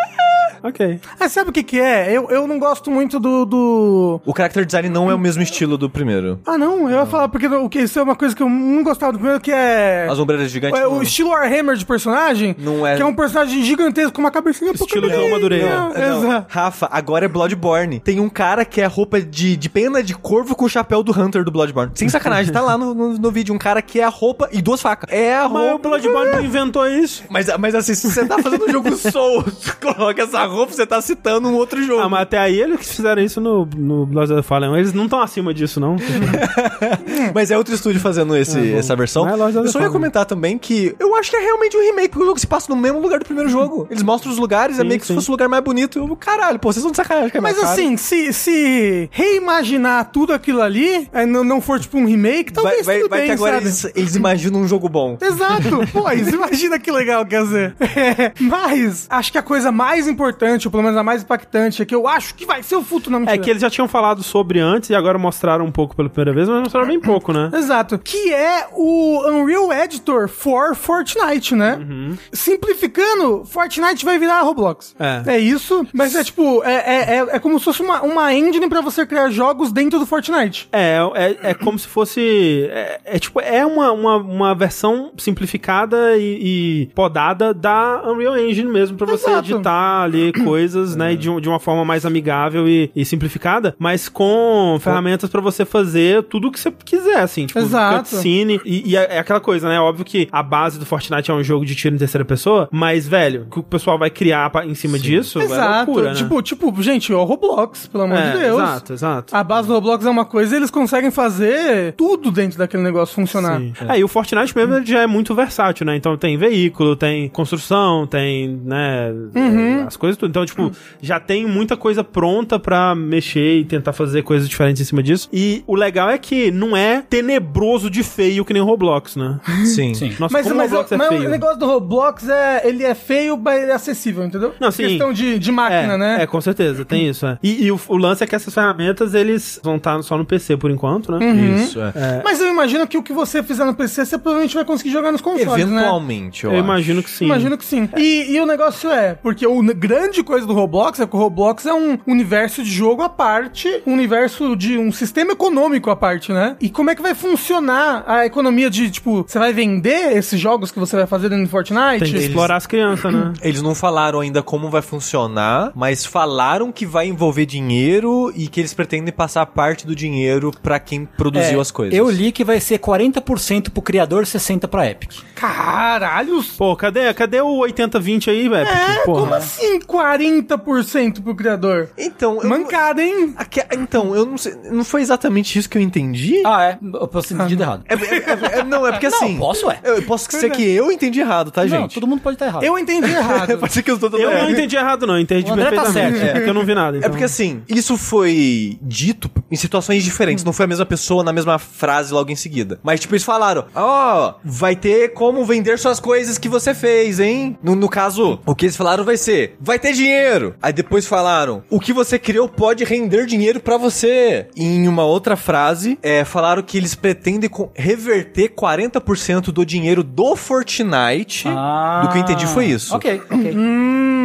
S1: Ok.
S4: Ah, sabe o que que é? Eu, eu não gosto muito do, do...
S2: O character design não é o mesmo estilo do primeiro.
S4: Ah, não, eu ia falar, porque o que isso é uma coisa que eu não gostava do primeiro, que é...
S2: As ombreiras gigantes.
S4: é
S2: não-
S4: o estilo Warhammer de personagem,
S2: Não é-
S4: que é um personagem gigantesco com uma cabecinha um
S1: Estilo
S4: pequenininha.
S1: João Madureira.
S2: Não,
S4: Exato.
S2: Rafa, agora é Bloodborne. Tem um cara que é roupa de, de pena de corvo com o chapéu do Hunter do Bloodborne. Sem sacanagem, tá lá no, no, no vídeo. Um cara que é a roupa e duas facas. É a
S1: Mas o
S2: roupa.
S1: Bloodborne não inventou isso.
S2: Mas, mas assim, se você tá fazendo um jogo Souls, coloca essa roupa, você tá citando um outro jogo.
S1: Ah, mas até aí eles que fizeram isso no, no Blood of the Fallen. Eles não estão acima disso, não.
S2: Mas é outro estúdio fazendo esse, essa versão.
S1: Vai lá, já
S2: eu só ia
S1: fala.
S2: comentar também que eu acho que é realmente um remake, porque o jogo se passa no mesmo lugar do primeiro jogo. Eles mostram os lugares, é
S1: Sim,
S2: meio que se
S1: sim.
S2: fosse o lugar mais bonito. Eu, caralho, pô, vocês são de sacanagem. que é mais
S4: Mas
S2: caro.
S4: assim, se, se reimaginar tudo aquilo ali, é, não, não for tipo um remake,
S2: vai,
S4: talvez
S2: vai,
S4: tudo
S2: vai
S4: bem,
S2: que agora
S4: sabe?
S2: eles, eles imaginam um jogo bom.
S4: Exato! Pois, imagina que legal, quer dizer. É, mas, acho que a coisa mais importante, ou pelo menos a mais impactante, é que eu acho que vai ser o futuro, não
S1: É
S4: mentira.
S1: que eles já tinham falado sobre antes e agora mostraram um pouco pela primeira vez, mas mostraram bem pouco, né?
S4: Exato. Que é o Unreal Editor for Fortnite, né?
S1: Uhum.
S4: Simplificando, Fortnite vai virar Roblox.
S1: É.
S4: isso, mas é tipo, é, é, é, é como se fosse uma, uma engine pra você criar jogos dentro do Fortnite.
S1: É, é, é como se fosse. É, é tipo, é uma, uma, uma versão simplificada e, e podada da Unreal Engine mesmo, pra você
S4: Exato. É.
S1: editar ali coisas, né? e De, um- de uma forma mais amigável e, e simplificada, mas com ferramentas pra você fazer tudo o que você quiser, assim, tipo,
S4: Exato.
S1: cutscene. E, e é, é aquela coisa, né? Óbvio que a base do Fortnite é um jogo de tiro em terceira pessoa, mas, velho, o que o pessoal vai criar pra- em cima disso é
S4: Exato.
S1: loucura, né?
S4: Tipo, tipo, gente, ó, Roblox, pelo amor
S1: É,
S4: de Deus.
S1: Exato, exato.
S4: A base do Roblox é uma coisa e eles conseguem fazer tudo dentro daquele negócio funcionar.
S1: É. e o Fortnite mesmo ele já é muito versátil, né? Então tem veículo, tem construção, tem, né,
S4: Uhum.
S1: as coisas tudo. Então, tipo, já tem muita coisa pronta pra mexer e tentar fazer coisas diferentes em cima disso. E o legal é que não é tenebroso de feio que nem o Roblox, né?
S2: Sim.
S1: Nossa,
S4: Mas,
S1: como
S4: mas,
S1: o Roblox
S4: mas
S1: é
S4: o
S1: feio.
S4: negócio do Roblox é. Ele é feio, mas ele é acessível, entendeu?
S1: Não, sim.
S4: Questão de, de
S1: É,
S4: máquina, né?
S1: é, com certeza, tem isso. é. E, e o, o lance é que essas ferramentas, eles vão estar só no PC por enquanto, né?
S4: Uhum.
S2: Isso,
S3: Uhum.
S2: é.
S4: Mas eu imagino que o que você fizer no PC, você provavelmente vai conseguir jogar nos consoles, né?
S2: Eventualmente,
S1: Eu
S2: eu, acho.
S1: imagino que sim.
S4: Imagino que sim. E, e o negócio é, porque o n- grande coisa do Roblox é que o Roblox é um universo de jogo à parte, um universo de um sistema econômico à parte, né? E como é que vai funcionar a economia de, tipo, você vai vender esses jogos que você vai fazer dentro do Fortnite?
S1: Tem que explorar as crianças, né?
S2: Eles não falaram ainda como vai funcionar, mas falaram que vai envolver dinheiro e que eles pretendem passar parte do dinheiro pra quem produziu
S3: É,
S2: as coisas.
S3: Eu li que vai ser 40% pro criador, 60% pra Epic.
S4: Caralho,
S1: Pô, cadê, cadê o 80-20 aí, velho?
S4: É, como assim 40% pro criador?
S2: Então, eu...
S4: Mancada, hein?
S2: Aque- Então, eu não sei. Não foi exatamente isso que eu entendi?
S3: Ah, é? Eu posso ter entendido errado.
S2: É- é- é- é- não, é porque assim.
S3: Não, posso, é.
S2: Eu posso ser que eu entendi errado, tá,
S3: Não,
S2: gente?
S3: todo mundo pode estar errado.
S4: Eu entendi errado.
S2: Pode ser que eu tô
S1: Eu
S2: é.
S1: não entendi errado, não. Entendi
S3: O André tá
S1: perfeitamente.
S3: certo.
S1: É porque eu não vi nada.
S2: É
S1: então.
S2: porque assim, isso foi dito em situações diferentes, não foi a mesma pessoa na mesma frase logo em seguida. Mas tipo, eles falaram: "Ó, vai ter como vender suas coisas que você fez, hein?". No, no caso, o que eles falaram vai ser: "Vai ter dinheiro". Aí depois falaram: "O que você criou pode render dinheiro pra você". E em uma outra frase, é, falaram que eles pretendem co- reverter 40% do dinheiro do Fortnite.
S3: Ah.
S2: Do que eu entendi foi isso.
S3: Ok, ok.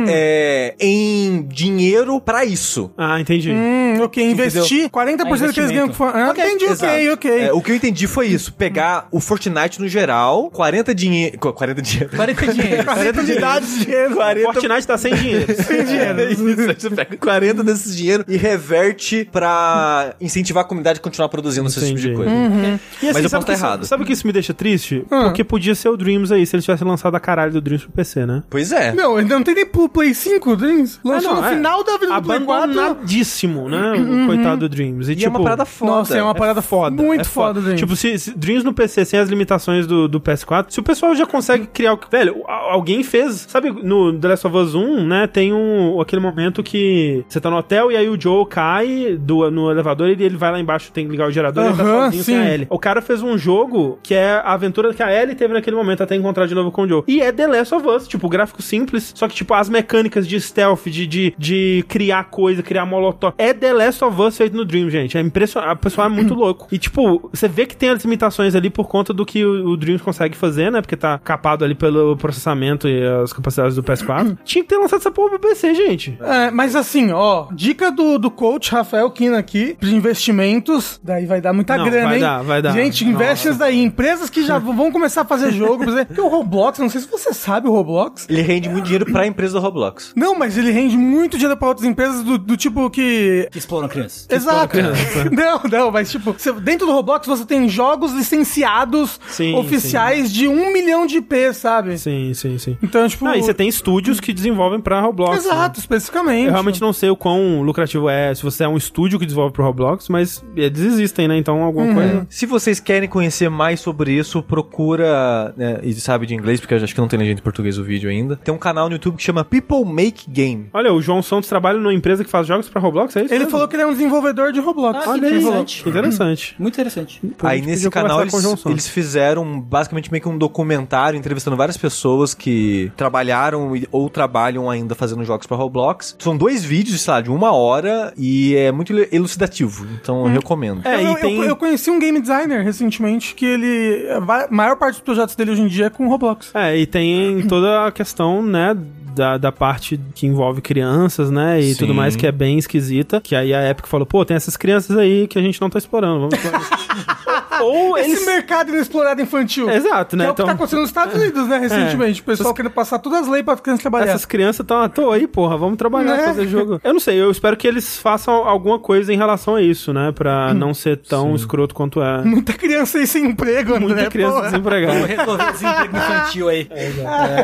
S2: É, em dinheiro pra isso.
S1: Ah, entendi.
S4: Hum, ok, investir 40% que eles ganham com fã. Ah,
S3: Ok,
S4: entendi, ok,
S2: Exato.
S4: ok.
S2: É, o que eu entendi foi isso: pegar o Fortnite no geral, 40 dinheiro. 40 dinheiro.
S3: 40 dinheiro.
S2: 40 unidades de dinheiro.
S1: O
S2: 40
S1: Fortnite tá sem dinheiro.
S2: É, isso, aí você pega 40 desses dinheiro e reverte pra incentivar a comunidade a continuar produzindo esse tipo de
S1: Entendi.
S2: coisa.
S4: Uhum.
S1: E
S2: Mas eu posso
S1: assim, sabe
S2: tá
S1: que isso-
S2: errado.
S1: Sabe o que isso me deixa triste? Porque podia ser o Dreams aí, se eles tivessem lançado a caralho do Dreams pro PC, né?
S2: Pois é.
S4: Não, ainda não tem nem pro Play 5, Dreams. Lançou
S1: Ah, não,
S4: no
S1: é.
S4: final da vida do Play 4.
S1: Abandonadíssimo, né? O coitado do Dreams. E,
S2: E
S1: tipo,
S2: é uma parada foda.
S4: Nossa, é uma parada foda. Muito
S1: é
S4: foda, Dreams.
S1: Tipo, se, se Dreams no PC sem as limitações do, do PS4, se o pessoal já consegue criar o que. Velho, a- alguém fez. Sabe, no The Last of Us 1, né? Tem um, aquele momento que você tá no hotel e aí o Joe cai do, no elevador e ele vai lá embaixo, tem que ligar o gerador e ele tá
S4: Aham,
S1: sozinho sem
S4: sim.
S1: a Ellie. O cara fez um jogo que é a aventura que a Ellie teve naquele momento até encontrar de novo com o Joe. E é The Last of Us, tipo, gráfico simples, só que, tipo, as mecânicas mecânicas de stealth, de, de, de criar coisa, criar molotov. É The Last of Us feito no Dream, gente. É impressionante. A pessoa é muito louco. E, tipo, você vê que tem as limitações ali por conta do que o, o Dreams consegue fazer, né? Porque tá capado ali pelo processamento e as capacidades do PS4. Tinha que ter lançado essa porra pro PC, gente.
S4: É, mas assim, ó, dica do, do coach Rafael Kina aqui, de investimentos, daí vai dar muita
S1: Não,
S4: grana,
S1: vai
S4: hein?
S1: dar, vai dar.
S4: Gente, investe nisso daí, empresas que já vão começar a fazer jogo, por exemplo, porque o Roblox, não sei se você sabe o Roblox,
S2: Ele rende muito dinheiro pra empresa do Roblox.
S4: não, mas ele rende muito dinheiro pra outras empresas do, do tipo que...
S3: Que exploram crianças.
S4: Exato.
S1: né?
S4: Não, não, mas tipo, você- dentro do Roblox você tem jogos licenciados
S1: Sim,
S4: oficiais de um milhão de IPs, sabe?
S1: Sim, sim, sim.
S4: Então, tipo...
S1: Ah, e você tem estúdios que desenvolvem pra Roblox. né?
S4: Exato, especificamente.
S1: Eu realmente não sei o quão lucrativo é se você é um estúdio que desenvolve pro Roblox, mas eles existem, né? Então alguma
S4: Uhum.
S1: coisa.
S2: Se vocês querem conhecer mais sobre isso, procura. né, e sabe de inglês, porque eu acho que não tem legenda em português o vídeo ainda. Tem um canal no YouTube que chama People Make Game.
S1: Olha, o João Santos trabalha numa empresa que faz jogos pra Roblox, é isso?
S4: Ele
S1: mesmo?
S4: falou que ele é um desenvolvedor de Roblox.
S3: Ah,
S1: Olha aí,
S3: Interessante.
S1: interessante.
S3: Muito interessante.
S2: Uhum. Aí
S1: gente
S2: nesse
S1: podia
S2: canal
S1: conversar com o João
S2: eles,
S1: Santos.
S2: eles fizeram basicamente meio que um documentário entrevistando várias pessoas que trabalharam e- ou trabalham ainda fazendo jogos pra Roblox. São dois vídeos, sei lá, de uma hora e é muito elucidativo. Então eu recomendo.
S1: É,
S4: eu,
S1: e
S4: eu-
S1: tem.
S4: eu conheci um game designer recentemente que ele. A maior parte dos projetos dele hoje em dia é com Roblox.
S1: É, e tem toda a questão, né? Da, da parte que envolve crianças, né? E
S2: Sim.
S1: tudo mais que é bem esquisita. Que aí a Epic falou, pô, tem essas crianças aí que a gente não tá explorando. Vamos explorar. Ou
S4: Esse
S1: É, eles.
S4: mercado inexplorado infantil.
S1: Exato,
S4: Que
S1: né? É.
S4: é o que tá acontecendo nos Estados Unidos, né, recentemente. O pessoal querendo passar todas as leis pra criança trabalhar.
S1: Essas crianças estão à toa aí, porra. Vamos trabalhar,
S4: Né?
S1: fazer jogo. Eu não sei, eu espero que eles façam alguma coisa em relação a isso, né? Pra
S4: Hum.
S1: não ser tão escroto quanto é.
S4: Muita criança aí sem emprego, André.
S1: Muita criança
S4: Né, porra.
S1: desempregada.
S3: resolver desemprego infantil aí.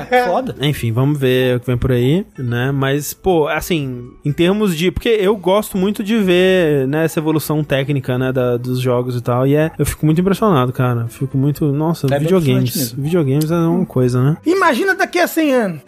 S3: É, foda.
S1: Enfim, vamos ver o que vem por aí, né? Mas, pô, assim, em termos de. Porque eu gosto muito de ver, né, essa evolução técnica, né, da- dos jogos e tal. E é. Eu fico muito impressionado, cara. Fico muito. Nossa,
S3: bem
S1: videogames.
S3: impressionante
S1: Videogames é uma coisa, né?
S4: Imagina daqui a 100 anos.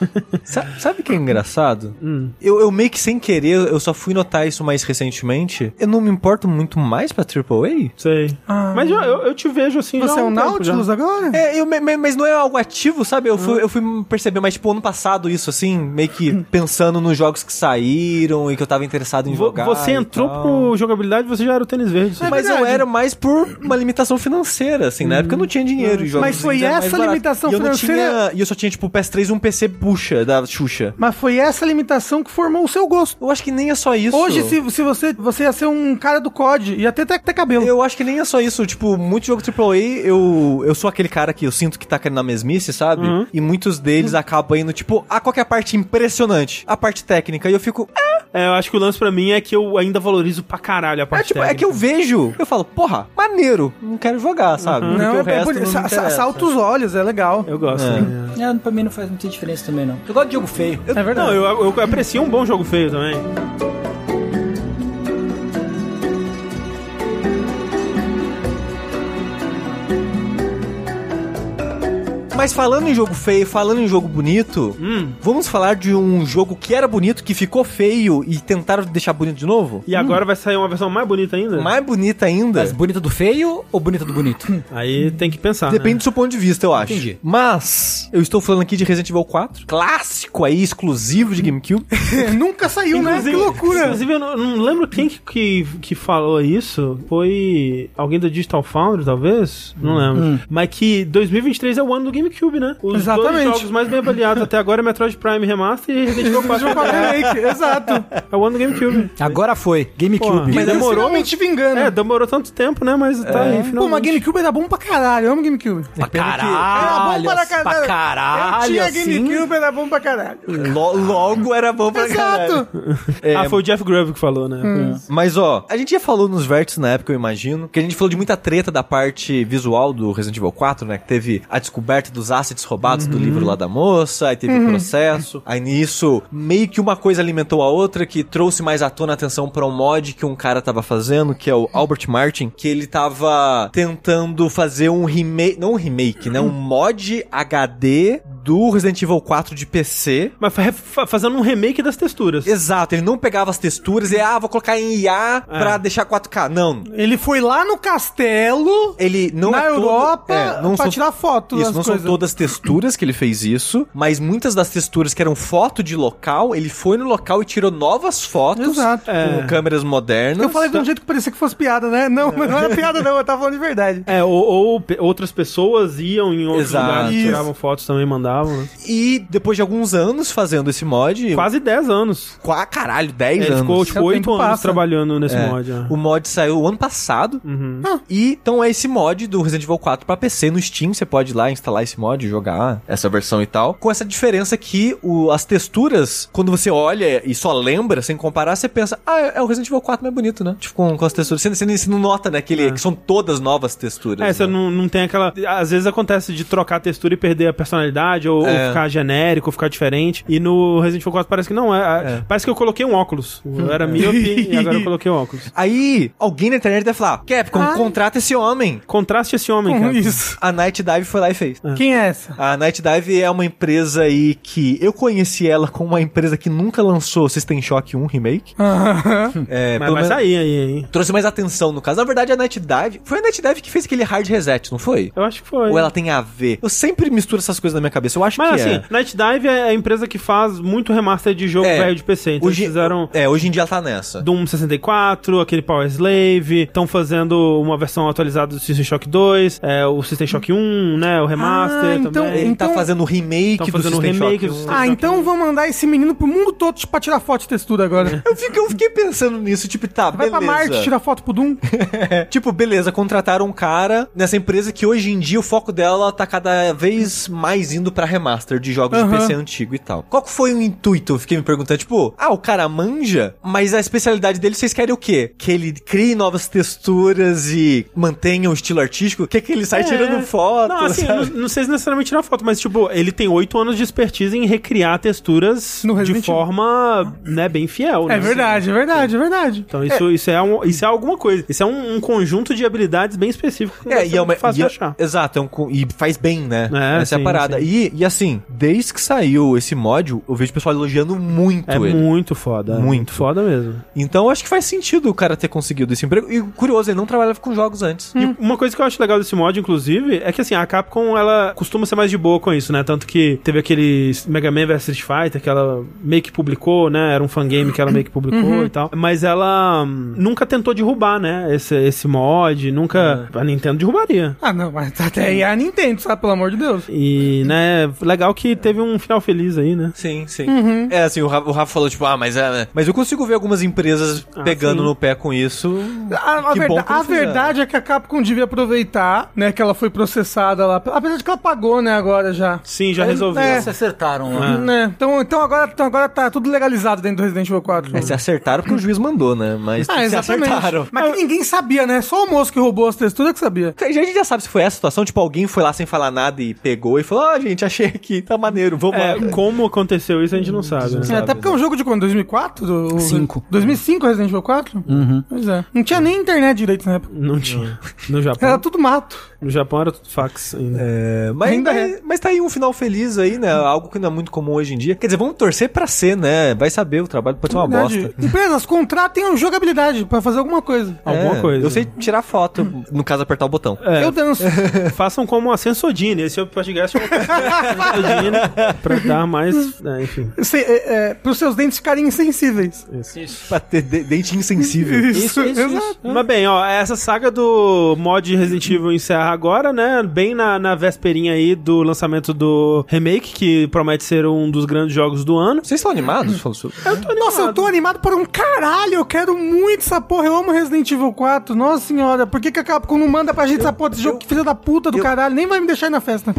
S2: Sa- Sabe o que é engraçado?
S1: Hum.
S2: Eu, eu meio que sem querer, eu só fui notar isso mais recentemente. Eu não me importo muito mais pra AAA.
S1: Sei. Mas eu, eu, eu te vejo assim. já
S4: Você
S1: há
S4: é um
S1: tempo
S4: Nautilus
S1: já.
S4: agora?
S2: É, eu, me- me- mas não é algo ativo, sabe? Eu
S4: Uhum.
S2: fui, eu fui perceber mais, tipo, ano passado isso, assim, meio que pensando nos jogos que saíram e que eu tava interessado em
S1: Vo-
S2: jogar.
S1: Você
S2: e
S1: entrou
S2: tal.
S1: pro jogabilidade, você já era o tênis verde. você
S2: Mas eu
S4: verdade. Uhum.
S2: era mais por uma limitação financeira, assim, na época eu não tinha dinheiro. e jogos
S4: Mas foi
S2: eram mais
S4: essa
S2: baratos.
S4: limitação
S2: e eu não
S4: financeira-
S2: Tinha, e eu só tinha, tipo, o PS3 e um PC puxa, da Xuxa.
S4: Mas foi essa limitação que formou o seu gosto.
S2: Eu acho que nem é só isso.
S4: Hoje, se, se você, você ia ser um cara do COD, ia até ter, ter cabelo.
S2: Eu acho que nem é só isso. Tipo, muito jogo AAA, eu, eu sou aquele cara que eu sinto que tá caindo na mesmice, sabe?
S4: Uhum.
S2: E muitos deles acabam indo, tipo, a qualquer parte impressionante. A parte técnica. E eu fico. "Ah,
S1: É, eu acho que o lance pra mim é que eu ainda valorizo pra caralho a
S2: É,
S1: parte
S2: tipo, é que eu vejo, eu falo, porra, maneiro, não quero jogar, sabe? Porque
S4: Não,
S2: o
S4: é,
S2: resto
S4: é,
S2: não me
S4: sa- sa-
S2: interessa.
S4: salta os olhos, é legal.
S1: Eu gosto.
S2: É.
S1: né?
S3: É, pra mim não faz muita diferença também, não. Eu gosto de jogo feio.
S4: É verdade.
S1: Não, eu, eu aprecio um bom jogo feio também.
S2: Mas falando em jogo feio, falando em jogo bonito,
S3: Hum.
S2: vamos falar de um jogo que era bonito, que ficou feio e tentaram deixar bonito de novo?
S1: E agora vai sair uma versão mais bonita ainda?
S2: Mais bonita ainda.
S3: Mas bonita do feio ou bonita do bonito?
S1: Aí tem que pensar.
S2: Depende
S1: né?
S2: do seu ponto de vista, eu acho.
S3: Entendi.
S2: Mas, eu estou falando aqui de Resident Evil 4. Clássico aí, exclusivo de GameCube.
S4: Nunca saiu, né? Que loucura.
S1: Inclusive, eu não, não lembro quem que, que, que falou isso. Foi alguém da Digital Foundry, talvez? Não lembro. Mas que 2023 é o ano do GameCube, né? Os
S4: Exatamente.
S1: dois jogos mais bem avaliados até agora é Metroid Prime Remaster e Resident Evil 4.
S4: Jogo pra remake, exato.
S1: É o ano do GameCube.
S3: Agora foi.
S1: Porra.
S3: GameCube.
S1: Mas demorou.
S4: Finalmente vingando.
S1: É, demorou tanto tempo, né? Mas tá
S2: É.
S1: aí, finalmente.
S4: Pô, mas GameCube era bom pra caralho. Eu amo GameCube.
S3: Pra
S4: Era bom
S3: caralho,
S4: pra caralho.
S3: pra
S2: Ah,
S4: Eu
S3: caralho,
S4: tinha
S3: assim.
S4: GameCube, era bom pra caralho.
S2: Lo- logo era bom pra caralho.
S4: Exato.
S2: É, Hum.
S1: Ah, foi o Jeff Grubb que falou, né?
S2: Mas ó, a gente já falou nos vértices na época, eu imagino, que a gente falou de muita treta da parte visual do Resident Evil 4, né? Que teve a descoberta dos assets roubados do livro lá da moça, aí teve o processo. Aí nisso, meio que uma coisa alimentou a outra, que trouxe mais à tona a atenção pra um mod que um cara tava fazendo, que é o Albert Martin, que ele tava tentando fazer um remake, não um remake, né? Um mod HD do Resident Evil 4 de PC.
S1: Mas fa- fa- fazendo um remake das texturas.
S2: Exato, ele não pegava as texturas e, ah, vou colocar em IA pra deixar 4K. Não.
S4: Ele foi lá no castelo,
S2: Ele não
S4: na
S2: é todo-
S4: Europa,
S2: é, não
S4: pra
S2: são-
S4: tirar foto
S2: Isso,
S4: das
S2: não
S4: coisas.
S2: são todas texturas que ele fez isso, mas muitas das texturas que eram foto de local, ele foi no local e tirou novas fotos
S4: Exato.
S2: com
S1: É.
S2: câmeras modernas.
S4: Eu falei de um jeito que parecia que fosse piada, né? Não, mas não era piada não, eu tava falando de verdade.
S1: É, ou, ou pe- outras pessoas iam em outros
S2: Exato.
S1: lugares,
S2: Isso.
S1: tiravam fotos também, mandavam. né?
S2: E depois de alguns anos fazendo esse mod...
S1: Quase 10 anos.
S2: Qua, caralho, 10
S1: Ele
S2: anos.
S1: ficou,
S4: É,
S1: tipo,
S4: o
S1: 8
S4: tempo
S1: anos
S4: passa.
S1: trabalhando nesse
S2: É.
S1: mod. né?
S2: O mod saiu ano passado. E então é esse mod do Resident Evil 4 pra PC no Steam. Você pode ir lá instalar esse mod, jogar essa versão e tal. Com essa diferença que o- as texturas, quando você olha e só lembra, sem comparar, você pensa, ah, é o Resident Evil 4 mais bonito, né? Tipo, com, com as texturas. Você, você, nem- você não nota, né? Que, ele- que são todas novas texturas.
S1: É, você
S2: né?
S1: não, não tem aquela. Às vezes acontece de trocar a textura e perder a personalidade, ou, ou
S2: É.
S1: ficar genérico, ou ficar diferente. E no Resident Evil 4 parece que não. É,
S2: É.
S1: Parece que eu coloquei um óculos. Eu era míope e agora eu coloquei um óculos.
S2: Aí, alguém na internet deve falar, Capcom,
S1: Ah.
S4: Ai.
S2: contrata esse homem.
S1: Contraste esse homem, cara.
S4: Isso.
S2: A Night Dive foi lá e
S1: Ah.
S2: fez.
S4: Quem é essa?
S2: A Night Dive é uma empresa aí que eu conheci ela como uma empresa que nunca lançou System Shock 1 Remake.
S4: Ah,
S2: É,
S1: Hum. Mas
S2: pelo
S1: vai
S2: menos-
S1: sair aí, hein?
S2: Trouxe mais atenção no caso. Na verdade, a Night Dive. Foi a Night Dive que fez aquele hard reset, não foi?
S1: Eu acho que foi.
S2: Ou ela tem a ver? Eu sempre misturo essas coisas na minha cabeça. Eu acho
S1: Mas
S2: que
S1: assim,
S2: é.
S1: Night Dive é a empresa que faz muito remaster de jogo
S2: É.
S1: velho de PC. Então
S2: hoje,
S1: eles fizeram
S2: É, hoje em dia ela tá nessa.
S1: Doom 64, aquele Power Slave, estão fazendo uma versão atualizada do System Shock 2, é, o System Shock 1, né? O remaster
S4: Ah, então-
S1: também.
S2: Ele tá
S4: Então-
S2: fazendo o
S1: Tá
S2: remake do
S1: fazendo o
S2: System
S1: remake do
S2: Shock. 1.
S1: System-
S4: Ah, então vou mandar esse menino pro mundo todo pra tirar foto de textura agora.
S2: Eu fiquei, eu fiquei pensando nisso, tipo, tá,
S4: Vai
S2: beleza.
S4: pra Marte tirar foto pro Doom.
S2: Tipo, beleza, contrataram um cara nessa empresa que hoje em dia o foco dela tá cada vez mais indo pra remaster de jogos
S4: Aham.
S2: de PC antigo e tal. Qual que foi o intuito? Eu fiquei me perguntando, tipo, ah, o cara manja, mas a especialidade dele vocês querem o quê? Que ele crie novas texturas e mantenha o estilo artístico? Que que ele sai
S1: É.
S2: tá tirando foto?
S1: Não, assim,
S2: sabe?
S1: não, não sei se necessariamente tirar foto, mas, tipo, ele tem oito anos de expertise em recriar texturas
S4: No
S1: de
S4: Resident Evil.
S1: forma, né, bem fiel. né?
S4: É verdade, é verdade, é verdade.
S1: Então, isso é, isso, é um- isso é alguma coisa. Isso é um, um conjunto de habilidades bem específico que não
S2: É,
S1: vai
S2: e
S1: ser
S2: é uma.
S1: muito fácil
S2: e é-
S1: de achar.
S2: Exato, é um co- e faz bem, né?
S1: É,
S2: Essa é
S1: sim,
S2: a parada.
S1: sim.
S2: E, e assim, desde que saiu esse mod, eu vejo o pessoal elogiando muito
S1: É
S2: ele.
S1: muito foda. é
S2: Muito.
S1: muito foda mesmo.
S2: Então acho que faz sentido o cara ter conseguido esse emprego. E curioso, ele não trabalhava com jogos
S4: Hum.
S2: antes.
S1: E uma coisa que eu acho legal desse mod, inclusive, é que assim, a Capcom, ela costuma ser mais de boa com isso, né? Tanto que teve aquele Mega Man vs Street Fighter que ela meio que publicou, né? Era um fangame que ela meio que publicou e tal. Mas ela hum, nunca tentou derrubar, né? Esse, esse mod, nunca. A Nintendo derrubaria.
S4: Ah, não, mas até aí é a Nintendo, sabe? Pelo amor de Deus.
S1: E, né, legal que teve um final feliz aí, né?
S2: Sim, sim.
S4: Uhum.
S2: É assim, o Rafa, o Rafa falou, tipo, ah, mas é. Mas eu consigo ver algumas empresas
S1: Ah,
S2: pegando
S1: sim.
S2: no pé com isso.
S4: A, a
S2: Que bom
S4: verda-
S2: que não
S4: a
S2: fizeram.
S4: verdade é que a Capcom devia aproveitar, né? Que ela foi processada lá. Apesar de que ela pagou, né, agora já.
S1: Sim, já resolveu.
S4: É.
S3: Se acertaram
S2: Ah.
S3: lá.
S4: Né? Então, então, agora, então agora tá tudo legalizado dentro do Resident Evil 4.
S2: É, se acertaram porque o juiz mandou, né? Mas
S4: Ah,
S2: se
S4: exatamente.
S2: acertaram.
S4: Mas que ninguém sabia, né? Só o moço que roubou as texturas é que sabia.
S2: A gente já sabe se foi essa situação, tipo, alguém foi lá sem falar nada e pegou e falou, ó, gente, achei aqui, tá maneiro, vamos
S1: É,
S2: lá.
S1: como aconteceu isso a gente não sabe, né?
S4: É, até porque é um jogo de quando? 2004? Do-
S3: Cinco.
S4: 2005 Resident Evil 4?
S2: Uhum.
S4: Pois é. Não tinha nem internet direito na época.
S1: Não tinha. No
S4: Era
S2: Então.
S1: Japão.
S4: tudo mato.
S1: No Japão era tudo fax ainda.
S2: É, mas,
S4: Ainda
S2: mas,
S4: é.
S2: mas tá aí um final feliz aí, né? Algo que não é muito comum hoje em dia. Quer dizer, vamos torcer pra ser, né? Vai saber, o trabalho pode ser uma
S4: Verdade.
S2: bosta.
S4: Empresas, contratem jogabilidade pra fazer alguma coisa.
S1: Alguma
S2: É,
S1: coisa.
S2: Eu sei tirar foto, no caso, apertar o botão.
S1: É.
S4: Eu danço.
S1: Façam como a Sensodine. Esse é o podcast com a Sensodine pra dar mais. né, enfim.
S4: Se, é, é, pros seus dentes ficarem insensíveis.
S2: Pra ter de- dente insensível.
S4: Isso, exato.
S1: Mas bem, ó, essa saga do mod Resident Evil encerra agora, né? Bem na, na vesperinha aí do lançamento do remake, que promete ser um dos grandes jogos do ano.
S2: Vocês estão animados? Falou sobre-
S4: Nossa, eu tô animado por um caralho. Eu quero muito essa porra. Eu amo Resident Evil 4. Nossa senhora, por que, que a Capcom não manda pra gente essa porra desse jogo? Que filha da puta do caralho. Nem vai me deixar ir na festa.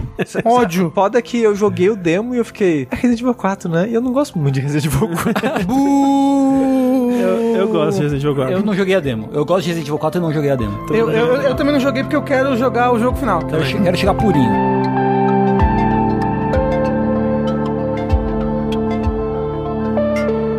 S2: O
S4: Ódio.
S2: foda é que eu joguei o demo e eu fiquei. É Resident Evil 4, né? E eu não gosto muito de Resident Evil 4.
S3: Uh.
S1: Eu, eu gosto de Resident Evil agora.
S3: Eu não joguei a demo. Eu gosto de Resident Evil 4 e não joguei a demo.
S4: Eu, eu- eu também não joguei porque eu quero jogar o jogo final. tá
S3: Quero, che- quero chegar purinho.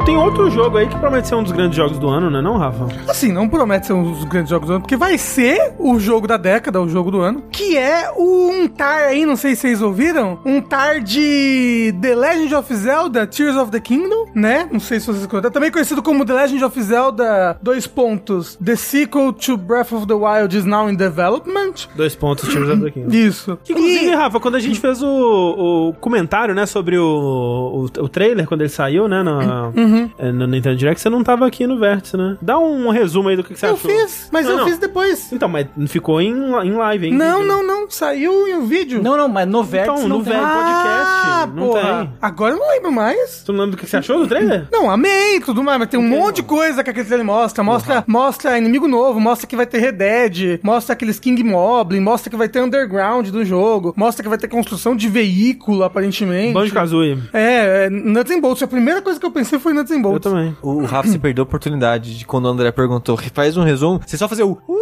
S1: Tem outro outro jogo aí que promete ser um dos grandes jogos do ano, né não, Rafa?
S4: Assim, não promete ser um dos grandes jogos do ano, porque vai ser o jogo da década, o jogo do ano, que é o um tar aí, não sei se vocês ouviram, um tar de The Legend of Zelda Tears of the Kingdom, né? Não sei se vocês conhecem. Também conhecido como The Legend of Zelda, dois pontos, The Sequel to Breath of the Wild is now in development.
S1: Dois pontos, Tears of the Kingdom.
S4: Isso.
S1: Que, Inclusive, Rafa, quando a gente fez o, o comentário, né, sobre o, o, o trailer, quando ele saiu, né, na,
S4: Uhum.
S1: é, na Nintendo Direct, você não tava aqui no Vértice, né? Dá um resumo aí do que, que você
S4: eu
S1: achou.
S4: fiz, mas
S1: Não,
S4: eu
S1: não.
S4: fiz depois.
S1: Então, mas ficou em, em live, hein?
S4: Não, não, não. Saiu em um vídeo. Ah,
S3: Não, não, mas no Vértice
S1: Então,
S3: não
S1: no
S3: tem.
S1: Vértice. podcast, não tem.
S4: Agora eu não lembro mais.
S1: Tu não lembra do que você achou do trailer?
S4: Não, amei e tudo mais, mas tem um monte de coisa que aquele trailer mostra. Mostra, mostra inimigo novo, mostra que vai ter Redead, mostra aqueles King Moblin, mostra que vai ter underground do jogo, mostra que vai ter construção de veículo, aparentemente.
S1: Banjo Kazooie.
S4: É, é, Nuts and Bolts. A primeira coisa que eu pensei foi Nuts and
S1: Eu
S4: Bolts.
S1: também.
S2: O Rafa se perdeu a oportunidade de quando o André perguntou, faz um resumo, você só fazer o... "Uh",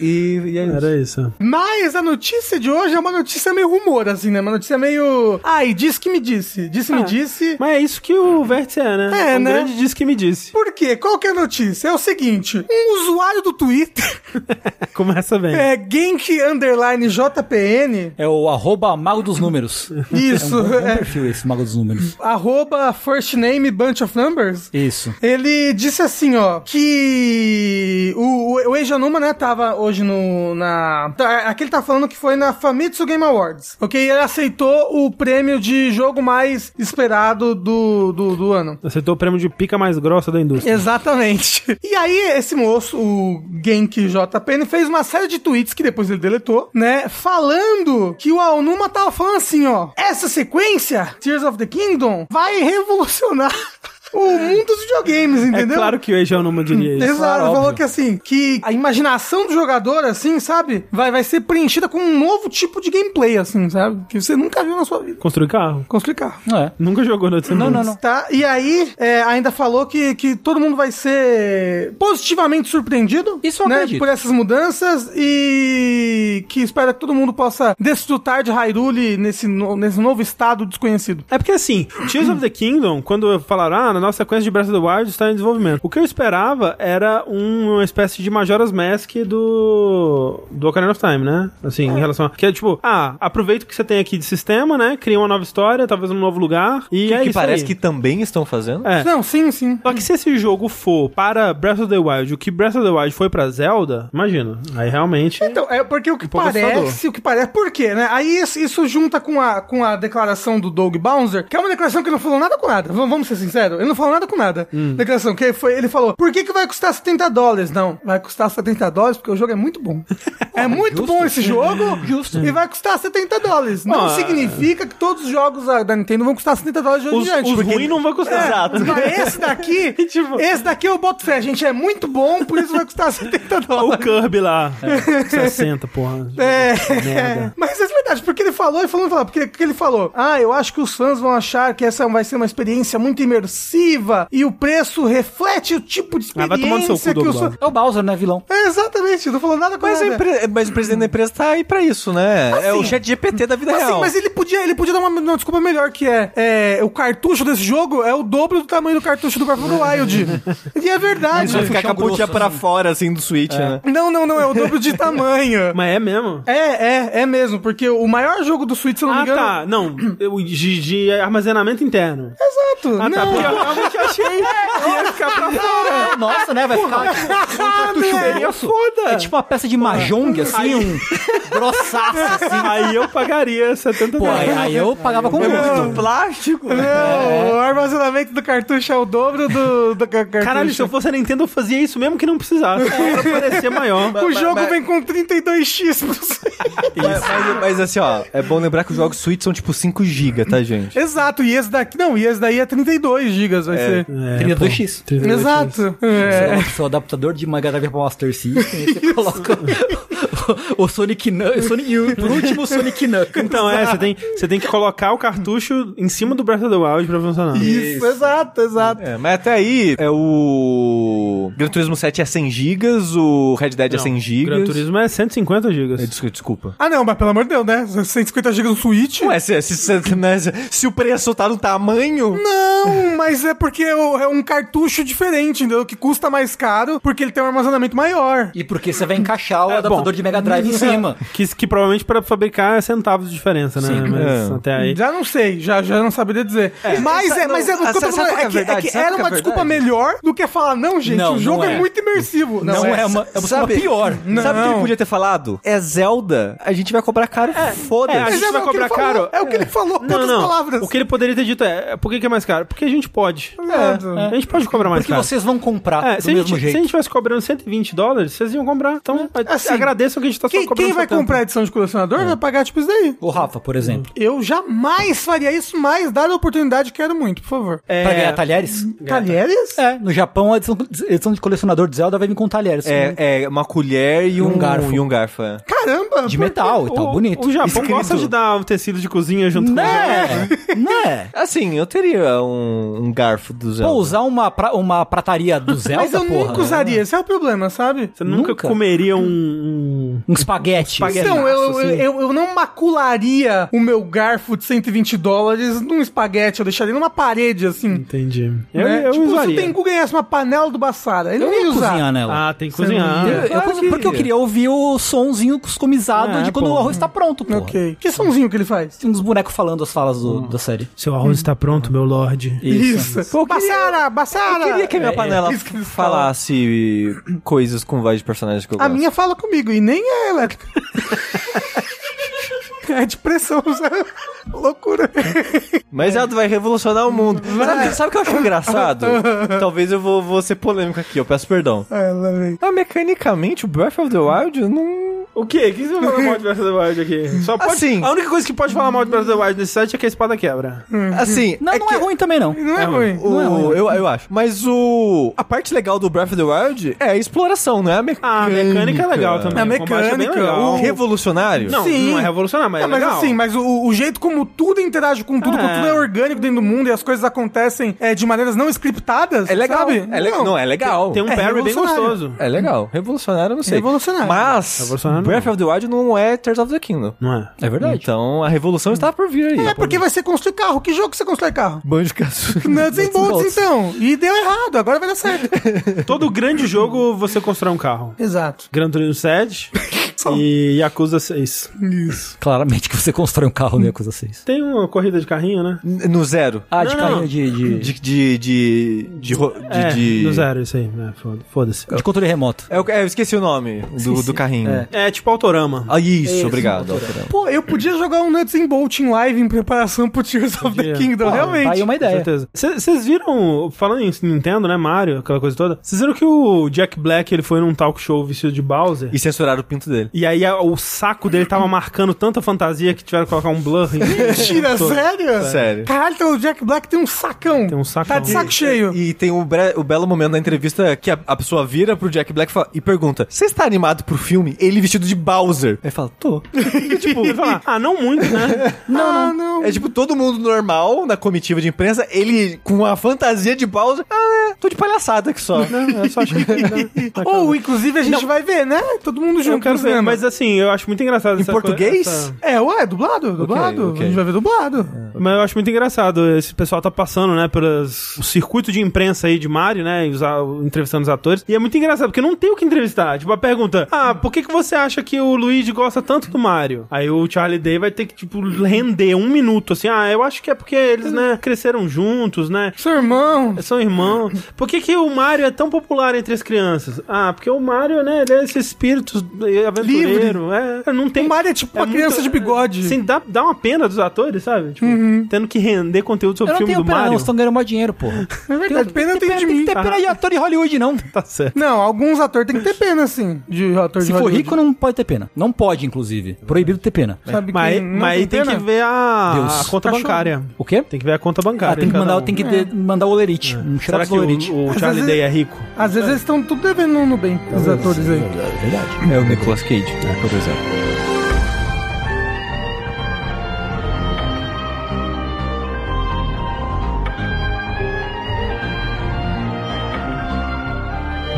S2: E, e é isso.
S1: Era isso.
S4: Mas a notícia de hoje é uma notícia meio rumor, assim, né? Uma notícia meio. Ai, disse que me disse. Disse
S3: Ah.
S4: me disse.
S1: Mas é isso que o Vértice é, né?
S4: É,
S1: um
S4: né?
S1: grande disco que me disse.
S4: Por quê? Qual que é a notícia? É o seguinte: um usuário do Twitter,
S1: Começa bem.
S4: é, Genki Underline JPN,
S3: É o arroba mago dos números.
S4: Isso,
S3: É um bom, bom
S4: é.
S3: perfil esse, mago dos números.
S4: arroba first name bunch of numbers.
S3: Isso.
S4: Ele disse assim, ó, que o, o, o Eiji Onuma, né, tava hoje no, na... Tá, aqui ele tá falando que foi na Famitsu Game Awards, ok? Ele aceitou o prêmio de jogo mais esperado do, do, do ano.
S1: Acertou o prêmio de pica mais grossa da indústria.
S4: Exatamente. E aí, esse moço, o Genki JPN, fez uma série de tweets que depois ele deletou, né? Falando que o Aonuma tava falando assim, ó. Essa sequência, Tears of the Kingdom, vai revolucionar o mundo dos videogames,
S1: É
S4: entendeu?
S1: claro que o Eijão não diria isso.
S4: Exato,
S3: claro,
S4: falou
S3: óbvio.
S4: que assim, que a imaginação do jogador, assim, sabe? Vai, vai ser preenchida com um novo tipo de gameplay, assim, sabe? Que você nunca viu na sua vida.
S1: Construir carro.
S4: Construir carro.
S3: Não é.
S1: Nunca jogou né? no Não,
S3: não, não.
S4: Tá, e aí, é, ainda falou que, que todo mundo vai ser positivamente surpreendido né,
S3: Isso eu acredito.
S4: por essas mudanças e que espera que todo mundo possa desfrutar de Hyrule nesse, no- nesse novo estado desconhecido.
S1: É porque assim, Tears of the Kingdom, quando falaram, ah, na nossa sequência de Breath of the Wild está em desenvolvimento. O que eu esperava era um- uma espécie de Majora's Mask do. do Ocarina of Time, né? Assim, em relação a. Que é tipo, ah, aproveita o que você tem aqui de sistema, né? Cria uma nova história, talvez um novo lugar. E
S2: Que,
S1: é
S2: que
S1: isso
S2: parece
S1: aí.
S2: que também estão fazendo.
S1: É.
S4: Não, sim, sim.
S1: Só que se esse jogo for para Breath of the Wild, o que Breath of the Wild foi pra Zelda, imagina. Aí realmente.
S4: Então, é porque o que
S1: pouco
S4: parece,
S1: assustador.
S4: o que parece, por quê, né? Aí isso, isso junta com a, com a declaração do Doug Bowser, que é uma declaração que não falou nada com nada. Vamos, vamos ser sinceros, ele não falou nada com nada.
S1: Hum.
S4: Declaração que foi, ele falou: "Por que que vai custar 70 dólares?" Não, vai custar 70 dólares porque o jogo é muito bom. é muito bom esse jogo. Justo. E vai custar 70 dólares. Não
S1: Ah.
S4: significa que todos os jogos da da Nintendo vão custar 70 dólares de hoje em
S1: os
S4: diante.
S1: os
S4: porque-
S1: ruins não vão custar.
S4: é, mas esse daqui,
S1: Tipo-
S4: esse daqui eu boto fé, gente, é muito bom, por isso vai custar 70 dólares.
S1: Olha o Kirby lá. 60, porra.
S4: É,
S1: Merda.
S4: mas é verdade, porque ele falou e falou, falou, porque, porque ele falou, ah, eu acho que os fãs vão achar que essa vai ser uma experiência muito imersiva e o preço reflete o tipo de
S1: Ah,
S4: experiência
S1: vai tomar no seu cu,
S4: que os
S1: Douglas. é
S4: fãs...
S3: É o Bowser, né, vilão?
S4: É, exatamente, não falou nada com
S2: Mas, a
S4: nada.
S2: empre- mas o presidente da empresa tá aí pra isso, né? é o chat GPT da vida
S4: Assim,
S2: real.
S4: mas ele podia, ele podia dar uma, uma desculpa melhor, que é, é, o cartucho desse jogo é o dobro do tamanho do cartucho do Breath of the Wild. e é verdade.
S2: Isso vai ficar com a
S3: Puxão
S2: pontinha
S3: grosso,
S2: pra fora, assim, do Switch, né?
S4: Não, não, não, é o dobro de tamanho.
S1: Mas é mesmo?
S4: É, é, é mesmo, porque o maior jogo do Switch, se eu não me
S1: Ah,
S4: engano...
S1: tá. Não, eu- de, de armazenamento interno.
S4: Exato.
S1: Ah,
S4: É, não, É,
S1: tá. Porque eu realmente achei que ia ficar pra fora.
S3: É, nossa, né? Vai ficar tipo, um cartucho
S1: velho,
S3: grosso.
S1: é foda.
S3: É tipo uma peça de mahjong, assim, um grossaço, assim.
S1: Aí eu pagaria 70
S3: Pô, aí,
S1: reais.
S3: aí eu pagava com gosto.
S2: plástico.
S4: Não, o armazenamento do cartucho é o dobro do, do ca- cartucho.
S1: Caralho, se eu fosse a Nintendo, eu fazia isso mesmo que não precisasse.
S4: É.
S1: Pra parecer maior.
S4: O
S2: Mas-
S4: jogo
S2: mas-
S4: vem com 32x.
S2: Mas, mas- mas, assim, ó, é bom lembrar que os jogos Switch são tipo 5 GB, tá, gente?
S4: Exato, e esse daqui... Não, e esse daí é 32 gigas, vai ser.
S1: É,
S3: 32x.
S1: pô, 32x.
S4: Exato. É.
S3: Seu, seu adaptador de Mega Drive pra Master System, aí você coloca o Sonic Knuckles. Sonic Youth, por último, o Sonic Ah, Knuckles.
S1: Então, é, você tem, você tem que colocar o cartucho em cima do Breath of the Wild pra funcionar.
S4: Isso,
S2: Isso.
S4: exato, exato.
S2: É, mas até aí, é o Gran Turismo 7 é 100 GB, o Red Dead é 100 GB.
S1: Gran Turismo é 150
S2: É,
S1: gigas.
S2: desculpa, desculpa.
S4: Ah, não, mas pelo amor de Deus, né? 150 GB no Switch.
S2: Ué, se, se, se, né, se- se o preço tá no tamanho...
S4: Não, mas é porque é o- é um cartucho diferente, entendeu? Que custa mais caro porque ele tem um armazenamento maior.
S3: E porque você vai encaixar o
S1: É,
S3: adaptador
S1: bom.
S3: de Mega Drive em cima.
S1: Que, que provavelmente pra fabricar é centavos de diferença, né?
S3: Sim.
S1: Mas
S2: É.
S1: até aí.
S4: Já não sei, já, já não saberia dizer. mas
S2: Essa-
S4: é, mas é,
S2: não,
S4: o que eu tô
S2: sabe-
S4: falando
S2: sabe
S4: é
S2: qual
S4: que,
S2: que é a
S4: é que
S2: verdade?
S4: era
S2: Sabe
S4: uma
S2: qual que é a
S4: desculpa
S2: verdade?
S4: melhor do que falar, não, gente,
S3: Não,
S4: o jogo
S3: não
S4: é.
S3: é.
S4: muito imersivo.
S3: Não, é, uma, é uma
S2: Sabe-
S3: pior.
S2: Sabe o que ele
S4: Não.
S2: podia ter falado? É Zelda, a gente vai cobrar caro, foda-se.
S1: é, a
S4: Mas
S1: gente
S4: é
S1: vai
S4: o que
S1: cobrar
S4: ele falou,
S1: caro?
S4: É o que ele falou, com
S1: Não,
S4: outras
S1: não.
S4: palavras.
S1: O que ele poderia ter dito é, por que, que é mais caro? Porque a gente pode. É.
S4: Exato.
S1: A gente pode cobrar mais
S3: Porque
S1: caro.
S3: vocês vão comprar
S1: É,
S3: do
S1: se, a gente,
S3: mesmo
S1: se a
S3: jeito.
S1: gente tivesse cobrando 120 dólares, vocês iam comprar. Então,
S4: Assim,
S1: agradeçam que a gente tá
S4: Quem,
S1: só cobrando É.
S4: quem vai
S1: 70.
S4: comprar a edição de colecionador vai pagar tipo isso daí.
S3: O Rafa, por exemplo.
S4: Eu jamais faria isso, mas dada a oportunidade, quero muito, por favor.
S1: É,
S3: Pra ganhar talheres?
S4: Talheres?
S3: É, no Japão a edição, edição de colecionador de Zelda vai vir com talheres.
S2: É, é uma colher e um,
S3: um garfo.
S2: E um garfo é.
S4: Caramba!
S3: de
S4: por-
S3: metal e tal, bonito.
S1: O Japão
S2: Escrito.
S1: gosta de dar o tecido de cozinha junto com o Zelda.
S3: Né? né?
S2: Assim, eu teria um, um garfo do Zelda.
S3: Pô, usar uma, pra- uma prataria do Zelda,
S4: Mas eu
S3: porra. né?
S4: nunca usaria, esse é o problema, sabe?
S1: né? Você nunca,
S3: Nunca?
S1: comeria um. um-
S3: Um espaguete.
S4: Então, eu,
S1: assim.
S4: eu, eu, eu não macularia o meu garfo de 120 dólares num espaguete, eu deixaria numa parede, assim.
S1: Entendi. Eu,
S4: né?
S1: eu
S4: tipo,
S1: usaria.
S4: se o Tengu ganhasse uma panela do Bassara, ele
S3: Eu
S4: não
S3: ia
S4: ia usar.
S3: cozinhar nela.
S1: Ah, tem que cozinhar.
S4: não ia.
S3: Eu- eu-
S2: claro
S3: porque-
S2: que
S3: porque eu
S2: ia.
S3: queria ouvir o sonzinho customizado
S1: É,
S3: de quando
S1: pô.
S3: o arroz tá pronto, porra.
S4: Ok. Que sonzinho que ele faz?
S3: Tem uns bonecos falando as falas do-
S1: Hum.
S3: da série.
S1: Seu arroz está pronto, meu lorde.
S4: Isso. Bassara, Bassara!
S2: Eu queria que a minha
S3: É,
S2: panela
S4: isso que eu ia falar.
S2: falasse coisas com voz de personagem que eu
S4: A
S2: gosto.
S4: minha fala comigo, e nem é elétrica. é de pressão, sabe? Loucura.
S2: Mas ela vai revolucionar o mundo. Sabe, sabe o que eu acho engraçado? Talvez eu vou, vou ser polêmico aqui, eu peço perdão.
S4: Ah, lá vem.
S2: Mas mecanicamente, o Breath of the Wild não...
S1: O quê? O que você vai falar mal de Breath of the Wild aqui? Só pode.
S2: Assim.
S1: A única coisa que pode falar mal de Breath of the Wild nesse site é que a espada quebra.
S2: Assim,
S3: Não, não
S2: que
S3: é ruim também, não.
S4: Não é ruim.
S2: O, eu, eu acho. Mas o. A parte legal do Breath of the Wild é a exploração, não é a mecânica.
S1: Ah, a mecânica é legal também.
S4: A
S1: O combate é bem
S4: mecânica,
S1: legal.
S2: O revolucionário?
S1: Não,
S4: Sim.
S1: não é revolucionário, mas é,
S4: É, mas
S1: legal.
S4: assim, mas o, o jeito como tudo interage com tudo,
S1: É.
S4: como tudo é orgânico dentro do mundo e as coisas acontecem é, de maneiras não scriptadas,
S2: É legal.
S4: sabe?
S2: É le- Não. é legal.
S1: Tem um
S4: É
S1: parry bem
S4: revolucionário.
S1: gostoso.
S2: É legal. Revolucionário, eu não sei.
S4: Revolucionário.
S2: Mas
S1: Revolucionário
S2: Breath of the Wild não é Tears of the Kingdom.
S1: Não é?
S3: É verdade.
S2: Então a revolução está por vir aí.
S4: É, porque vai ser construir carro. Que jogo que você constrói carro?
S2: Banjo Kazooie.
S4: Nuts and Bolts, então. E deu errado, agora vai dar certo.
S1: Todo grande jogo você constrói um carro.
S4: Exato.
S1: Gran Turismo 7 e Yakuza 6.
S4: Isso.
S3: Claramente que você constrói um carro no Yakuza 6.
S1: Tem uma corrida de carrinho, né?
S2: No zero.
S3: Ah, de
S1: Não,
S3: carrinho
S1: não.
S3: de, de,
S2: De. De. De. De. ro- de-
S1: é,
S2: de-
S1: no zero, isso aí. É, foda- Foda-se.
S3: de controle remoto.
S2: É, eu, é, eu esqueci o nome do, do carrinho.
S3: É.
S1: É tipo Autorama.
S2: Ah, isso, obrigado.
S4: Pô, eu podia jogar um Nuts and Bolt em live em preparação pro Tears of the
S1: Podia.
S4: Kingdom, realmente.
S3: Tá aí uma
S1: Com
S3: ideia.
S1: certeza. Vocês viram, falando em Nintendo, né, Mario, aquela coisa toda, vocês viram que o Jack Black, ele foi num talk show vestido de Bowser?
S2: E censuraram o pinto dele.
S1: E aí a- o saco dele tava marcando tanta fantasia que tiveram que colocar um blur. em-
S4: Mentira,
S1: todo.
S4: sério?
S2: Sério.
S4: Caralho, então o Jack Black tem um sacão.
S1: Tem um saco.
S4: Tá de saco cheio.
S2: E tem o, bre- o belo momento da entrevista que a, a pessoa vira pro Jack Black e fala- e pergunta: Você está animado pro filme? Ele vestido de Bowser. Aí fala: Tô.
S1: tipo, ele fala, ah, não muito, né?
S4: Não, não.
S2: é tipo todo mundo normal na comitiva de imprensa, ele com a fantasia de Bowser. Ah, é, tô de palhaçada aqui só.
S1: Não, eu só achei que... né?
S4: Ou, inclusive, a gente vai ver, né? Todo mundo junto
S1: Eu quero
S4: no
S1: ver,
S4: cinema.
S1: mas assim, eu acho muito engraçado.
S2: Em
S1: essa co-
S2: português?
S1: essa-
S4: É, ué, dublado, dublado.
S2: ok.
S4: A gente vai ver dublado.
S1: Mas eu acho muito engraçado. Esse pessoal tá passando, né, pelos o circuito de imprensa aí de Mario, né? E os, a- entrevistando os atores. E é muito engraçado, porque não tem o que entrevistar. Tipo, a pergunta: Ah, por que, que você acha que o Luigi gosta tanto do Mario? Aí o Charlie Day vai ter que, tipo, render um minuto, assim. Ah, eu acho que é porque eles, né, cresceram juntos, né?
S4: Seu irmão.
S1: São irmãos. Por que, que o Mario é tão popular entre as crianças? Ah, porque o Mario, né, ele é esse espírito aventureiro. É, não tem
S4: O Mario é tipo
S1: É
S4: uma criança
S1: muito-
S4: de bigode.
S1: Assim, dá, dá uma pena dos atores, sabe? Tipo, tendo que render conteúdo
S3: Uhum. Eu
S1: sobre o
S3: não
S1: filme do
S3: tenho pena, não.
S1: Mario.
S3: Vocês estão ganhando mais dinheiro, porra.
S4: É verdade, pena tem de mim.
S3: Tem que ter pena de ator em Hollywood, não.
S1: Tá certo.
S4: Não, alguns atores têm que ter pena, assim, de ator de
S3: Se for
S4: Hollywood. É.
S3: rico, não pode ter pena. Não pode, inclusive. Proibido ter pena.
S4: Sabe
S1: Mas,
S4: quem não
S1: mas aí tem
S4: pena?
S1: que ver a, A,
S3: Deus.
S1: conta
S4: Cachorro.
S1: bancária.
S3: O quê?
S1: Tem que ver a conta bancária.
S3: Ah, tem
S1: de
S3: que
S1: cada
S3: mandar,
S1: um.
S3: tem que de- mandar o olerite.
S1: Será
S3: Um xerox
S1: que
S3: do olerite.
S1: o, o Charlie
S4: vezes-
S1: Day é rico?
S4: Às vezes eles estão tudo devendo um Nubank, os atores aí.
S3: É verdade. É o Nicolas Cage. É, por exemplo.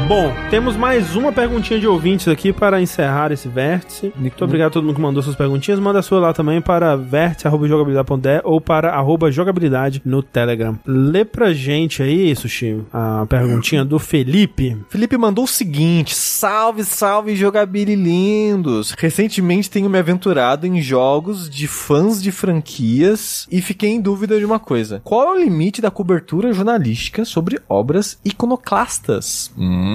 S1: Bom, temos mais uma perguntinha de ouvintes aqui para encerrar esse vértice. Muito obrigado a todo mundo que mandou suas perguntinhas. Manda a sua lá também para vértice.jogabilidade.de ou para arroba jogabilidade no Telegram. Lê pra gente aí, Sushi, a perguntinha do Felipe.
S2: Felipe mandou o seguinte: salve, salve, jogabililindos! Recentemente tenho me aventurado em jogos de fãs de franquias e fiquei em dúvida de uma coisa: qual é o limite da cobertura jornalística sobre obras iconoclastas? Hum.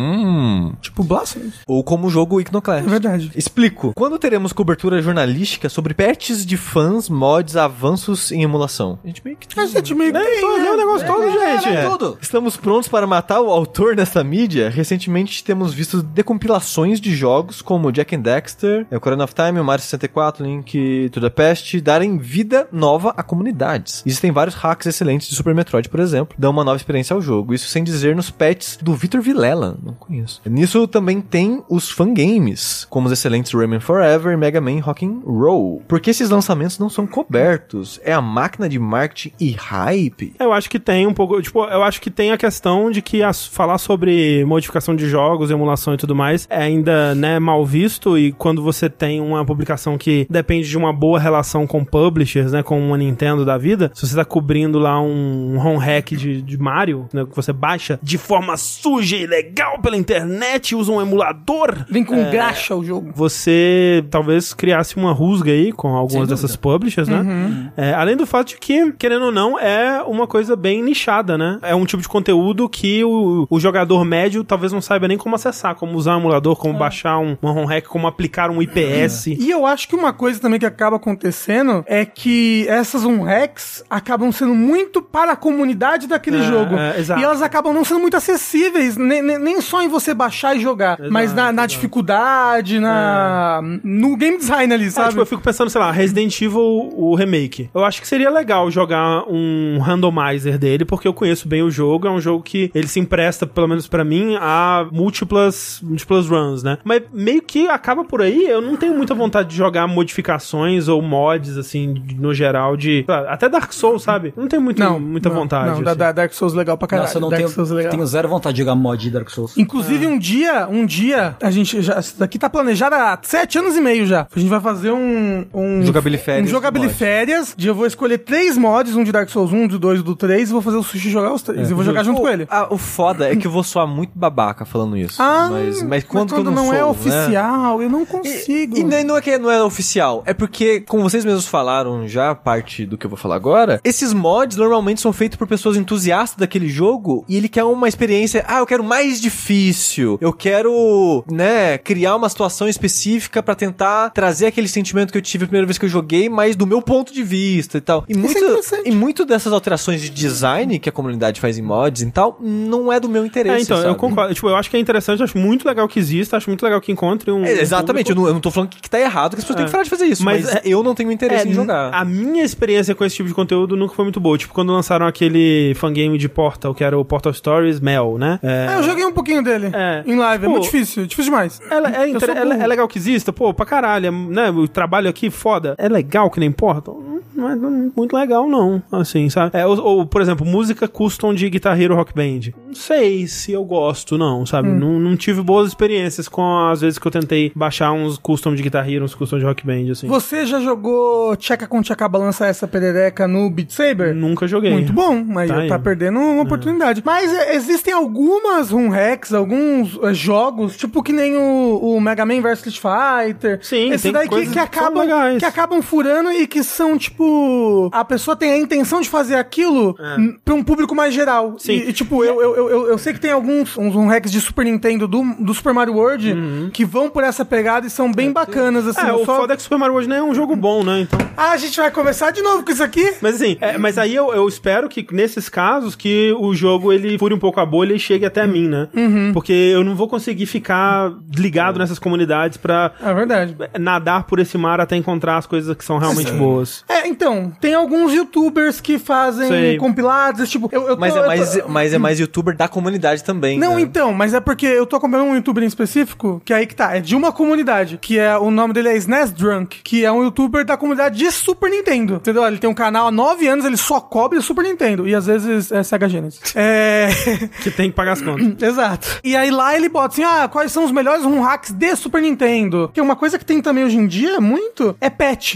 S4: Tipo, Blasphemous.
S2: Ou como o jogo Iconoclast.
S4: É verdade.
S2: Explico. Quando teremos cobertura jornalística sobre patches de fãs, mods, avanços em emulação? A gente meio que
S4: É,
S2: um
S4: A gente meio que tem,
S1: Tô
S4: né?
S1: lendo o negócio todo, gente.
S3: É.
S1: É.
S3: Tudo.
S2: Estamos prontos para matar o autor dessa mídia? Recentemente temos visto decompilações de jogos como Jack and Dexter, o Corona of Time, o Mario 64, Link to the Past, darem vida nova a comunidades. Existem vários hacks excelentes de Super Metroid, por exemplo, dão uma nova experiência ao jogo. Isso sem dizer nos patches do Vitor Vilela, não conheço. Nisso também tem os fangames, como os excelentes Rayman Forever, Mega Man Rockin' Roll. Por que esses lançamentos não são cobertos? É a máquina de marketing e hype?
S1: Eu acho que tem um pouco. Tipo, eu acho que tem a questão de que as- falar sobre modificação de jogos, emulação e tudo mais é ainda, né, mal visto. E quando você tem uma publicação que depende de uma boa relação com publishers, né, com uma Nintendo da vida, se você tá cobrindo lá um home hack de, de Mario, né, que você baixa de forma suja e legal pela internet, usa um emulador.
S4: Vem com graxa o jogo.
S1: Você talvez criasse uma rusga aí com algumas dessas publishers, né? É, além do fato de que, querendo ou não, é uma coisa bem nichada, né? É um tipo de conteúdo que o, o jogador médio talvez não saiba nem como acessar, como usar um emulador, como baixar um, um ROM hack, como aplicar um IPS.
S4: E eu acho que uma coisa também que acaba acontecendo é que essas unhacks acabam sendo muito para a comunidade daquele
S1: É,
S4: jogo.
S1: é, exato.
S4: E elas acabam não sendo muito acessíveis, nem, nem- nem só em você baixar e jogar, mas na, na dificuldade, na no game design ali,
S1: É. Ah,
S4: sabe?
S1: tipo, eu fico pensando, sei lá, Resident Evil, o remake. Eu acho que seria legal jogar um randomizer dele, porque eu conheço bem o jogo. É um jogo que ele se empresta, pelo menos pra mim, a múltiplas, múltiplas runs, né? Mas meio que acaba por aí. Eu não tenho muita vontade de jogar modificações ou mods, assim, de- no geral, de. sei lá, Até Dark Souls, sabe? Eu Não tenho muito, muita
S4: não,
S1: vontade.
S4: Não, da-
S1: assim.
S4: da Dark Souls legal pra caralho.
S3: Nossa, eu não
S4: Dark
S3: tenho,
S4: Souls é legal.
S3: tenho zero vontade de jogar mod de Dark Souls.
S2: Ah.
S4: Inclusive, um dia, um dia, a gente já. Isso daqui tá planejado há sete anos e meio já. A gente vai fazer um. um
S2: Jogabiliférias
S4: Um jogabiliférias. De eu vou escolher três mods: um de Dark Souls 1, um de 2 e do 3. E vou fazer o sushi jogar os três. e vou jogar junto
S2: É. Pô,
S4: com ele.
S2: ah, o foda é que eu vou soar muito babaca falando isso. mas, mas quando, que eu
S4: Ah, não, é
S2: sou, né?
S4: oficial, eu não
S2: E,
S4: consigo.
S2: e nem- não é que não é oficial, é porque, como vocês mesmos falaram já, parte do que eu vou falar agora, esses mods normalmente são feitos por pessoas entusiastas daquele jogo e ele quer uma experiência, ah, eu quero mais difícil, eu quero, né, criar uma situação específica pra tentar trazer aquele sentimento que eu tive a primeira vez que eu joguei, mas do meu ponto de vista e tal. E muito,
S4: é interessante.
S2: e muito dessas alterações de design que a comunidade faz em mods e tal, não é do meu interesse.
S1: É, então, eu
S2: sabe?
S1: concordo. Tipo, eu acho que é interessante, acho muito legal que exista, acho muito legal que encontre um.
S2: É, exatamente, eu
S1: um público.
S2: não, eu não tô falando que, que tá errado, que as pessoas têm que parar de fazer isso,
S1: Mas
S2: mas,
S1: é-
S2: eu não tenho interesse em jogar.
S1: A minha experiência com esse tipo de conteúdo nunca foi muito boa. Tipo, quando lançaram aquele fangame de Portal, que era o Portal Stories Mel, né? É,
S4: Ah, eu joguei um pouquinho dele
S1: É.
S4: em live.
S1: Tipo,
S4: é muito difícil, difícil demais.
S1: Ela- é,
S4: Eu
S1: inter-
S4: sou
S1: ela-
S4: burro.
S1: é legal que exista, pô, pra caralho, é, né? O trabalho aqui, foda. É legal que nem Portal? Não- Não é não- muito legal, não. Assim, sabe? É, ou, ou, por exemplo, música custom de Guitar Hero Rock Band. Não sei se eu gosto, não, sabe?
S4: Hum.
S1: Não, não tive boas experiências com as vezes que eu tentei baixar uns custom de Guitar Hero, uns custom de Rock Band, assim.
S4: Você já jogou Tcheca com Tcheca Balança essa perereca no Beat Saber?
S1: Nunca joguei.
S4: Muito bom, mas
S1: Tá
S4: tá,
S1: aí.
S4: perdendo uma oportunidade. Mas é, existem algumas run hacks, alguns é, jogos, tipo que nem o, o Mega Man vs Street Fighter.
S1: Sim,
S4: esse
S1: tem
S4: daí que,
S1: coisas que
S4: que,
S1: são
S4: acabam,
S1: legais.
S4: que acabam furando e que são tipo. A pessoa tem a intenção de fazer aquilo n- pra um público mais geral.
S1: Sim.
S4: E, e, tipo, eu, eu, eu, eu- eu sei que tem alguns uns run hacks de Super Nintendo do, do Super Mario World que vão por essa pegada e são bem bacanas, assim.
S1: Uhum. É,
S4: eu
S1: o
S4: só-
S1: foda é que Super Mario World nem é um jogo bom, né? Então.
S4: Ah, a gente vai começar de novo com isso aqui?
S1: Mas assim, é, mas aí eu, eu espero que nesses casos que o jogo ele fure um pouco a bolha e chegue até mim, né?
S2: Uhum.
S1: Porque eu não vou conseguir ficar ligado nessas comunidades pra
S4: É verdade.
S1: nadar por esse mar até encontrar as coisas que são realmente boas.
S4: É, É, então, tem alguns youtubers que fazem
S1: Sei.
S4: compilados, esse tipo. Eu, eu tô-
S2: Mas
S4: eu
S2: é,
S4: tô-
S2: mais, mas é mais youtuber da comunidade também.
S4: Não,
S2: né?
S4: então, mas é porque eu tô acompanhando um youtuber em específico, que aí que tá, é de uma comunidade, que é, o nome dele é Snazdrunk, que é um youtuber da comunidade de Super Nintendo, entendeu? Ele tem um canal há nove anos, ele só cobre Super Nintendo, e às vezes é Sega Genesis. É...
S1: Que tem que pagar as contas.
S4: Exato. E aí lá ele bota assim, ah, quais são os melhores ROM hacks de Super Nintendo? Que é uma coisa que tem também hoje em dia, muito, é patch.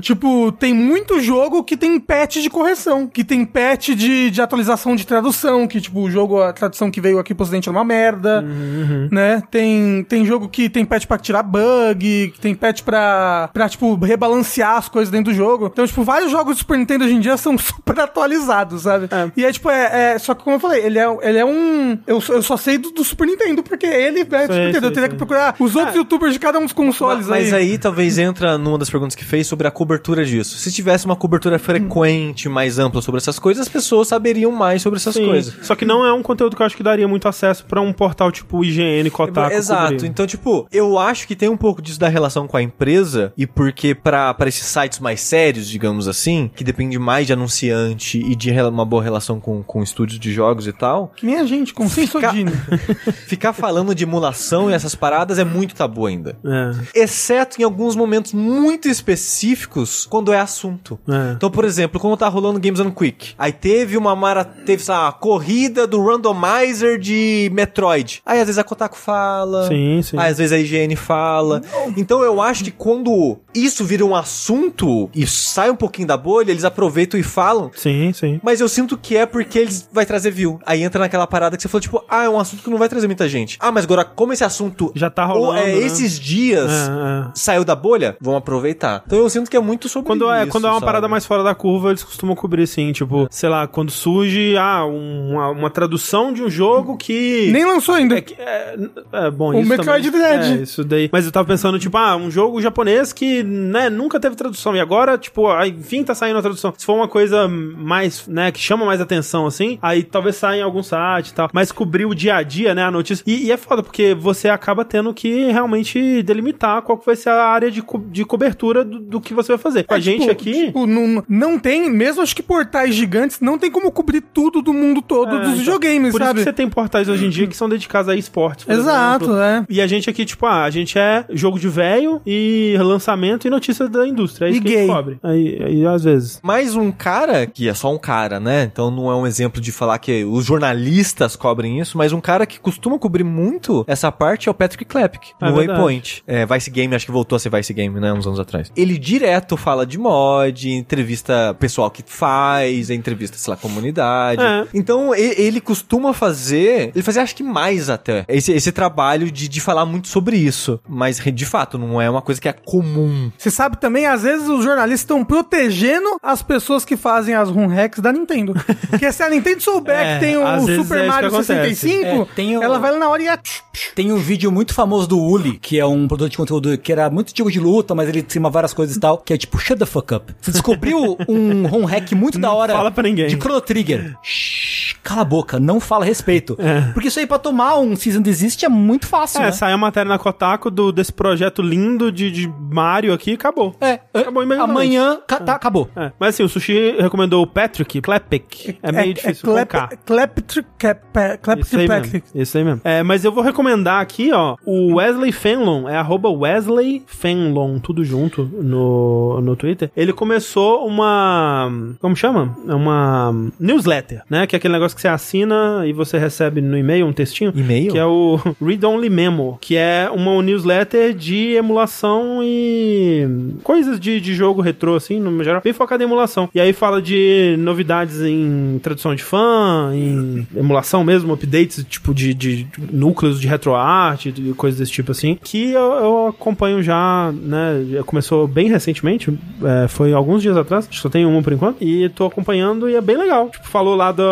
S4: Tipo, tem muito jogo que tem patch de correção, que tem patch de, de atualização de tradução, que tipo, o jogo, a tradução que veio aqui pro ocidente é uma merda, né? Tem, tem jogo que tem patch pra tirar bug, que tem patch pra, pra, tipo, rebalancear as coisas dentro do jogo. Então, tipo, vários jogos do Super Nintendo hoje em dia são super atualizados, sabe? E é tipo, é, é- Só que como eu falei, ele é, ele é um... Eu, só- eu só sei do, do Super Nintendo, porque ele é do Super Nintendo.
S1: sei,
S4: eu teria
S1: sei.
S4: que procurar os outros youtubers de cada um dos consoles
S2: Mas
S4: É. aí.
S2: aí talvez entra numa das perguntas que fez sobre a cobertura disso. Se tivesse uma cobertura frequente, mais ampla sobre essas coisas, as pessoas saberiam mais sobre essas
S1: Sim.
S2: coisas.
S1: Só que não é um conteúdo que eu acho que daria muito acesso pra um portal tipo IGN, Kotaku.
S2: É, Exato.
S1: cobrir.
S2: Então, tipo, eu acho que tem um pouco disso da relação com a empresa e porque pra pra esses sites mais sérios, digamos assim, que depende mais de anunciante e de rela- uma boa relação com, com estúdios de jogos e tal,
S4: Que nem a gente, com Sensodini.
S2: ficar falando de emulação e essas paradas é muito tabu ainda.
S1: É.
S2: Exceto em alguns momentos muito específicos quando é assunto.
S1: É.
S2: Então, por exemplo, quando tá rolando Games on Quick, aí teve uma mara, teve essa corrida do randomizer de Metroid. Aí às vezes a Kotaku fala.
S1: Sim, sim.
S2: Aí, às vezes a IGN fala. Então eu acho que quando isso vira um assunto e sai um pouquinho da bolha, eles aproveitam e falam.
S1: Sim, sim.
S2: Mas eu sinto que é porque eles vai trazer view. Aí entra naquela parada que você falou, tipo, ah, é um assunto que não vai trazer muita gente. Ah, mas agora, como esse assunto
S1: Já tá
S2: ou
S1: rolando.
S2: é
S1: né?
S2: esses dias
S1: É, é.
S2: saiu da bolha, vamos aproveitar. Então eu sinto que é muito sobre
S1: Quando é,
S2: isso,
S1: quando é uma
S2: sabe?
S1: parada mais fora da curva, eles costumam cobrir assim, tipo, sei lá, quando surge ah, uma, uma tradução de um jogo que.
S4: nem lançou ainda.
S1: É, que- é, é, bom,
S4: O
S1: isso
S4: Metroid
S1: também.
S4: Dread.
S1: É, isso daí. Mas eu tava pensando, tipo, ah, um jogo japonês que, né, nunca teve tradução. E agora, tipo, ah, enfim, tá saindo a tradução. Se for uma coisa mais, né, que chama mais atenção, assim, aí talvez saia em algum site e tal. Mas cobrir o dia a dia, né, a notícia. E, e é foda, porque você acaba tendo que realmente delimitar qual que vai ser a área de, co- de cobertura do, do que você vai fazer. Com a
S4: É, tipo,
S1: gente aqui.
S4: tipo, não, não tem, mesmo acho que portais gigantes, não tem como cobrir tudo do mundo todo
S1: é,
S4: dos
S1: então,
S4: videogames,
S1: Por
S4: sabe?
S1: isso que você tem portais hoje em dia que são dedicados a esportes. por exemplo.
S4: Exato, é.
S1: E a gente aqui, tipo, ah, a gente é jogo de velho e lançamento e notícia da indústria. É isso
S4: E
S1: que a
S4: gay.
S1: gente cobre. Aí, aí, às vezes.
S2: Mas um cara, que é só um cara, né? Então não é um exemplo de falar que os jornalistas cobrem isso, mas um cara que costuma cobrir muito essa parte é o Patrick Klepek,
S1: É
S2: no
S1: verdade.
S2: Waypoint. É, Vice Game, acho que voltou a ser Vice Game, né? Uns anos atrás. Ele direto fala de mod, entrevista pessoal que faz, entrevista, sei lá, comunidade.
S1: É.
S2: Então e- ele costuma fazer, ele fazia acho que mais até, esse, esse trabalho de, de falar muito sobre isso. Mas re- de fato, não é uma coisa que é comum.
S4: Você sabe também, às vezes os jornalistas estão protegendo as pessoas que fazem as run hacks da Nintendo. Porque se a Nintendo souber
S1: É,
S4: que tem
S1: às
S4: o
S1: vezes é
S4: Super
S1: isso
S4: Mario
S1: que acontece.
S4: 65,
S3: É, tem o-
S4: ela vai lá na hora e é... psh, psh.
S3: Tem um vídeo muito famoso do Uli, que é um produtor de conteúdo que era muito tipo de luta, mas ele cima várias coisas e tal, que é tipo, shut the fuck up. Você descobriu um home hack muito da hora.
S1: fala pra ninguém.
S3: De Chrono Trigger. Shhh, cala a boca, não fala a respeito. Porque isso aí pra tomar um Season Desist é muito fácil,
S1: É,
S3: né?
S1: saiu a matéria na Kotaku do, desse projeto lindo de, de Mario aqui e acabou.
S3: É,
S1: Acabou imediatamente.
S3: amanhã ca- tá, acabou.
S1: É. Mas assim, o Sushi recomendou o Patrick, Klepek. É meio difícil. com
S4: clap,
S1: K.
S4: clap, clap, clap,
S1: Isso aí, mesmo,
S4: Patrick.
S1: isso aí mesmo. Hum. É, mas eu vou recomendar aqui, ó, o Wesley Fenlon, é arroba Wesley Fenlon, tudo junto no, no Twitter. Ele começou uma. Como chama? É uma newsletter, né? Que é aquele negócio que você assina e você recebe no e-mail um textinho.
S2: E-mail?
S1: Que é o Read Only Memo, que é uma newsletter de emulação e coisas de, de jogo retrô, assim, no geral, bem focada em emulação. E aí fala de novidades em tradução de fã, em emulação mesmo, updates, tipo, de, de núcleos de retroarte, de coisas desse tipo, assim, que eu, eu acompanho já, né, já começou bem recentemente, é, foi alguns dias atrás, acho que só tem uma por enquanto, e tô acompanhando e é bem legal. Tipo, falou lá do,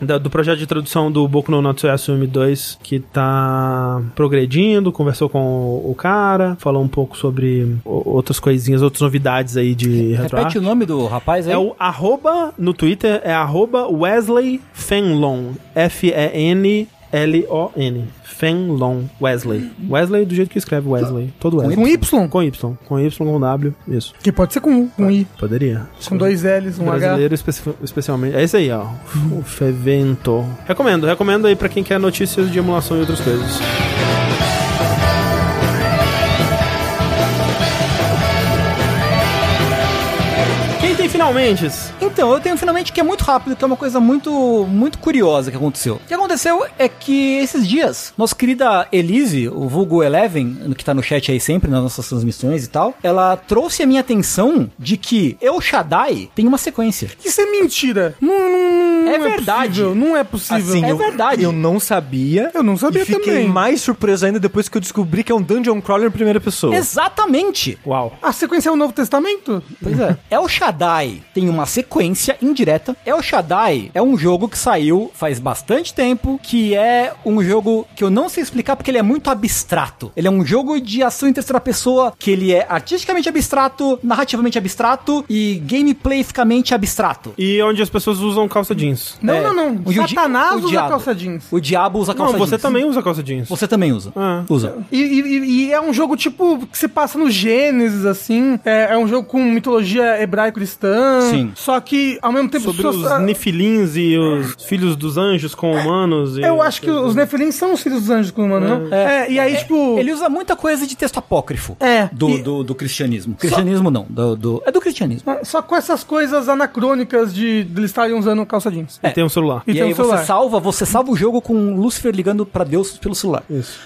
S1: da- do projeto de tradução do Boku no Natsuyasu M2, que tá progredindo, conversou com o, o cara, falou um pouco sobre o- outras coisinhas, outras novidades aí de retroarte.
S3: Repete o nome do rapaz aí.
S1: É o arroba no Twitter, é arroba Wesley Fenlon. F-E-N. L-O-N. Fenlon Wesley. Wesley do jeito que escreve Wesley. Todo Wesley.
S4: Com Y?
S1: Com Y. Com Y, com W. Isso.
S4: Que pode ser com um, com I,
S1: Poderia.
S4: com dois L's, um H.
S1: Brasileiro especi- especialmente. É isso aí, ó. O Fevento. Recomendo, recomendo aí pra quem quer notícias de emulação e outras coisas. Quem tem finalmente?
S3: Então, eu tenho finalmente que é muito rápido, que é uma coisa muito muito curiosa que aconteceu. O que aconteceu é que esses dias, nossa querida Elise, o vulgo Eleven, que tá no chat aí sempre nas nossas transmissões e tal, ela trouxe a minha atenção de que El Shaddai tem uma sequência.
S4: Isso é mentira. Não, não, não
S3: É verdade.
S4: Hum, possível, não é possível.
S2: Assim,
S3: É
S2: eu,
S3: verdade.
S2: Eu não sabia.
S4: Eu não sabia
S2: e fiquei
S4: também.
S2: mais surpreso ainda depois que eu descobri que é um dungeon crawler em primeira pessoa.
S3: Exatamente.
S1: Uau.
S4: A sequência é o Novo Testamento?
S3: Pois é. El Shaddai tem uma sequência indireta. El Shaddai é um jogo que saiu faz bastante tempo, que é um jogo que eu não sei explicar porque ele é muito abstrato. Ele é um jogo de ação em terceira pessoa, que ele é artisticamente abstrato, narrativamente abstrato e gameplayficamente abstrato.
S1: E onde as pessoas usam calça jeans.
S4: Não,
S3: É,
S4: não, não.
S3: o di-
S4: Satanás
S3: o
S4: usa
S3: diabo.
S4: calça jeans.
S3: O diabo usa calça
S1: Não, você
S3: jeans.
S1: também usa calça jeans.
S3: Você também usa.
S1: Ah.
S3: Usa.
S4: E, e- e é um jogo, tipo, que se passa no Gênesis, assim. É, é um jogo com mitologia hebraico-cristã.
S3: Sim.
S4: Só que, ao mesmo tempo...
S1: Sobre
S4: so-
S1: os
S4: ah,
S1: nefilins e os filhos dos anjos com humanos. e-
S4: Eu acho
S3: né?
S4: que os Nefilim são os filhos dos anjos, mano, não? É, e aí, tipo...
S3: Ele usa muita coisa de texto apócrifo.
S4: É.
S3: Do,
S4: E-
S3: do, do cristianismo. Cristianismo não. do- do, é do cristianismo.
S4: Só com essas coisas anacrônicas de, de eles estarem usando calça jeans.
S3: É.
S1: E tem um celular.
S4: E,
S3: E
S4: tem
S3: aí
S4: um celular.
S3: você salva, você salva o jogo com um Lúcifer ligando pra Deus pelo celular.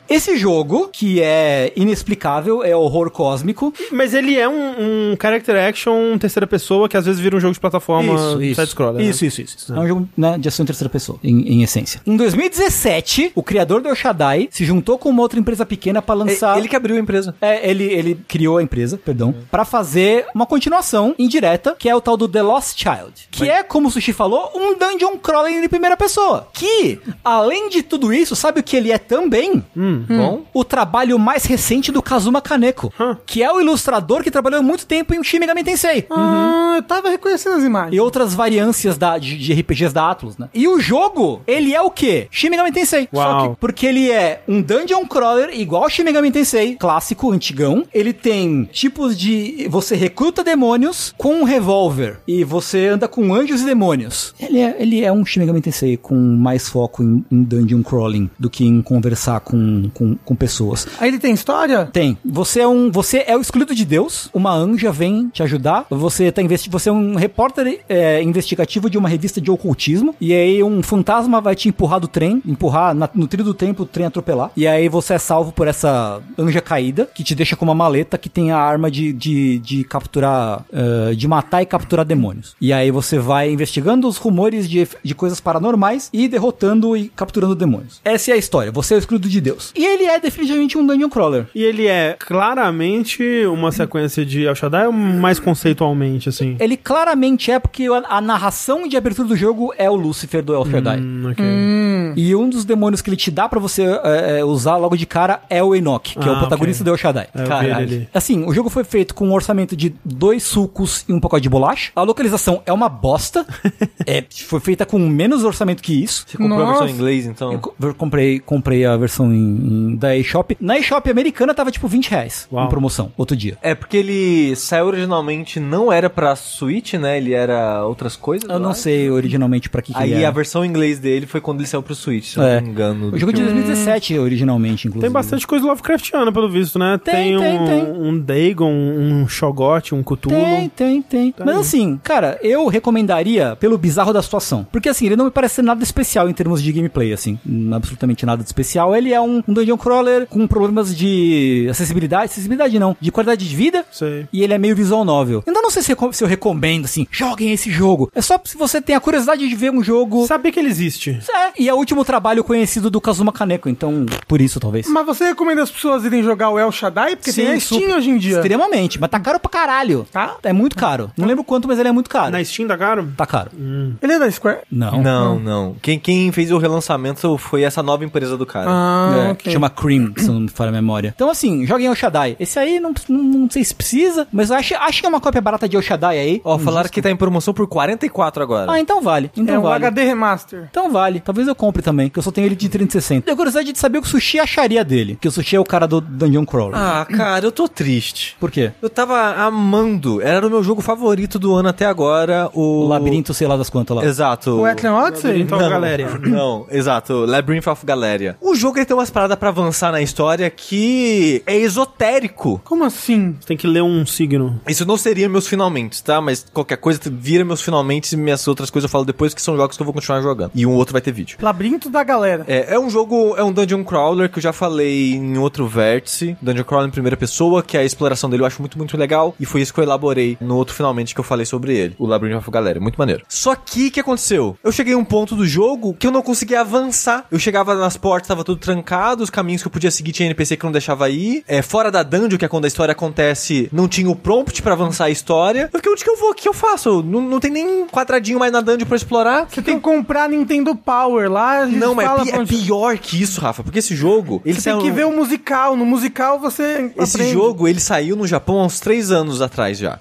S3: Esse jogo, que é inexplicável, é horror cósmico.
S1: Mas ele é um, um character action terceira pessoa que às vezes vira um jogo de plataforma side-scroller. né?
S3: isso, isso, isso, isso. É um jogo né, de ação em terceira pessoa, em, em essência. Em 2017, o criador do El Shaddai se juntou com uma outra empresa pequena pra lançar...
S2: É, ele que abriu a empresa.
S3: É, ele, ele criou a empresa, perdão,
S4: Uhum.
S3: pra fazer uma continuação indireta, que é o tal do The Lost Child. Que é, como o Sushi falou, um dungeon crawler em primeira pessoa. Que, além de tudo isso, sabe o que ele é também?
S1: Hum.
S2: Hum.
S3: Bom, o trabalho mais recente do Kazuma Kaneko, que é o ilustrador que trabalhou muito tempo em Shin Megami Tensei.
S4: Ah, eu tava reconhecendo as imagens.
S3: E outras variâncias da- de, de RPGs da Atlus, né? E o jogo, ele é o quê? Shin Megami Tensei.
S1: Uau.
S3: Só que porque ele é um dungeon crawler igual ao Shin Megami Tensei, clássico, antigão. Ele tem tipos de... Você recruta demônios com um revólver. E você anda com anjos e demônios. Ele é, ele é um Shin Megami Tensei com mais foco em, em dungeon crawling do que em conversar com, com, com pessoas.
S4: Aí ele tem história?
S3: Tem. Você é um, você é o escolhido de Deus. Uma anja vem te ajudar. Você tá investi você é um repórter é, investigativo de uma revista de ocultismo. E aí um fantasma vai te empurrar do trem, empurrar na- no trilho do trem pro trem atropelar. E aí você é salvo por essa anja caída que te deixa com uma maleta que tem a arma de, de, de capturar, eh, de matar e capturar demônios. E aí você vai investigando os rumores de, de coisas paranormais e derrotando e capturando demônios. Essa é a história. Você é o escolhido de Deus. E ele é definitivamente um dungeon crawler.
S1: E ele é claramente uma sequência de El Shaddai, ou mais conceitualmente, assim.
S3: Ele claramente é porque a, a narração de abertura do jogo é o Lúcifer do El Shaddai.
S1: Hum, ok.
S3: E um dos demônios que ele te dá pra você é, é, usar logo de cara é o Enoch, que é
S1: Ah,
S3: o protagonista
S1: ok.
S3: do El Shaddai.
S1: É, eu vi
S3: Caralho.
S1: ele ali.
S3: Assim, o jogo foi feito com um orçamento de dois sucos e um pacote de bolacha. A localização é uma bosta. É, foi feita com menos orçamento que isso.
S2: Você comprou a versão
S4: Nossa.
S2: em inglês, então.
S3: Eu co- eu comprei, comprei a versão em- em- da eShop. Na eShop americana tava tipo 20 reais
S1: Uau.
S3: em promoção, outro dia.
S2: É porque ele saiu originalmente, não era pra Switch, né? Ele era outras coisas.
S3: Eu não
S2: acho.
S3: sei originalmente pra que, que ele é.
S2: Aí
S3: era.
S2: a versão em inglês dele foi quando ele saiu pro Switch, se eu
S3: É.
S2: não me engano.
S3: O jogo de 2017, originalmente, inclusive.
S1: Tem bastante coisa Lovecraftiana, pelo visto, né?
S3: Tem, tem,
S1: um,
S3: tem.
S1: um Dagon, um Shogot, um Cthulhu.
S3: Tem, tem, tem.
S1: Tá
S3: Mas assim, cara, eu recomendaria pelo bizarro da situação. Porque assim, ele não me parece nada especial em termos de gameplay, assim. Hum, Absolutamente nada de especial. Ele é um, um dungeon crawler com problemas de acessibilidade. Acessibilidade não, de qualidade de vida.
S1: Sei.
S3: E ele é meio visual novel. Ainda não sei se, recom- se eu recomendo, assim, joguem esse jogo. É só se você tem a curiosidade de ver um jogo.
S1: Saber que ele existe.
S3: É, e é o último trabalho conhecido do Kazuma Kaneko, então por isso talvez.
S4: Mas você recomenda as pessoas irem jogar o El Shaddai? Porque tem a Steam
S3: super-
S4: hoje em dia.
S3: Extremamente, mas tá caro pra caralho.
S4: Tá?
S3: É muito caro. Não lembro quanto, mas ele é muito caro.
S1: Na Steam da Caro?
S3: Tá caro.
S4: Ele é da da Square?
S3: Não.
S2: Não, não. Quem, quem fez o relançamento foi essa nova empresa do cara.
S4: Ah,
S3: É,
S4: ok.
S3: Chama Cream, se eu não me falha a memória. Então, assim, joguem El Shaddai. Esse aí, não, não, não sei se precisa, mas eu acho, acho que é uma cópia barata de El Shaddai aí.
S2: Ó, falaram que tá em promoção por 44 agora.
S3: Ah, então vale. Então
S4: é um
S3: vale.
S4: HD Remaster.
S3: Então vale. Talvez eu compre também, que eu só tenho ele de 360. Tenho curiosidade de saber o que o Sushi acharia dele. Que o Sushi é o cara do Dungeon Crawler.
S2: Ah, cara, eu tô triste.
S3: Por quê?
S2: Eu tava amando. Era o meu jogo favorito do ano até agora, o...
S3: O labirinto, sei lá das quantas lá.
S2: Exato.
S4: O Atlan Odyssey?
S1: Então, galera.
S2: Não, exato. Labyrinth of Galeria. O jogo ele tem umas paradas pra avançar na história que é esotérico.
S4: Como assim?
S1: Tem que ler um signo.
S2: Isso não seria meus finalmente, tá? Mas qualquer coisa vira meus finalmente e minhas outras coisas eu falo depois que são jogos que eu vou continuar jogando. E um outro vai ter vídeo.
S4: Labirinto da Galera.
S2: É, é um jogo, é um dungeon crawler que eu já falei em outro vértice. Dungeon crawler em primeira pessoa, que é a exploração dele eu acho muito, muito legal. E foi isso que eu elaborei no outro finalmente que eu falei sobre ele. O Labyrinth of Galera. Muito maneiro. Só que, o que aconteceu? Eu cheguei a um ponto do jogo que eu não conseguia avançar. Eu chegava nas portas, tava tudo trancado, os caminhos que eu podia seguir tinha NPC que não deixava ir. É, fora da dungeon, que é quando a história acontece, não tinha o prompt pra avançar a história. Eu fiquei, onde que eu vou? O que eu faço? Não, não tem nem quadradinho mais na dungeon pra explorar.
S4: Você tem que comprar a Nintendo Power lá. a gente
S2: Não, mas é
S4: fala
S2: pi-
S4: pra
S2: é
S4: onde-
S2: pior que isso, Rafa, porque esse jogo. Ele
S4: Você tem
S2: saiu-
S4: que ver o musical. No musical você.
S2: Esse
S4: aprende.
S2: jogo, ele saiu no Japão há uns três anos atrás já.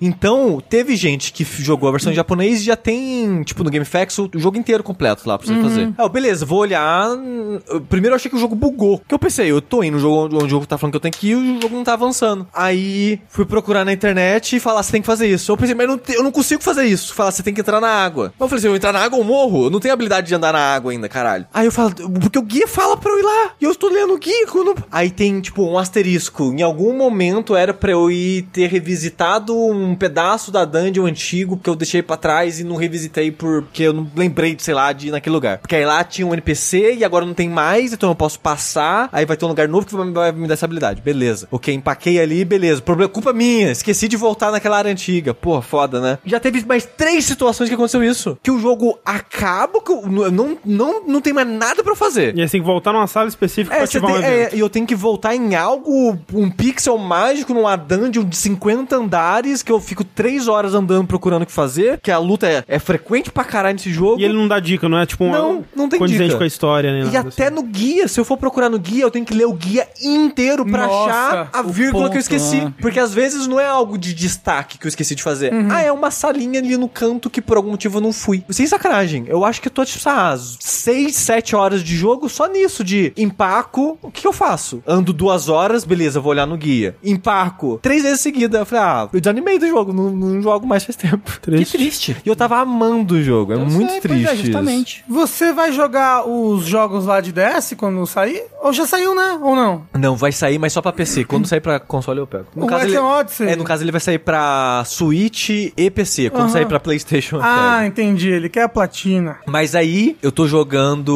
S2: Então, teve gente que f- jogou a versão em japonês e já tem, tipo, no GameFAQs, o o jogo inteiro completo lá pra você fazer. Ah, eu, beleza, vou olhar. hum, eu- Primeiro eu achei que o jogo bugou. Porque eu pensei, eu tô indo no jogo onde- onde o jogo tá falando que eu tenho que ir e o jogo não tá avançando. Aí, fui procurar na internet e falar, você tem que fazer isso. Eu pensei, mas não te- eu não consigo fazer isso. Falar, você tem que entrar na água. Mas eu falei, se eu entrar na água, eu morro. Eu não tenho habilidade de andar na água ainda, caralho. Aí eu falo, porque o guia fala pra eu ir lá. E eu estou lendo o guia. quando- Aí tem, tipo, um asterisco. Em algum momento era pra eu ir ter revisitado um pedaço da dungeon antigo que eu deixei pra trás e não revisitei porque eu não lembrei, de, sei lá, de ir naquele lugar. Porque aí lá tinha um NPC e agora não tem mais, então eu posso passar. Aí vai ter um lugar novo que vai, vai me dar essa habilidade. Beleza. Ok, empaquei ali, beleza. Problema, culpa minha. Esqueci de voltar naquela área antiga. Porra, foda, né? Já teve mais três situações que aconteceu isso. Que o jogo acaba, que eu não, não, não, não tem mais nada pra eu fazer.
S1: E aí você tem que voltar numa sala específica
S2: É,
S1: pra
S2: você
S1: ativar
S2: tem,
S1: um evento.
S2: é, e eu tenho que voltar em algo, um pixel mágico numa dungeon de 50 andares, que eu fico 3 horas andando procurando o que fazer, que a luta é, é frequente pra caralho nesse jogo.
S1: E ele não dá dica, não é tipo um
S2: Não, não tem
S1: condizente
S2: dica.
S1: com a história, né?
S2: E até no guia, se eu for procurar no guia, eu tenho que ler o guia inteiro pra
S4: Nossa,
S2: achar a vírgula
S3: ponto,
S2: que eu esqueci.
S3: né? Uhum.
S2: Porque às vezes não é algo de destaque que eu esqueci de fazer. Ah, é uma salinha ali no canto que por algum motivo eu não fui. Sem sacanagem, eu acho que eu tô, tipo, sei lá, 6, 7 horas de jogo só nisso, de empaco, o que eu faço? Ando duas horas, beleza, vou olhar no guia. Empaco, três vezes seguida. Eu falei, ah, eu desanimei do jogo, não, não jogo mais faz tempo.
S3: Que triste.
S2: E eu tava amando o jogo, é muito
S3: É, pois
S2: triste.
S3: é,
S2: isso.
S3: justamente.
S4: Você vai jogar os jogos lá de DS quando sair? Ou já saiu, né? Ou não?
S2: Não, vai sair, mas só pra PC. Quando sair pra console, eu pego.
S4: O Action Um Odyssey.
S2: É, no caso ele vai sair pra Switch e PC. Quando
S4: Aham.
S2: sair pra PlayStation, eu
S4: Ah,
S2: pego.
S4: entendi. Ele quer a platina.
S2: Mas aí, eu tô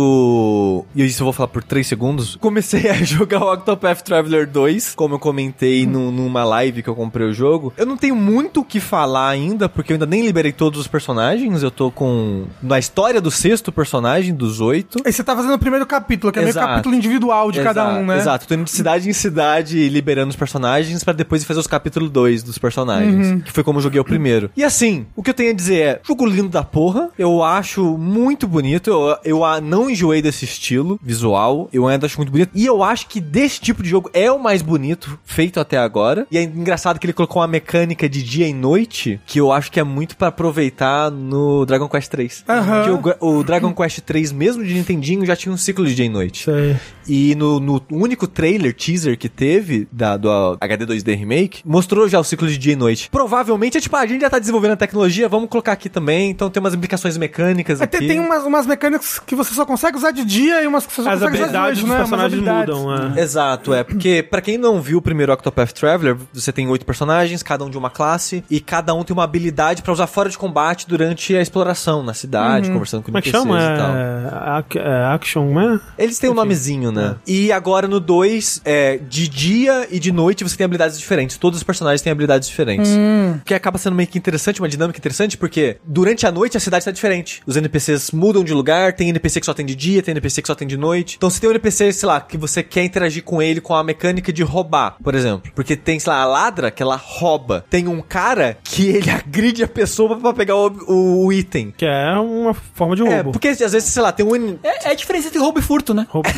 S2: jogando. E isso eu vou falar por 3 segundos. Comecei a jogar o Octopath Traveler 2, como eu comentei
S4: Hum.
S2: no- numa live que eu comprei o jogo. Eu não tenho muito o que falar ainda, porque eu ainda nem liberei todos os personagens. Eu tô com. Na história do sexto personagem, dos oito.
S4: E você tá fazendo o primeiro capítulo, que é meio
S2: Exato.
S4: capítulo individual de cada um, né?
S2: Exato, tô indo de cidade em cidade liberando os personagens pra depois fazer os capítulo 2 dos personagens,
S4: Uhum.
S2: que foi como eu joguei o primeiro. E assim, o que eu tenho a dizer é, jogo lindo da porra, eu acho muito bonito, eu, eu ah, não enjoei desse estilo visual, eu ainda acho muito bonito, e eu acho que desse tipo de jogo é o mais bonito feito até agora, e é engraçado que ele colocou uma mecânica de dia e noite, que eu acho que é muito pra aproveitar no Dragon Quest 3.
S4: Aham.
S2: Que o gra- o, Dragon Quest 3, mesmo de Nintendinho, já tinha um ciclo de dia e noite.
S1: Sei.
S2: E no, no único trailer, teaser que teve da, do HD 2D Remake, mostrou já o ciclo de dia e noite. Provavelmente é tipo, ah, a gente já tá desenvolvendo a tecnologia, vamos colocar aqui também. Então tem umas implicações mecânicas
S4: É, tem,
S2: aqui.
S4: tem umas, umas mecânicas que você só consegue usar de dia e umas que você só
S1: As
S4: consegue usar de
S1: habilidades
S4: noite,
S1: dos
S4: né? Umas
S1: personagens
S4: habilidades.
S1: mudam, é.
S2: Exato, é. Porque, pra quem não viu o primeiro Octopath Traveler, você tem oito personagens, cada um de uma classe, e cada um tem uma habilidade pra usar fora de combate durante a exploração na cidade, conversando com
S1: Como é que
S2: NPCs
S1: chama?
S2: e tal.
S1: É... ac- é Action, né?
S2: Eles têm um nomezinho, né? E agora no 2, é, de dia e de noite você tem habilidades diferentes. Todos os personagens têm habilidades diferentes. O que acaba sendo meio que interessante, uma dinâmica interessante, porque durante a noite a cidade tá diferente. Os NPCs mudam de lugar, tem NPC que só tem de dia, tem NPC que só tem de noite. Então se tem um NPC, sei lá, que você quer interagir com ele com a mecânica de roubar, por exemplo. Porque tem, sei lá, a ladra que ela rouba. Tem um cara que ele agride a pessoa pra pegar o, o, o item. item.
S1: Que é uma forma de
S2: É,
S1: roubo.
S2: porque às vezes, sei lá, tem um. in-
S3: É, é a diferença entre roubo e furto, né?
S1: Roubo.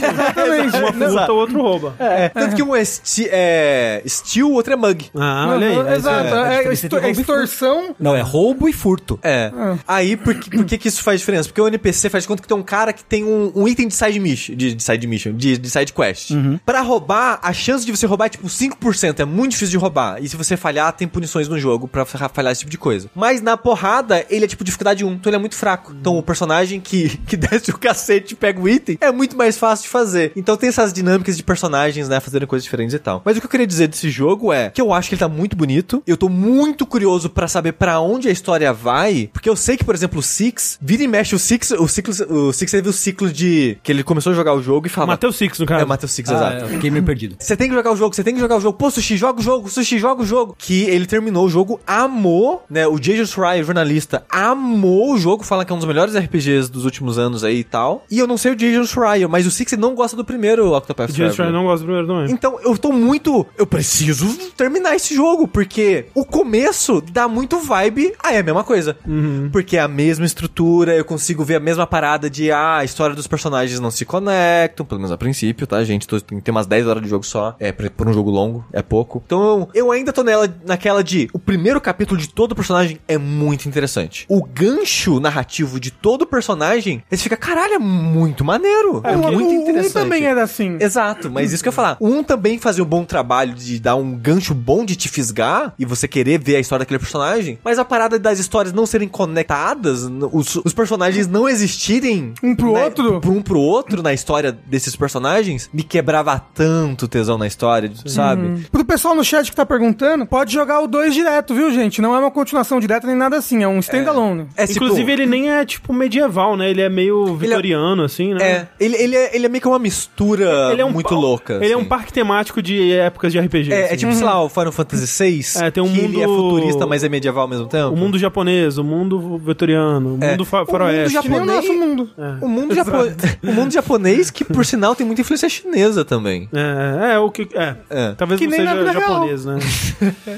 S4: Exatamente.
S1: uma furta, o outro rouba.
S2: É, tanto que um é, sti é steel, o outro é mug.
S1: Ah,
S4: Não,
S1: olha aí.
S4: não,
S1: é isso aí.
S4: Exato.
S3: é,
S4: É,
S3: é
S4: extor- é
S3: roubo e
S4: extorsão.
S3: Não, é roubo e furto.
S2: É. Aí, por que, por que que isso faz diferença? Porque o NPC faz de conta que tem um cara que tem um, um item de side mission, de, de side mission, de, de side quest.
S3: Uhum.
S2: Pra roubar, a chance de você roubar é tipo 5%, é muito difícil de roubar. E se você falhar, tem punições no jogo pra fa- falhar esse tipo de coisa. Mas na porrada, ele é tipo dificuldade 1, então ele é muito fraco. Então o personagem que, que desce o cacete e pega o item, é muito mais fácil de fazer. Então tem essas dinâmicas de personagens, né, fazendo coisas diferentes e tal. Mas o que eu queria dizer desse jogo é que eu acho que ele tá muito bonito. Eu tô muito curioso pra saber pra onde a história vai, porque eu sei que, por exemplo, o Six, vira e mexe o Six, o ciclo, o Six teve o ciclo de que ele começou a jogar o jogo e falava
S1: Matei o Six, no
S2: É,
S1: caso.
S2: Matheus Six,
S3: Ah,
S2: exato.
S3: eu Fiquei meio perdido.
S2: Você tem que jogar o jogo, você tem que jogar o jogo. Pô, Sushi, joga o jogo, Sushi, joga o jogo. Que ele terminou o jogo, amou, né? O J.J. Fry, o jornalista, amou o jogo, fala que é um dos melhores RPGs dos últimos anos aí e tal. E eu não sei o J.J. Fry, mas o Six não gosta do primeiro Octopath
S1: O James Ryan
S2: Traveler.
S1: não gosta do primeiro também.
S2: Então, eu tô muito. Eu preciso terminar esse jogo, porque o começo dá muito vibe. Ah, é a mesma coisa.
S4: Uhum.
S2: Porque é a mesma estrutura, eu consigo ver a mesma parada de. Ah, a história dos personagens não se conectam, pelo menos a princípio, tá, gente? Tô, tem, tem umas 10 horas de jogo só. É, pra- por um jogo longo, é pouco. Então, eu ainda tô nela, naquela de. O primeiro capítulo de todo personagem é muito interessante. O gancho narrativo de todo personagem, você fica, caralho, é muito maneiro. É,
S4: o-
S2: muito
S4: o-
S2: interessante.
S4: O um também era assim.
S2: Exato, mas isso que eu ia falar. Um também fazia um bom trabalho de dar um gancho bom de te fisgar e você querer ver a história daquele personagem, mas a parada das histórias não serem conectadas, n- os, os personagens não existirem
S4: Um pro
S2: né,
S4: outro?
S2: pro um pro outro na história desses personagens, me quebrava tanto o tesão na história, sabe?
S4: Pro pessoal no chat que tá perguntando, pode jogar o 2 direto, viu, gente? Não é uma continuação direta nem nada assim, é um standalone.
S2: É, tipo-
S1: Inclusive, ele nem é, tipo, medieval, né? Ele é meio vitoriano, assim, né?
S2: é, ele, ele é, ele é meio que uma mistura muito
S1: pa-
S2: louca.
S1: Ele é um
S2: assim.
S1: parque temático de épocas de RPG.
S2: É, é
S1: assim.
S2: tipo, sei lá, o Final Fantasy VI,
S1: É, tem um
S2: que ele é
S1: mundo-
S2: futurista, mas é medieval ao mesmo tempo.
S1: O mundo japonês, o mundo vitoriano, o
S2: É.
S1: mundo fa-
S2: O
S1: faroeste.
S2: mundo
S4: Que nem É o
S2: japonês-
S4: nosso mundo.
S1: É.
S2: O mundo, japo- o mundo japonês, que por sinal tem muita influência chinesa também.
S1: É, é o que. É.
S2: É.
S1: Talvez
S4: Que
S1: não
S4: nem na
S1: seja
S4: vida
S1: japonês, né?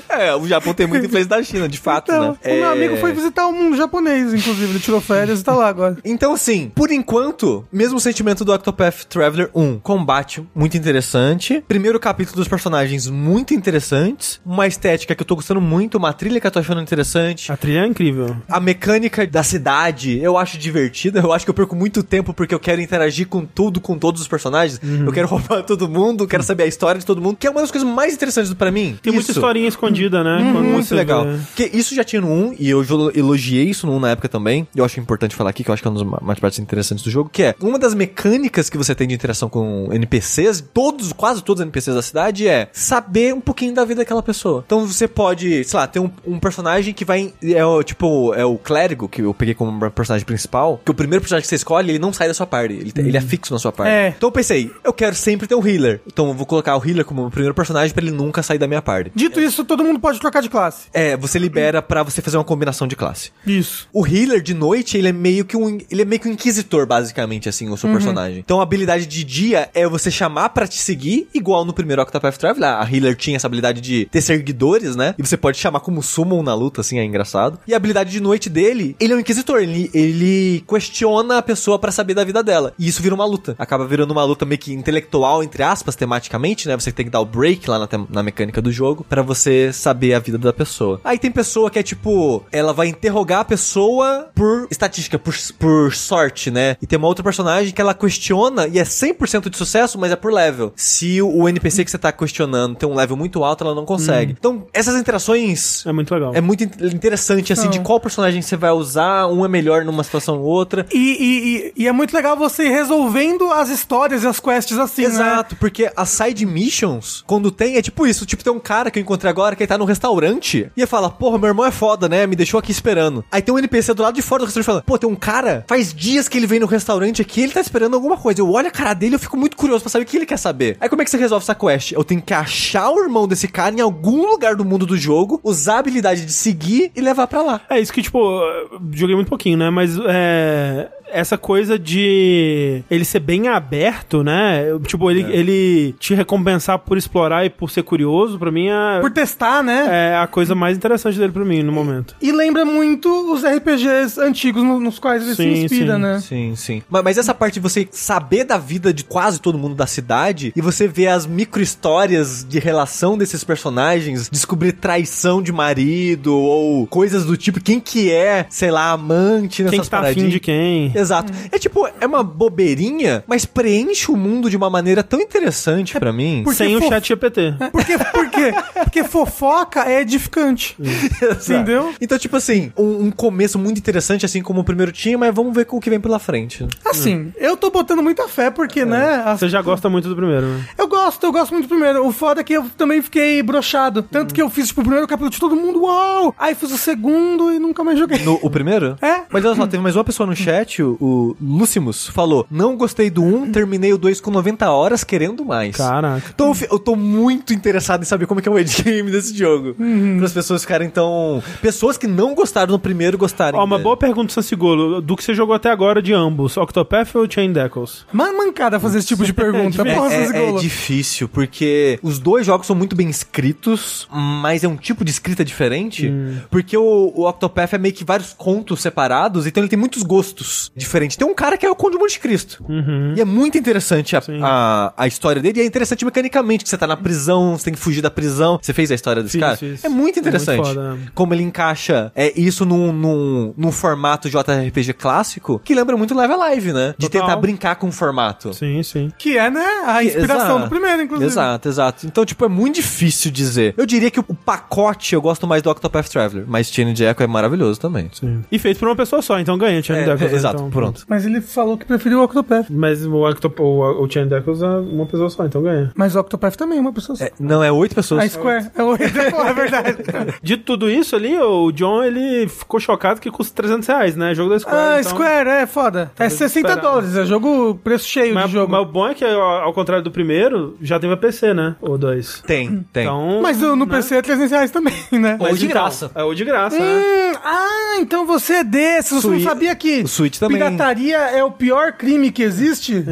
S2: É, o Japão tem muita influência da China, de fato,
S4: Então,
S2: né?
S4: o meu amigo foi visitar o mundo japonês, inclusive. Ele tirou férias e tá lá agora.
S2: Então, assim, por enquanto, mesmo sentimento do Octopath Traveler 1. Combate muito interessante. Primeiro capítulo dos personagens muito interessantes. Uma estética que eu tô gostando muito. Uma trilha que eu tô achando interessante.
S1: A trilha é incrível.
S2: A mecânica da cidade eu acho divertida. Eu acho que eu perco muito tempo porque eu quero interagir com tudo, com todos os personagens.
S1: Uhum.
S2: Eu quero roubar todo mundo, eu quero saber a história de todo mundo, que é uma das coisas mais interessantes pra mim.
S1: Tem muita
S2: Isso. Uhum.
S1: historinha escondida, né? Quando
S2: Muito
S1: você
S2: legal.
S1: vê.
S2: Porque isso já tinha no 1, e eu jo- elogiei isso no 1 na época também. E eu acho importante falar aqui, que eu acho que é uma das ma- mais partes interessantes do jogo, que é uma das mecânicas que você tem de interação com NPCs, todos, quase todos os NPCs da cidade, é saber um pouquinho da vida daquela pessoa. Então você pode, sei lá, ter um, um personagem que vai. em- É o tipo, é o clérigo que eu peguei como personagem principal. Que o primeiro personagem que você escolhe, ele não sai da sua party. Ele, te- ele é fixo na sua party.
S4: É.
S2: Então eu pensei, eu quero sempre ter um healer. Então eu vou colocar o healer como meu primeiro personagem pra ele nunca sair da minha party.
S4: Dito isso, todo mundo pode trocar de classe.
S2: É, você libera pra você fazer uma combinação de classe.
S4: Isso.
S2: O healer de noite, ele é meio que um, ele é meio que um inquisitor basicamente assim, o seu personagem. Então a habilidade de dia é você chamar pra te seguir, igual no primeiro Octopath Traveler, a healer tinha essa habilidade de ter seguidores, né? E você pode chamar como summon na luta assim, é engraçado. E a habilidade de noite dele, ele é um inquisitor, ele, ele questiona a pessoa pra saber da vida dela. E isso vira uma luta. Acaba virando uma luta meio que intelectual entre aspas, tematicamente, né? Você tem que dar o break lá na, tem- na mecânica do jogo pra você saber a vida da pessoa. Aí tem pessoa que é tipo, ela vai interrogar a pessoa por estatística, por, por sorte, né? E tem uma outra personagem que ela questiona e é 100% de sucesso, mas é por level. Se o- o NPC que você tá questionando tem um level muito alto, ela não consegue. Então, essas interações
S1: É muito legal.
S2: é muito in- interessante, assim, de qual personagem você vai usar, um é melhor numa situação ou outra.
S4: E, e- e- e é muito legal você ir resolvendo as histórias e as quests assim, né?
S2: Exato, porque as side missions, quando tem, é tipo isso. Tipo, tem um cara que eu encontrei agora que ele tá num restaurante e ele fala, porra, meu irmão é foda, né? Me deixou aqui esperando. Aí tem um NPC do lado de fora do restaurante falando, pô, tem um cara, faz dias que ele vem no restaurante aqui ele tá esperando alguma coisa. Eu olho a cara dele e eu fico muito curioso pra saber o que ele quer saber. Aí como é que você resolve essa quest? Eu tenho que achar o irmão desse cara em algum lugar do mundo do jogo, usar a habilidade de seguir e levar pra lá.
S1: É isso que, tipo, eu joguei muito pouquinho, né? Mas é. essa coisa de ele ser bem aberto, né? Eu, Tipo, ele,
S2: É.
S1: ele te recompensar por explorar e por ser curioso, pra mim é,
S4: Por testar, né?
S1: é a coisa mais interessante dele pra mim no momento.
S4: E lembra muito os RPGs antigos no- nos quais ele se
S1: Sim,
S4: inspira,
S1: sim,
S4: né?
S2: Sim, sim. Ma- Mas, essa parte de você saber da vida de quase todo mundo da cidade e você ver as micro-histórias de relação desses personagens, descobrir traição de marido ou coisas do tipo, quem que é, sei lá, amante nessas
S1: Quem que tá afim
S2: paradinhas.
S1: de quem?
S2: Exato. É tipo, é uma bobeirinha, mas preenche o mundo de uma maneira tão interessante pra mim.
S4: Porque
S1: Sem
S4: fo-
S1: o chat GPT.
S2: É.
S4: Porque, por quê? Porque fofoca é edificante.
S2: Exato.
S4: Entendeu?
S2: Então, tipo assim, um, um começo muito interessante, assim como o primeiro tinha, mas vamos ver o que vem pela frente. né?
S4: Assim, eu tô botando muita fé, porque, né? as-
S1: Você já gosta muito do primeiro, né?
S4: Eu gosto, eu gosto muito do primeiro. O foda é que eu também fiquei brochado. Tanto que eu fiz, tipo, o primeiro capítulo de todo mundo, uau! Aí fiz o segundo e nunca mais joguei.
S2: No- o primeiro?
S4: É.
S2: Mas olha só, teve mais uma pessoa no chat, o, o Lucimus, falou: Não gostei do 1, terminei o 2 com 90 horas querendo mais.
S1: Caraca.
S2: Então eu fi- eu tô muito interessado em saber como é que é o endgame desse jogo.
S1: Uhum.
S2: Para as pessoas ficarem tão. Pessoas que não gostaram do primeiro gostarem.
S1: Ó, uma
S2: dele.
S1: boa pergunta, Sansigolo. Do que você jogou até agora de ambos, Octopath ou Chain Deckles?
S4: Mas é mancada fazer esse tipo de pergunta.
S2: É,
S4: Porra,
S2: é-
S4: é,
S2: é difícil, porque os dois jogos são muito bem escritos, mas é um tipo de escrita diferente.
S1: Hum.
S2: Porque o, o Octopath é meio que vários contos separados, então ele tem muitos gostos diferentes. Tem um cara que é o Conde Monte Cristo.
S1: Uhum.
S2: E é muito interessante a, a, a história dele, e é interessante mecanicamente, que você tá na prisão, você tem que fugir da prisão. Você fez a história desse
S1: Fiz,
S2: cara?
S1: fiz.
S2: É muito interessante.
S1: Muito foda. né?
S2: Como ele encaixa é, isso num, num, num formato JRPG clássico, que lembra muito Live Alive, né? De
S1: Total.
S2: tentar brincar com o formato.
S1: Sim, sim.
S4: Que é, né? A inspiração
S2: Exato.
S4: do primeiro, inclusive.
S2: Exato, exato. Então, tipo, é muito difícil dizer. Eu diria que o pacote eu gosto mais do Octopath Traveler, mas Chain de Echo é maravilhoso também.
S1: E feito por uma pessoa só, então ganha Chain
S2: É,
S1: Deckles.
S2: é, exato,
S1: então.
S2: pronto.
S4: Mas ele falou que preferiu o Octopath.
S1: Mas o, Octop o, o Chain Deckles é uma pessoa só, então ganha.
S4: Mas o Octopath também é uma pessoa só.
S2: É, não, é oito pessoas.
S4: A Square. É o é verdade.
S1: Dito tudo isso ali, o John ele ficou chocado que custa 300 reais, né? Jogo da Square.
S4: Ah,
S1: então...
S4: Square, é foda. É 60
S1: desesperado.
S4: dólares, é jogo preço cheio
S1: Mas,
S4: de jogo.
S1: mas o bom é que, ó, ao contrário do primeiro, já teve a PC, né? Ou dois.
S2: Tem, tem.
S1: Então.
S4: Mas no no PC é 300 reais também, né?
S2: Ou de
S1: então,
S2: graça.
S1: É ou de graça, né?
S4: Hum, ah, então você é desses. Você não
S2: Sui-
S4: sabia que
S2: o Switch também.
S4: pirataria é o pior crime que existe?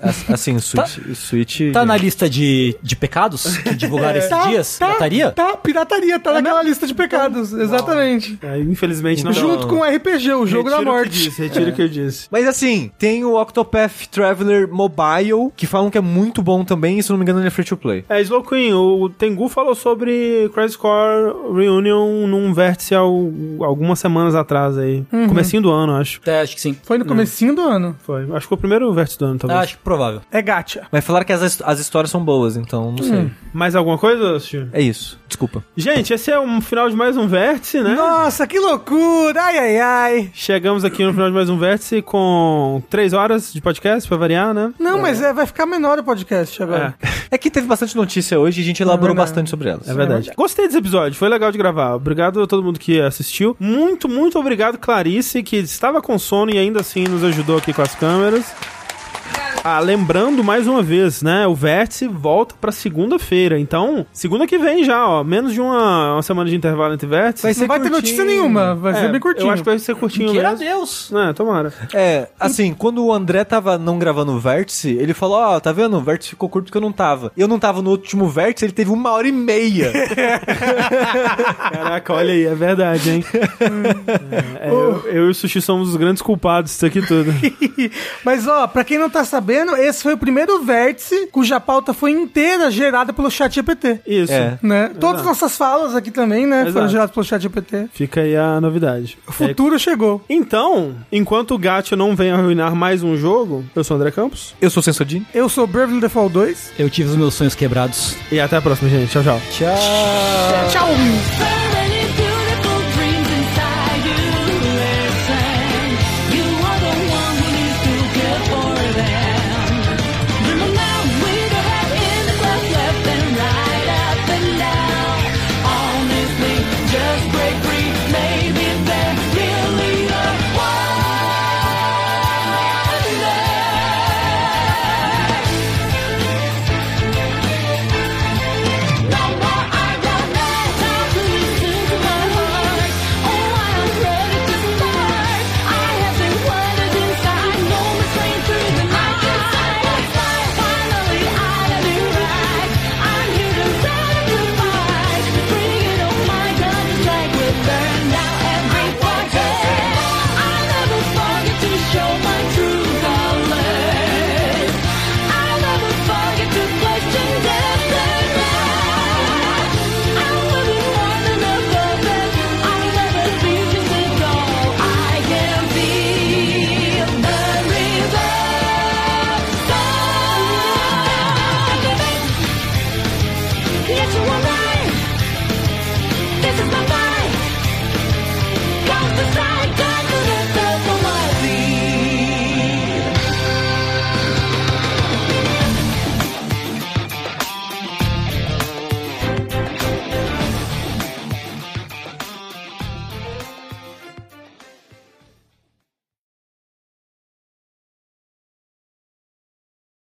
S2: As- Assim, o Switch. o Switch
S3: Tá na lista de, de pecados que divulgaram esses dias?
S4: Tá,
S3: Pirataria?
S4: Tá, pirataria. Tá naquela lista de pecados, exatamente.
S1: É, infelizmente não.
S4: Junto com o RPG, o jogo
S1: Retiro
S4: da
S1: O que
S4: morte.
S1: disse, retiro o que eu disse.
S2: Mas assim, tem o Octopath Traveler Mobile, que falam que é muito bom também, e se não me engano ele é free to play.
S1: É, Slow Queen, o Tengu falou sobre Crisis Core Reunion num vértice ao, algumas semanas atrás aí. Comecinho do ano, acho.
S3: É, acho que sim.
S4: Foi no comecinho do ano.
S1: Foi. Acho que foi o primeiro vértice do ano,
S3: Ah,
S1: talvez.
S3: acho que provável.
S4: É gacha.
S2: Mas falaram que as, as histórias são boas, então não sei.
S4: Hum.
S1: Mais alguma coisa, Steve?
S2: É isso. Desculpa.
S1: Gente, esse é um final de mais um vértice, né?
S4: Nossa, que loucura! Ai, ai, ai.
S1: Chegamos aqui no final de mais um vértice com três horas de podcast, pra variar, né?
S4: Não, mas é, vai ficar menor o podcast agora.
S2: É que teve bastante notícia hoje e a gente elaborou
S4: verdade.
S2: bastante sobre elas.
S1: É verdade. Gostei desse episódio, foi legal de gravar. Obrigado a todo mundo que assistiu. Muito, muito obrigado, Clarice, que estava com sono e ainda assim nos ajudou aqui com as câmeras. Ah, lembrando mais uma vez, né? O Vértice volta pra segunda-feira. Então, segunda que vem já, ó. Menos de uma, uma semana de intervalo entre Vértice.
S2: Vai ser
S4: Não vai É, ter
S2: curtinho.
S4: notícia nenhuma, vai ser bem curtinho.
S1: é, Eu acho que vai ser curtinho
S3: Queira
S1: mesmo.
S3: Deus!
S1: É, tomara.
S2: É, assim, quando o André tava não gravando o vértice, ele falou: Ó, tá vendo? O vértice ficou curto porque eu não tava. Eu não tava no último vértice, ele teve uma hora e meia.
S1: Caraca, olha aí, é verdade, hein? É, eu, eu e o Sushi somos os grandes culpados disso aqui tudo.
S4: Mas ó, pra quem não tá sabendo, esse foi o primeiro vértice cuja pauta foi inteira gerada pelo chat GPT.
S1: Isso.
S2: É.
S4: Né? Todas as nossas falas aqui também, né? Foram
S1: Exato.
S4: geradas pelo chat GPT.
S1: Fica aí a novidade.
S4: O futuro chegou.
S1: Então, enquanto o Gato não vem arruinar mais um jogo, eu sou o André Campos.
S2: eu sou Sensodin.
S4: Eu sou o Bravely Default 2.
S3: Eu tive os meus sonhos quebrados.
S1: E até a próxima, gente. Tchau, tchau.
S3: Tchau!
S4: Tchau!
S5: Hey!